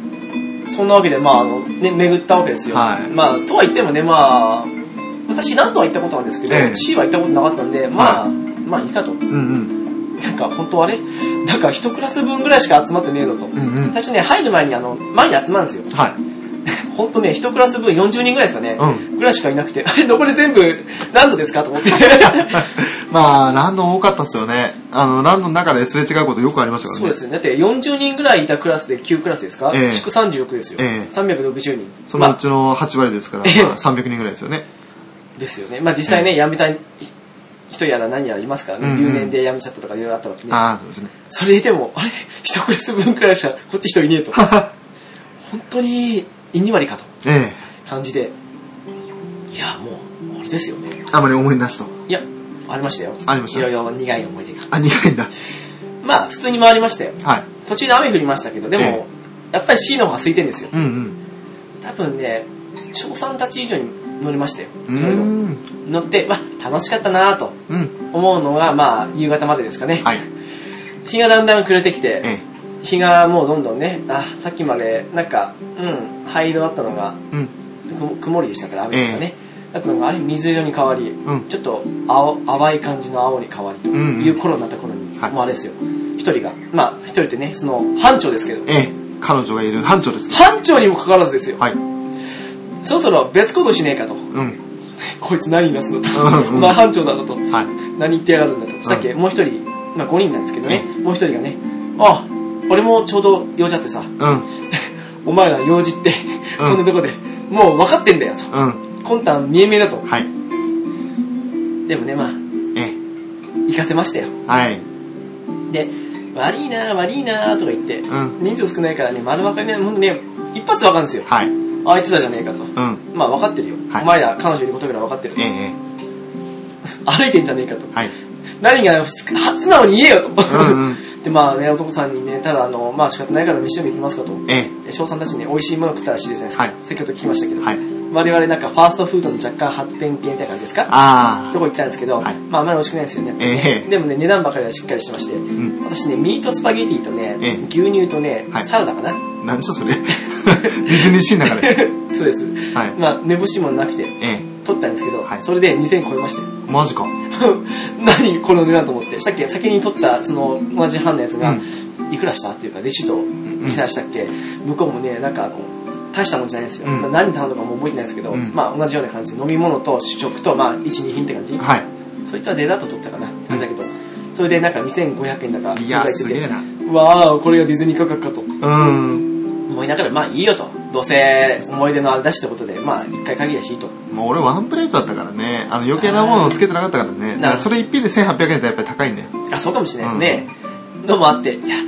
B: そんなわけで、まあ、あの、ね、巡ったわけですよ。
C: はい
B: まあ、とは言ってもね、まあ、私何度は行ったことなんですけど、
C: ええ
B: C は行ったことなかったんで、まあ、
C: はい
B: まあいいかと。
C: うん
B: なんか本当はね、なんか一クラス分ぐらいしか集まってねえのと。
C: うん。うんうん。
B: 最初ね、入る前にあの、前に集まるんですよ。
C: はい。 (laughs)
B: ほんとね、一クラス分40人ぐらいですかね。
C: う
B: ぐらいしかいなくて、あれ、残り全部、何度ですかと
C: (laughs)
B: 思って。
C: まあ、ランド多かったですよね。あの、ランドの中ですれ違うことよくありましたから
B: そう
C: ね。
B: ですよね。だって40人ぐらいいたクラスで9クラスですか、
C: ええ
B: 祝36ですよ。
C: ええ
B: 360人。
C: そ
B: ま
C: の
B: あ
C: うちの8割ですから、
B: ええ
C: まあ300人ぐらいですよね。
B: ですよね。まあ実際ね、辞めたい人やら何やらいますからね、
C: うんう
B: 留
C: ん
B: 年で辞めちゃったとかいろいろあったわけね。
C: ああ、そうですね。 (laughs)
B: それでも、あれ一クラス分くらいしかこっち人いねえと。本当に、いにわりかと
C: ええ。
B: 感じで。いや、もう、あれですよね。
C: あまり思い出しと。
B: いや、ありましたよ。
C: ありました
B: いろいろ苦い思い出が。
C: あ、苦いんだ。
B: まあ、普通に回りましたよ。
C: はい。
B: 途中で雨降りましたけど、でも、
C: ええ
B: やっぱり C の方が空いてんですよ。
C: うん
B: 多分ね、小さんたち以上に乗りましたよ。
C: う
B: いろいろ
C: ん。う
B: 乗って、わ、楽しかったなぁと
C: ーん。うん。
B: 思うのが、まあ、夕方までですかね。
C: はい。
B: 日がだんだん暮れてきて、
C: ええ。
B: 日がもうどんどんね、あ、さっきまで、なんか、うん、灰色だったのが、
C: うん。
B: く曇りでしたから、雨ですかね。あとなんかあれ水色に変わり、
C: ん
B: ちょっと青淡い感じの青に変わりと
C: うん
B: いう頃になった頃に、
C: はい
B: もうあれですよ一人がまあ一人ってねその班長ですけど
C: ええ、彼女がいる班長ですけ
B: 班長にもかかわらずですよ
C: ど。はい。
B: そろそろ別行動しねえかと
C: うん。
B: こいつ何言い出すのと
C: うんうん
B: お前班長なのと
C: はい。
B: 何言ってやがるんだとさっきもう一人まあ5人なんですけどねもう一人がねああ俺もちょうど用事あってさ
C: うん。
B: お前ら用事って
C: う
B: こ
C: ん
B: んなとこでもう分かってんだよと
C: うん。
B: 魂胆見え見えだと
C: はい。
B: でもねまあ
C: ええ。
B: 行かせましたよ
C: はい。
B: で、悪いな悪いなとか言って、
C: うん
B: 人数少ないからね、丸分かりない、ほんとね、一発で分かるんですよ。
C: はい。う
B: あいつらじゃねえかと。
C: ん。
B: まあ分かってるよ。
C: はい
B: お前ら彼女いることぐらい分かってる
C: え。え、
B: 歩いてんじゃねえかと
C: ええ。。はい。
B: 何が、素直に言えよと。
C: うんうん。
B: (laughs) で、まあね、男さんにね、ただあの、まあ仕方ないから飯でも行きますかと。
C: ええ。
B: で翔さんたちに美味しいものを食ったらしいじゃないですか。
C: はい
B: 先ほど聞きましたけど。
C: はい。
B: 我々なんかファーストフードの若干発展系みたいな感じですか
C: あ
B: とこ行ったんですけど、
C: はい
B: まああまり美味しくないですよね。
C: あ。ええ。
B: でもね、値段ばかりはしっかりしてまして。
C: うん。
B: 私ね、ミートスパゲティとね、
C: ええ
B: 牛乳とね、
C: はい
B: サラダかな。 (laughs)
C: 何ですかそれ (laughs) ディズニーシーの中で。
B: そうです。
C: はい。
B: まあ、寝ぼしいものなくて、
C: ええ。
B: 取ったんですけど、
C: はい
B: それで2000円超えまして。 (laughs)
C: マジか。
B: 何この値段と思って。したっけ先に取った、その、同じ班のやつが、
C: うん
B: いくらしたっていうか、レシートを
C: うん。
B: 手出したっけ、向こうもね、なんかあの、大したもんじゃないんですよ。
C: うん
B: 何頼んだかも覚えてないですけど、
C: うん
B: まあ同じような感じで、飲み物と主食と、まあ1、2品って感じ。
C: は
B: そいつはデザート取ったかなって感じだけど、それでなんか2500円だか、
C: い。いや、
B: そ
C: す
B: れぐら
C: げ
B: い
C: え
B: 言って
C: な。
B: てわあこれがディズニー価格かと。
C: うん。
B: 思いながら、まあいいよと。どうせ思い出のあれだしってことで、まあ一回限りだしいいと。
C: もう俺ワンプレートだったからね。あの余計なものをつけてなかったからね。だからそれ一品で1800円ってやっぱり高いんだよ。
B: あ、そうかもしれないですね。のもあって、いや、たっ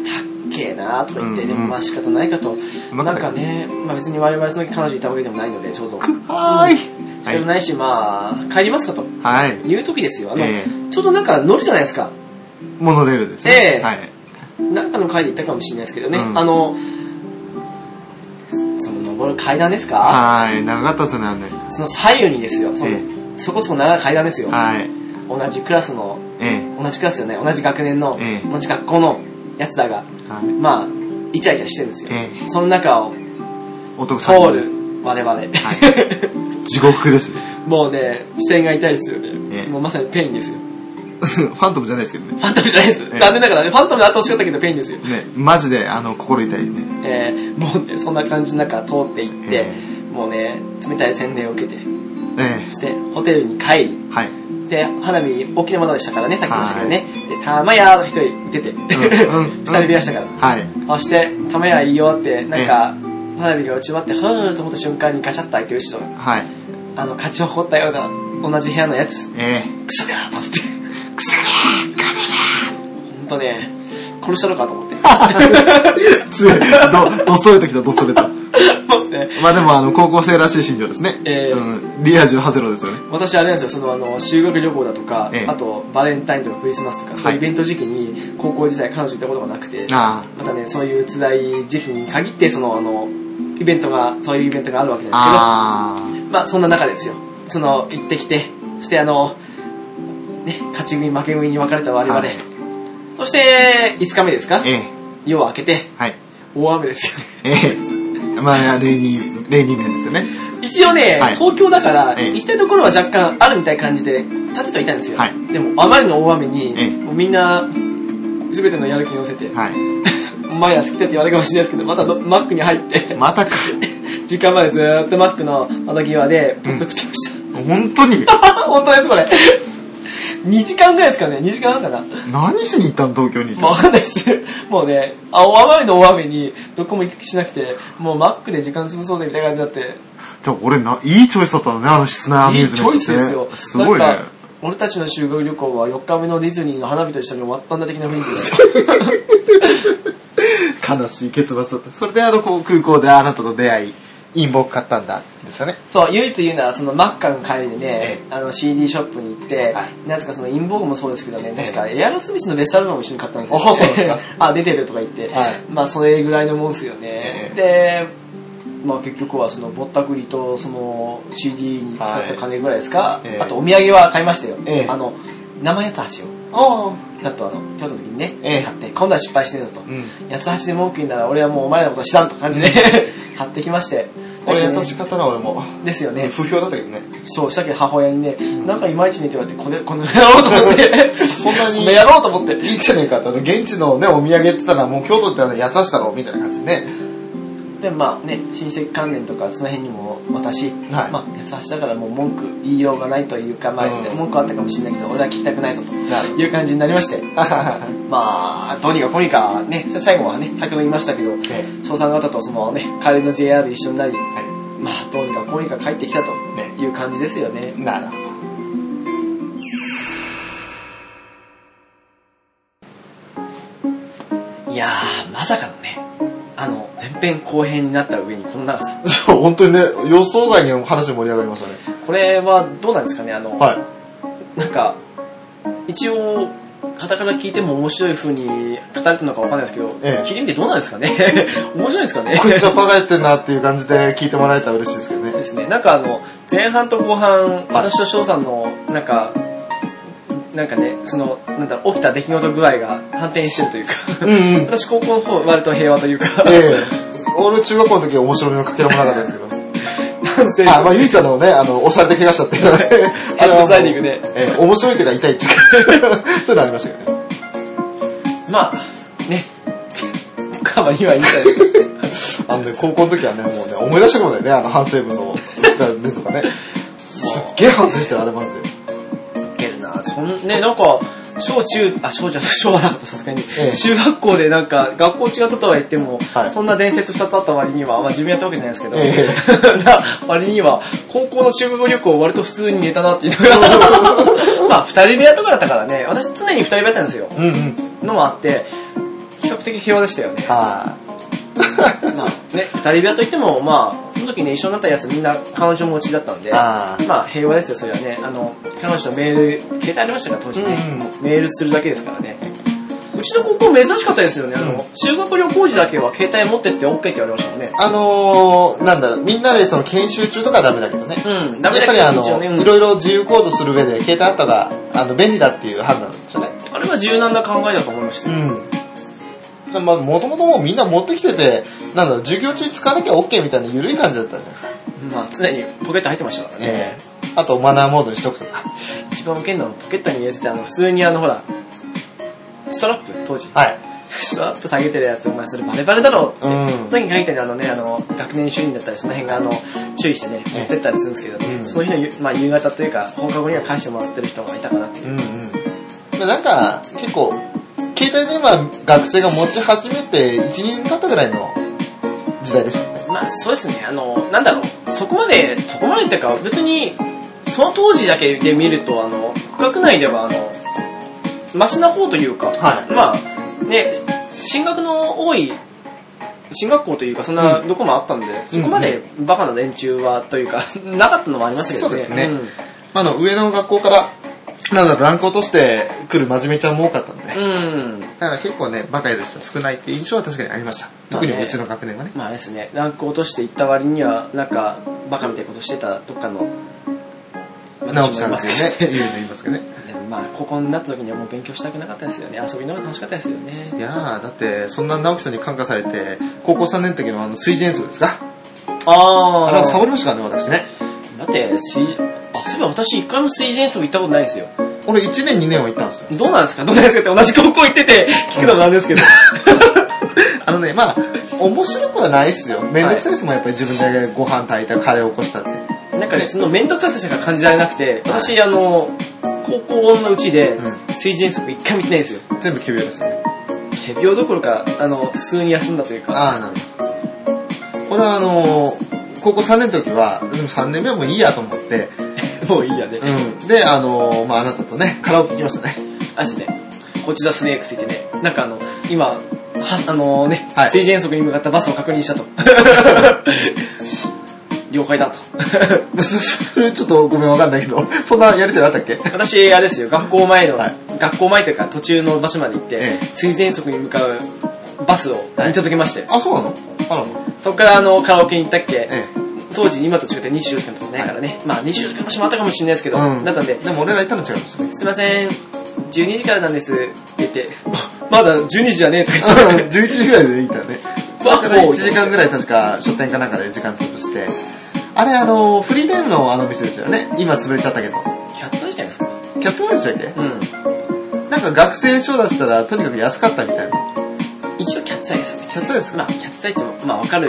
B: けえなとか言って、
C: うん
B: で
C: うん
B: もまあ仕方ないかと。
C: ま
B: な
C: か
B: んかね、まあ別に我々その時彼女いたわけでもないので、ちょうど。
C: はーい。
B: 仕
C: は
B: 方
C: い。
B: ないし、まあ、帰りますかと。
C: はい。
B: いう時ですよ。あの、
C: え
B: ちょうどなんか乗るじゃないですか。
C: えモノレールですね。
B: ええ
C: はい。
B: なんかの会で行ったかもしれないですけどね。
C: うん
B: あの、その登る階段ですか
C: はい。長かったですね、あれね。
B: その左右にですよ。その
C: え
B: そこそこ長い階段ですよ。
C: はい。
B: 同じクラスの
C: ええ
B: 同じクラスよね、同じ学年の、
C: ええ
B: 同じ学校のやつらが、
C: はい。
B: まあ、イチャイチャしてるんですよ。
C: ええ
B: その中を
C: 男
B: 通
C: さん。
B: る我々。
C: はい。地獄ですね。
B: (laughs)
C: (laughs)
B: もうね、視線が痛いですよね。
C: ええ
B: もうまさにペインですよ。
C: ファントムじゃないですけどね。
B: ファントムじゃないです。
C: ええ
B: 残念ながらね、ファントムで後押しかったけどペインですよ。
C: ね、マジで、あの、心痛いね。
B: えー、もうね、そんな感じの中通っていって、
C: え
B: もうね、冷たい洗礼を受けて、
C: え
B: そしてホテルに帰り、
C: えはい。
B: で、花火大きなものでしたからね、さっきも言いましたけどね。で、たまやー一人出て、
C: うんうん
B: (laughs) 二人でいましたから。
C: はい。
B: そして、たまやいいよって、なんか、花火が打ち終わって、ふーんと思った瞬間にガチャッと開いてる人が、
C: はい。
B: あの、勝ち誇ったような、同じ部屋のやつ、
C: え
B: クソやーと思って。クソやー、カメラほんとね、殺したのかと思って。 (laughs)
C: えつど、どストレート来た、どストレート。
B: 思って
C: まあでも、あの、高校生らしい心情ですね。
B: ええ
C: うん。リア充ハゼロですよね。
B: 私あれなんですよ、そのあの、修学旅行だとか、
C: ええ
B: あとバレンタインとかクリスマスとか、そういうイベント時期に高校時代彼女いたことがなくて、
C: あ
B: またね、そういう辛い時期に限って、その、あの、イベントが、そういうイベントがあるわけなん
C: あ。
B: ですけど、
C: あ
B: まあそんな中ですよ。その、行ってきて、そしてあの、ね、勝ち組負け組に分かれた我々。
C: はい
B: そして、5日目ですか
C: あ。ええ
B: 夜を明けて、
C: はい。
B: 大雨ですよね。
C: (laughs) ええまあ、例に、例に面ですよね。
B: 一応ね、
C: はい
B: 東京だから、
C: ええ
B: 行きたいところは若干あるみたいな感じで、立ててはいたんですよ。
C: はい
B: でも、あまりの大雨
C: ええ
B: に、もうみんな、すべてのやる気に乗せ (laughs) て、
C: はい。
B: マヤ好きだって言われるかもしれないですけど、またどマックに入って、
C: またか。
B: (laughs) 時間までずーっとマックの窓際で、ぶつ食ってました。 (laughs)
C: 本当に。
B: 本当です、これ。2時間ぐらいですかね ?2 時間半かな
C: 何しに行ったの東京に。
B: もうわかんないです。 (laughs) もうね、あ、大雨の大雨に、どこも行き来しなくて、もうマックで時間潰そうでみたいな感じになって、
C: でも俺な、いいチョイスだったのね、あの室内アミュ
B: い
C: ー
B: い
C: ズ
B: チ
C: メン
B: ョ
C: ト、
B: イスですよ。
C: すごい
B: なん
C: ね
B: か。俺たちの修学旅行は4日目のディズニーの花火と一緒に終わったんだ的な雰囲気で。
C: (laughs) 悲しい結末だった。それであの、こう、空港であなたと出会い、陰謀買ったんだ、ですよね。
B: そう、唯一言うのは、そのマッカの帰りでね
C: え、
B: あの CD ショップに行って
C: はい、
B: なぜかそのインボーグもそうですけどね、確かエアロスミスのベストアルバムも一緒に買ったんですよ
C: あそうですか。
B: (laughs) あ、出てるとか言って
C: はい、
B: まあそれぐらいのもんですよね
C: え。
B: で、まあ結局はそのぼったくりとその CD に使った金ぐらいですか
C: はいえ、え
B: あとお土産は買いましたよ
C: ええ。
B: あの、生八つ橋を。
C: ああ。
B: だとあの、京都の時にね
C: ええ、
B: 買って、今度は失敗してるぞと
C: う。ん。
B: 安橋で文句言うなら俺はもうお前らのことは知らんと感じで (laughs) 買ってきまして、
C: 俺優しかったな、俺も。
B: ですよね。
C: 不評だったけ (laughs) どね。
B: そう、したっけ母親にね、なんかいまいちねって言われて、これ、この野郎と思って。
C: そんなに
B: この野郎と思って。
C: いいじゃねえかって、あの、現地のね、お土産って言ったら、もう京都ってあの、優しさろ、みたいな感じでね。
B: で、まあね、親戚関連とか、その辺にも渡し、
C: はい
B: まあ、優しだからもう文句言いようがないというか、まあ、
C: うん
B: 文句あったかもしれないけど、俺は聞きたくないぞ
C: なる
B: という感じになりま (laughs) して。
C: あは (laughs) はは
B: まあ、どうにかこうにかね、それ最後はね、先ほど言いましたけど、
C: ええ
B: 翔さん方とそのね、帰りの JR 一緒になり、
C: は
B: まあ、どうにかこうにか帰ってきたと
C: い。ね。
B: いう感じですよね。
C: なるほど。
B: いやー、まさかのね、あの、前編後編になった上にこの長さ。
C: そう、本当にね、予想外に話盛り上がりましたね。
B: これはどうなんですかね、あの、
C: はい。
B: なんか、一応、方から聞いても面白い風に語られてるのかわかんないですけど、
C: ええ
B: 切り見てどうなんですかね (laughs) 面白いですかね
C: こいつはバカやってんなっていう感じで聞いてもらえたら嬉しいですけどね。
B: ですね。なんかあの、前半と後半、私と翔さんの、なんか、なんかね、その、なんだろう、起きた出来事具合が反転してる
C: (laughs)
B: というか、
C: うんうん。
B: 私高校の方割と平和というか、
C: ええ俺中学校の時は面白みのかけらもなかったんですけど。
B: 反省、
C: あ、まあ、ゆいさんのね、あの、押されて怪我したっていうのはね。
B: ヘッドスライディン
C: グ。
B: グで。
C: ええ面白いというか痛いっていうか。 (laughs) そういうのありましたけどね。
B: まあ、ね、 (laughs) カバにはいいんじゃないですか。
C: あのね、高校の時はね、もうね、思い出したもんだよね、あの反省文の、ね、とかね。すっげえ反省してあれマジで。
B: いけるな。そんね、なんか、小中、あ、小じゃ、小はなかった、さすがに。
C: ええ
B: 中学校でなんか、学校違ったとは言っても、
C: はい
B: そんな伝説二つあった割に (laughs) は、まあ自分やったわけじゃないですけど、
C: え
B: な (laughs) 割には、高校の修学旅行割と普通に寝たなっていうのが、 (laughs) まあ二人部屋とかだったからね、私常に二人部屋だったんですよ。
C: うんうん。
B: のもあって、比較的平和でしたよね。
C: は
B: まあね、二人部屋といっても、まあ、その時ね、一緒になったやつみんな彼女持ちだったん
C: い。
B: で、
C: あ
B: まあ平和ですよ、それはね。あの、彼女のメール、携帯ありましたから、当時ね。メールするだけですからね。うちの高校珍しかったですよね。あの、
C: うん
B: 修学旅行時だけは携帯持ってって OK って言われましたもんね。
C: あのー、なんだろう、みんなでその研修中とかはダメだけどね。
B: うん、
C: や
B: ダメ
C: っ
B: だけ
C: ぱりあ
B: ど、一応ね、う
C: の、い
B: ん
C: ろいろ自由行動する上で、携帯あった方が、あの、便利だっていう判断なんですよね。
B: あれは柔軟な考えだと思いましたよ。
C: うん。まあ、もともともうみんな持ってきてて、なんだろう、授業中に使わなきゃ OK みたいな緩い感じだったんじゃないですか。
B: まあ常にポケット入ってましたからね。
C: ええあと、マナーモードにしとくとか。
B: 一番ウケんのはポケットに入れてて、あの、普通にあの、ほら、ストラップ、当時。
C: はい。
B: ストラップ下げてるやつ、お前それバレバレだろ
C: う
B: そ
C: ん。
B: の時に限ってね、あのね、あの、学年主任だったり、その辺があの、注意してね、
C: ええ
B: 持ってったりするんですけど、
C: うん
B: その日のゆ、まあ、夕方というか、放課後には返してもらってる人がいたかなっていう。
C: うんうん。でなんか、結構、携帯電話学生が持ち始めて1、2年経ったぐらいの時代でしたよね。
B: まあ、そうですね、あの、なんだろう、そこまで、そこまでっていうか、別に、その当時だけで見ると、あの、区画内では、あの、マシな方というか、
C: はい
B: まあ、ね、進学の多い、進学校というか、そんな、どこもあったんで、そこまでバカな連中は、というか、 (laughs) なかったのもありますけどね。
C: そうですね
B: ん
C: まあ、あの、上の学校から、なんだろう、ランク落としてくる真面目ちゃんも多かったんで。
B: うん
C: だから結構ね、バカやる人は少ないって印象は確かにありました。特にうちの学年はね。
B: まああれですね、ランク落としていった割には、なんか、バカみたいなことしてたどっかの、
C: 直樹さんですよね
B: 私。もい
C: 言う
B: ま
C: の言いますけどね。
B: すけどでもまあ、高校になった時にはもう勉強したくなかったですよね。遊びの方が楽しかったですよね
C: い。やー、だって、そんな直樹さんに感化されて、高校3年の時のあの、水ジ演奏ですか
B: あ
C: あれはサボりましたからね、私ね。
B: だって、水、あ、そういえば私一回も水準演奏行ったことないですよ。
C: 俺1年2年は行ったんですよ。
B: どうなんですかどうなんですかって同じ高校行ってて、聞くのもなんですけど。
C: あのね、まあ、面白くはないっすよ。めんどくさいっすもん、やっぱり自分でご飯炊いた、カレーを起こしたって。
B: なんかね、
C: ね
B: その面倒くささしか感じられなくて、私、あの、高校のうちで
C: う、
B: 水準演奏一回も行ってないんですよ。
C: 全部9秒ですね。
B: 仮病どころか、あの、普通に休んだというか。
C: あー、なるほど。俺はあのー、高校3年の時は、でも3年目はもういいやと思って、
B: もういいやね。
C: うん。で、あのー、まあ、あなたとね、カラオケ行きましたね。
B: あしね、こちらスネークスって言ってね、なんかあの、今、は、あのね、
C: はい
B: 水準遠足に向かったバスを確認したと。 (laughs) 了解だと。
C: そ (laughs) それちょっとごめんわかんないけど、そんなやりとりあったっけ
B: 私、あれですよ、学校前の、
C: はい
B: 学校前というか途中の場所まで行って、
C: ええ
B: 水準遠足に向かうバスを見届けまして、
C: あ、そうなのあらま。
B: そこからあの、カラオケに行ったっけ、
C: ええ。
B: 当時今と違って24時間とかないからね、まあ24時間もしまったかもしれないですけど、
C: うん
B: だったんで、
C: でも俺ら行ったの違いましたね。
B: すいません、12時からなんですって言って、まだ12時じゃねえとか言って、
C: (laughs) 11時ぐらいで行ったよね。だから1時間ぐらい確か書店かなんかで時間潰して。あれあの、フリーゲームのあの店ですよね。今潰れちゃったけど。
B: キャッツアイじゃないですか。
C: キャッツアイでしたっけ
B: うん。
C: なんか学生賞出したらとにかく安かったみたいな。
B: 一応キャッツアイですよね。
C: キャッツアイですか
B: まあ、キャッツアイっても、まあ、わかる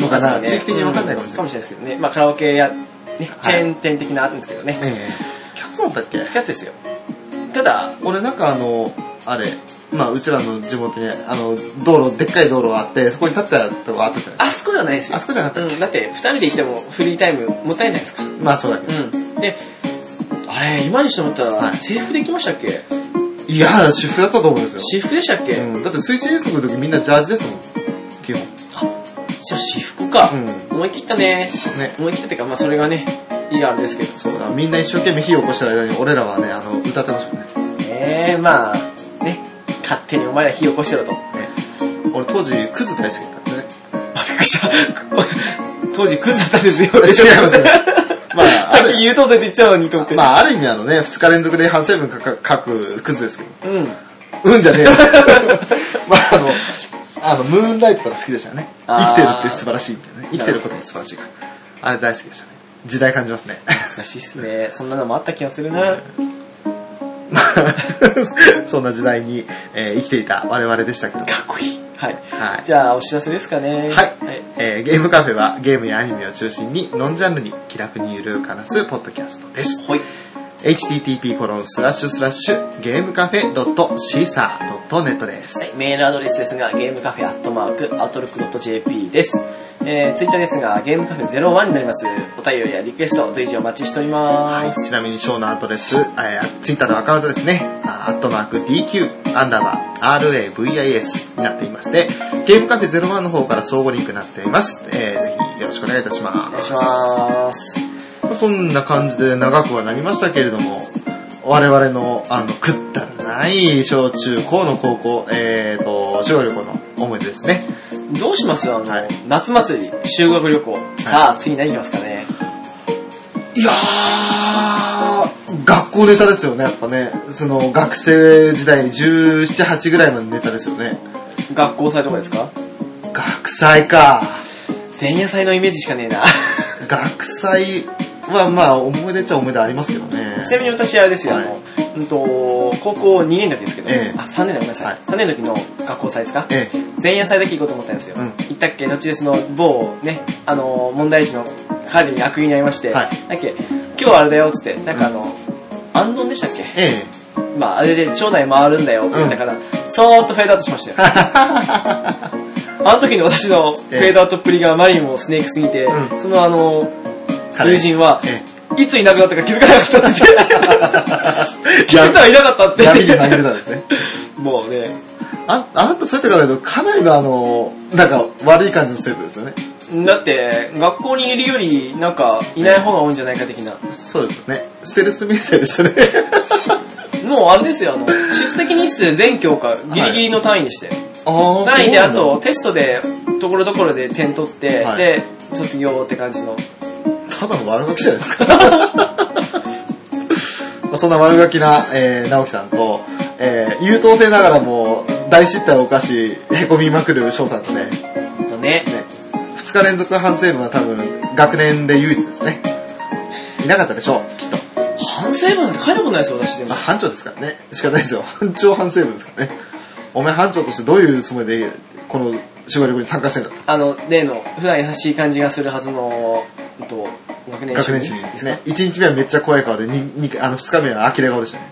C: のかな地域的にわ
B: わ
C: かんないかもしれない
B: かもしれないですけどね。まあ、カラオケや、ね、チェーン店的なあるんですけどね。
C: ええキャッツだったっけ
B: キャッツですよ。ただ、
C: 俺なんかあの、あれ、まあうちらの地元にあの、道路、でっかい道路があって、そこに立ってたとこあったじゃないで
B: あそこではないです
C: す
B: よ。
C: か。あそこじゃなかったっ
B: うん、だって、二人で行ってもフリータイムもったいないじゃない
C: け、まあそうだけど。
B: ですか。うん。で、あれ、今にして思ったら、
C: はい
B: 制服で行きましたっけ
C: いやー、私服だったと思うんですよ。
B: 私服でしたっけ、
C: うん、だって水中遠足の時みんなジャージですもん。基本。
B: じゃあ私服か、
C: うん。
B: 思い切ったね。
C: ね。
B: 思い切ったっていうか、まあ、それがね、いいあれですけど。
C: そうだ、みんな一生懸命火を起こしてる間に俺らはね、あの、歌ってましたね。
B: ええまあ、ね、勝手にお前ら火起こしてろと。
C: 俺当時、クズ大好きだったんで
B: あ、びっくりした。 (laughs) 当時クズだったんですよ。
C: す (laughs) ね。違いますね。まあ、
B: さ
C: あ
B: っき
C: る
B: 言うとって言ってたのにと思って。
C: まあ、ある意味あのね、二日連続で反省文書く書くクズですけど。
B: うん。
C: うんじゃねえよ。まあ、あの、あの、ムーンライトとか好きでしたよね。
B: あー
C: 生きてるって素晴らしいみたいなね。生きてることも素晴らしいから。あれ大好きでしたね。時代感じますね。
B: 難しいっすね。そんなのもあった気がするな。
C: まあ、そんな時代に、えー生きていた我々でしたけど。
B: かっこいい。はい。
C: はい。
B: じゃあ、お知らせですかね。
C: はいえーゲームカフェはゲームやアニメを中心にノンジャンルに気楽にゆるく話すポッドキャストです。
B: はい。
C: http コロンスラッシュスラッシュゲームカフェ .caesar.net です。
B: はい、メールアドレスですが、ゲームカフェアットマーク、アウトロックドット JP です。えー、ツイッターですが、ゲームカフェ01になります。お便りやリクエスト、随時お待ちしておりま
C: はい、
B: す。
C: ちなみにショーのアドレス、えー、ツイッターのアカウントですね、あーアットマーク DQ アンダーバー RAVIS になっていまして、ゲームカフェ01の方から相互リンクになっています。えー、ぜひよろしくお願いいたします。
B: お願いします。
C: そんな感じで長くはなりましたけれども、我々の、あの、くったらない小中高の高校、えーと、修学旅行の思い出ですね。
B: どうしますあの、
C: はい
B: 夏祭り、修学旅行。さあ、次何行きますかね。
C: いやー、学校ネタですよね、やっぱね。その、学生時代17、8ぐらいまでネタですよね。
B: 学校祭とかですか
C: 学祭か。
B: 前夜祭のイメージしかねえ
C: (laughs)
B: な。
C: 学祭はまあ、思い出っちゃ思い出ありますけどね。
B: ちなみに私はあれですよ、
C: はい
B: あの、うんと、高校2年の時ですけど、
C: ええ
B: あ、3年だ、ごめんなさい。
C: はい
B: 3年の時の学校祭ですか
C: え
B: 前夜祭だけ行こうと思ったんですよ。
C: うん
B: 行ったっけ後でその某ね、あの、問題児の彼に悪意に会いまして、
C: え、はい。
B: だっけ、今日はあれだよっつって、なんかあの、アンドンでしたっけ
C: ええ。
B: まあ、あれで町内回るんだよって言ったから、そーっとフェードアウトしましたよ。
C: (laughs)
B: あの時の私のフェードアウトっぷりがあまりにもスネークすぎて、
C: うん
B: そのあの、友人は、 (laughs)
C: え
B: いついなくなったか気づかなかったって。
C: え。
B: 気づいたらいなかったっ
C: 闇闇に
B: て。
C: 紛れたんですね。
B: もうね、
C: あ、あなたそうやって考えると、かなりのあの、なんか悪い感じの生徒ですよね。
B: だって、学校にいるより、なんか、いない方が多いんじゃないか的な。
C: そうですよね。ステルス名声でしたね。
B: もうあれですよ、あの、出席日数全教科ギリギリの単位にして。
C: あー
B: 単位で、あ、
C: そ
B: と、テストで、ところどころで点取って、
C: はい
B: で、卒業って感じの。
C: うなんだただの悪ガキじゃないですか。 (laughs) まあそんな悪ガキな、えー、直樹さんと、えー、優等生ながらも、大失態を犯し、凹みまくる翔さんとね、
B: ほんとね。
C: ね、二日連続反省文は多分、学年で唯一ですね。いなかったでしょう、きっと。
B: 反省文って書いたことないですよ、私で
C: ま
B: も
C: あ、。班長ですからね。仕方ないですよ。班長反省文ですからね。お前班長としてどういうつもりで、この修学旅行に参加してんだと。
B: あの、例の、普段優しい感じがするはずの、うんと、学年
C: 学年
B: 主
C: 主
B: 任
C: 任
B: で
C: ですす
B: ね。
C: ね。1日目はめっちゃ怖い顔で、ににあの2日目は呆れ顔でしたね。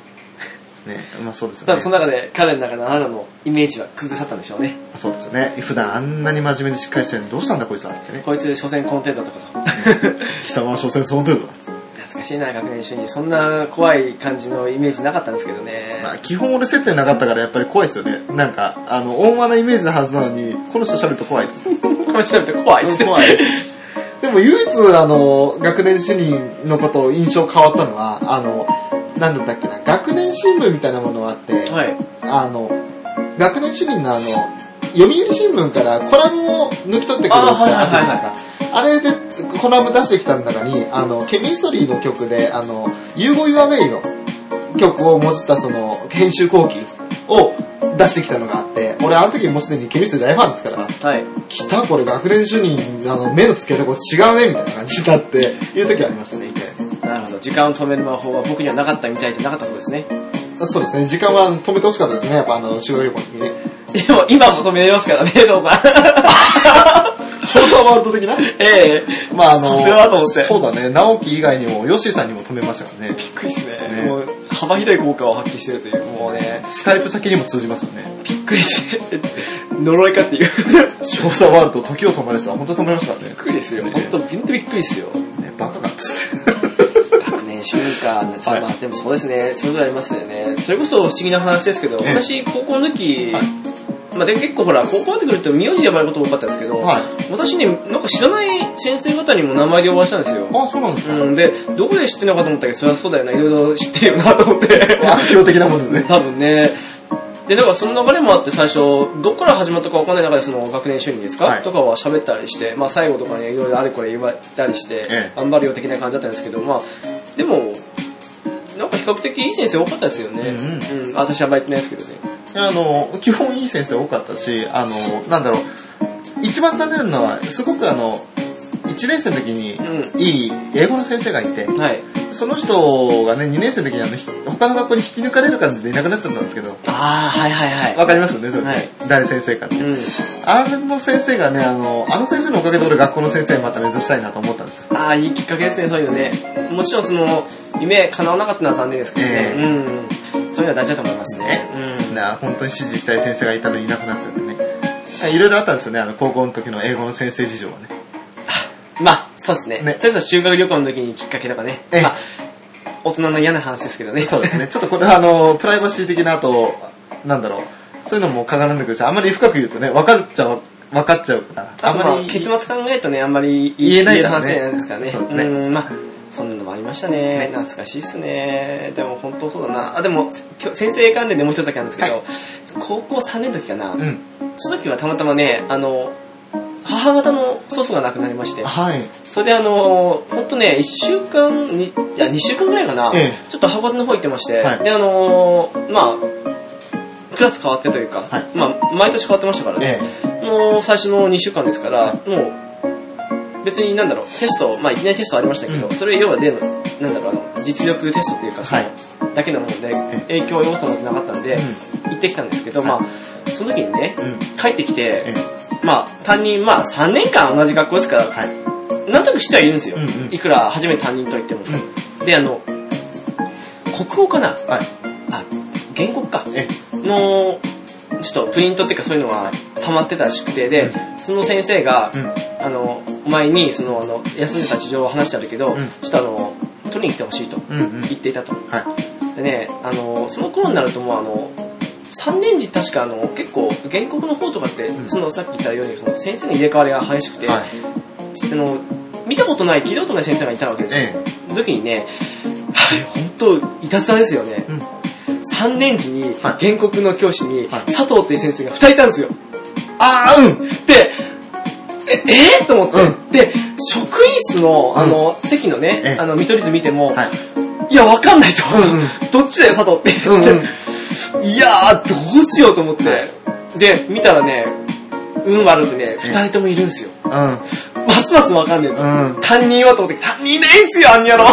C: ね、まあそうですよ
B: 多
C: ね
B: 分。その中で、彼の中のあなたのイメージは崩されたんでしょうね。
C: そうですよね。普段あんなに真面目でしっかりしてるのにどうしたんだこいつはってね。
B: こいつ、所詮コンテンツだったこと。 (laughs)
C: 貴様は所詮その程度だ。
B: 懐かしいな、学年主任。そんな怖い感じのイメージなかったんですけどね。
C: まあ基本俺接点なかったからやっぱり怖いですよね。なんか、あの、大間なイメージなはずなのに、この人喋ると怖いと。
B: これ調べて怖いっつって。
C: 怖い。でも唯一、あの、学年主任のこと、印象変わったのは、あの、なんだったっけな、学年新聞みたいなものがあって、
B: はい。
C: あの、学年主任のあの、読売新聞からコラムを抜き取ってくるって
B: あはいはいはい
C: あったじゃないですか。あれで、コラム出してきた中に、あの、ケミストリーの曲で、あの、You Go Your Way の曲をもじったその、編集後期を出してきたのがあって、俺あの時もうすでにケミスト大ファンですから、
B: はい。
C: 来たこれ学年主任、あの、目の付けどころ違うね、みたいな感じになって、いう時ありましたね、一回。
B: なるほど。時間を止める魔法は僕にはなかったみたいじゃなかったそうですね。
C: あそうですね、時間は止めてほしかったですね、やっぱあの、修行旅行の時にね。
B: でも、今も止めれますからね、翔さん。
C: ショートワールド的な
B: (laughs) ええ
C: まああの、
B: さすがだと思って。
C: そうだね、直樹以外にも、ヨッシーさんにも止めましたからね。
B: びっくりですね。
C: ね
B: もう、幅広い効果を発揮してるという、もうね、
C: スカイプ先にも通じますよね。
B: びっくりして、 (laughs) 呪いかっていう。
C: ショーターワールド、時を止めるさ、本当に止めましたから
B: び
C: ね
B: っ。くりですよ。ほんと、ほんとびっくりですよ。
C: ねバカかっつって。
B: (laughs) 学年主任か、
C: はい
B: まあでもそうですね、そういうことありますよね。それこそ不思議な話ですけど、
C: ええ
B: 私、高校の時、
C: はい
B: まあで結構ほら、高校になってくると名字で呼ばれること多かったですけど、
C: はい。
B: 私ね、なんか知らない先生方にも名前で呼ばれたんですよ。
C: あ、そうなんですか。
B: うん、で、どこで知ってるのかと思ったけど、そりゃそうだよな、いろいろ知ってるよなと思 (laughs) って。
C: 悪評的なものでね。
B: (laughs) 多分ね。で、なんかその流れもあって最初、どこから始まったかわかんない中で、その学年主任ですか、
C: はい
B: とかは喋ったりして、まあ最後とかにいろいろあれこれ言われたりして、
C: ええ
B: 頑張るよ的な感じだったんですけど、まあ、でも、なんか比較的いい先生多かったですよね。
C: うん
B: うん私はあんまり言ってないですけどね。
C: あの、基本いい先生多かったし、あの、なんだろう、一番残念なのは、すごくあの、1年生の時に、いい英語の先生がいて
B: う、ん。はい。
C: その人がね、2年生の時にあの、ひ他の学校に引き抜かれる感じでいなくなっちゃったんですけど、
B: ああ、はいはい
C: わかりますよね、それ。
B: はい
C: 誰先生かって。
B: うん。
C: あの先生がね、あの、あの先生のおかげで俺学校の先生また目指したいなと思ったんですよ。
B: ああ、いいきっかけですね、そういうのね。もちろんその、夢叶わなかったのは残念ですけどね。
C: え
B: うん。そういうのは大事だと思いますね。うん。
C: な本当に指示したい先生がいたのにいなくなっちゃってね。いろいろあったんですよね、あの、高校の時の英語の先生事情はね。
B: まあ、そうですね。
C: ね
B: それこそ修学旅行の時にきっかけとかね。
C: ええ
B: まあ、大人の嫌な話ですけどね。
C: そう (laughs) ですね。ちょっとこれはあの、プライバシー的なあと、なんだろう。そういうのもかからんでくるし、あんまり深く言うとね、分かっちゃう、分かっちゃうから。
B: (laughs) あとま
C: ま
B: あ、結末考えるとね、あんまり
C: 言えないから
B: 話
C: ね
B: じゃないですからね。
C: そうですね
B: ん、まあ、そんなのもありましたね。
C: ね
B: 懐かしいっすね。でも本当そうだな。あ、でも、きょ先生関連でもう一つだけなんですけど、
C: は
B: 高校3年の時かな。
C: うん。
B: その時はたまたまね、あの、母方の祖父が亡くなりまして、
C: はい。
B: それであの、ほんとね、1週間、にいや、2週間ぐらいかな、
C: ええ
B: ちょっと函館の方行ってまして、
C: はい
B: で、あのーまあ、クラス変わってというか、
C: はい
B: まあ、毎年変わってましたからね、
C: え
B: もう最初の2週間ですから、もう、別になんだろう、テスト、まあ、いきなりテストありましたけど、
C: う
B: それ要はで、なんだろう、あの、実力テストっていうか、その
C: はい
B: だけのもので、影響要素もなかったんで、
C: え。
B: 行ってきたんですけど、
C: はい
B: まあ、その時にね
C: う、ん。うん。
B: 帰ってきて、
C: え
B: まあ、担任、まあ、3年間同じ学校ですから、
C: はい。
B: なんとなく知ってはいるんですよ。
C: うんうん
B: いくら初めて担任と言っても。で、あの、国語かな
C: はい。
B: あ、原告か。
C: え
B: の、ちょっとプリントっていうかそういうのが溜まってたらしくて、で、その先生が、
C: うん。
B: あの、お前に、その、あの、休んでた事情を話してあるけど、
C: うん
B: ちょっとあの、取りに来てほしいと
C: うんうん。
B: 言っていたと。
C: はい。
B: でね、あの、その頃になるともうあの、3年時確かあの、結構、原告の方とかって、
C: うん
B: そのさっき言ったように、その先生の入れ替わりが激しくて、
C: はい。
B: あの、見たことない、聞いたことない先生がいたわけですよ。
C: え
B: その時にね、はい、本当いたずらですよね。
C: うん
B: 3年時に、
C: は
B: 原告の教師に、
C: はい
B: 佐藤っていう先生が2人いたんですよ。
C: ああ、うん。
B: で、え、えーと思って、
C: うん
B: で、職員室の、あの、席の
C: え
B: ね
C: え、
B: あの、見取り図見ても、
C: はい。
B: い、や、わかんないと。
C: うんうん
B: どっちだよ、佐藤って。
C: うんうん。
B: いやー、どうしようと思って。で、見たらね、運悪くね、2人ともいるんですよ。ますますわかんねえと。
C: うん。うん。
B: 担任はと思って、担任いないんすよ、あんやろ。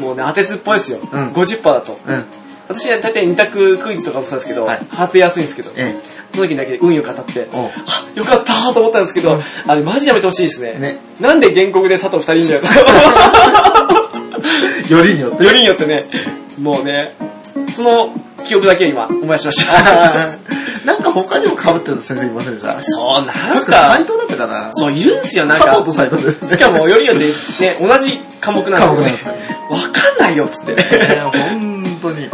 B: もうね、当てずっぽいですよ。
C: ん
B: 50%だと。
C: うん。
B: 私ね、大体2択クイズとかもそうですけど、
C: はい
B: 当てやすいんですけど、
C: え
B: その時だけ運良かったって、
C: おう
B: あ、よかったーと思ったんですけど、あれマジやめてほしいですね。
C: え。ね。
B: なんで原告で佐藤二人いるんだ
C: よりによって。 (laughs)
B: よ。よりによってね、もうね、その記憶だけ今、思い出しました。
C: あーなんか他にも被ってた先生いませんでした
B: そう、な
C: 確
B: ん
C: か
B: か、
C: 斎藤だったかな
B: そう、いるんですよ、なん
C: 佐藤
B: か
C: と。斎藤ですね。
B: しかも、よりによってね、同じ科目なんですよね。 (laughs) わかんないよ、つって。
C: 本当に。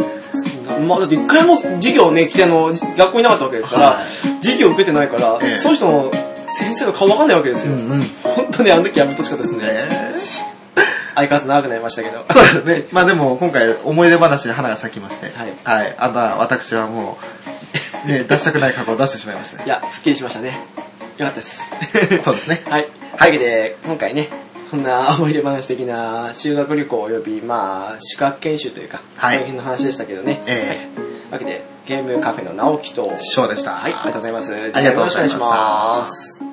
B: まあ、だって一回も授業ね、来てあの、学校いなかったわけですから、
C: は
B: 授業受けてないから、
C: ええ
B: その人の先生の顔わかんないわけです
C: う
B: よ。
C: んうん。ね
B: 本当ね、あの時やめてほしかったですね。
C: え
B: 相変わらず長くなりましたけど。
C: そうですね。まあでも今回思い出話で花が咲きまして。
B: はい
C: はい。あとは私はもう、ね、出したくない過去を出してしまいまし
B: いや、すっきりしましたね。よかったです。
C: た。そうですね。
B: はい。というわけで、今回ね、そんな思い出話的な修学旅行及び、まあ、宿泊研修というか、
C: はい
B: その辺の話でしたけどね。
C: え
B: わけで、ゲームカフェの直樹と、
C: ショーでした。
B: はい、ありがとうございます。あり
C: がとうございました
B: よろしくお願いします。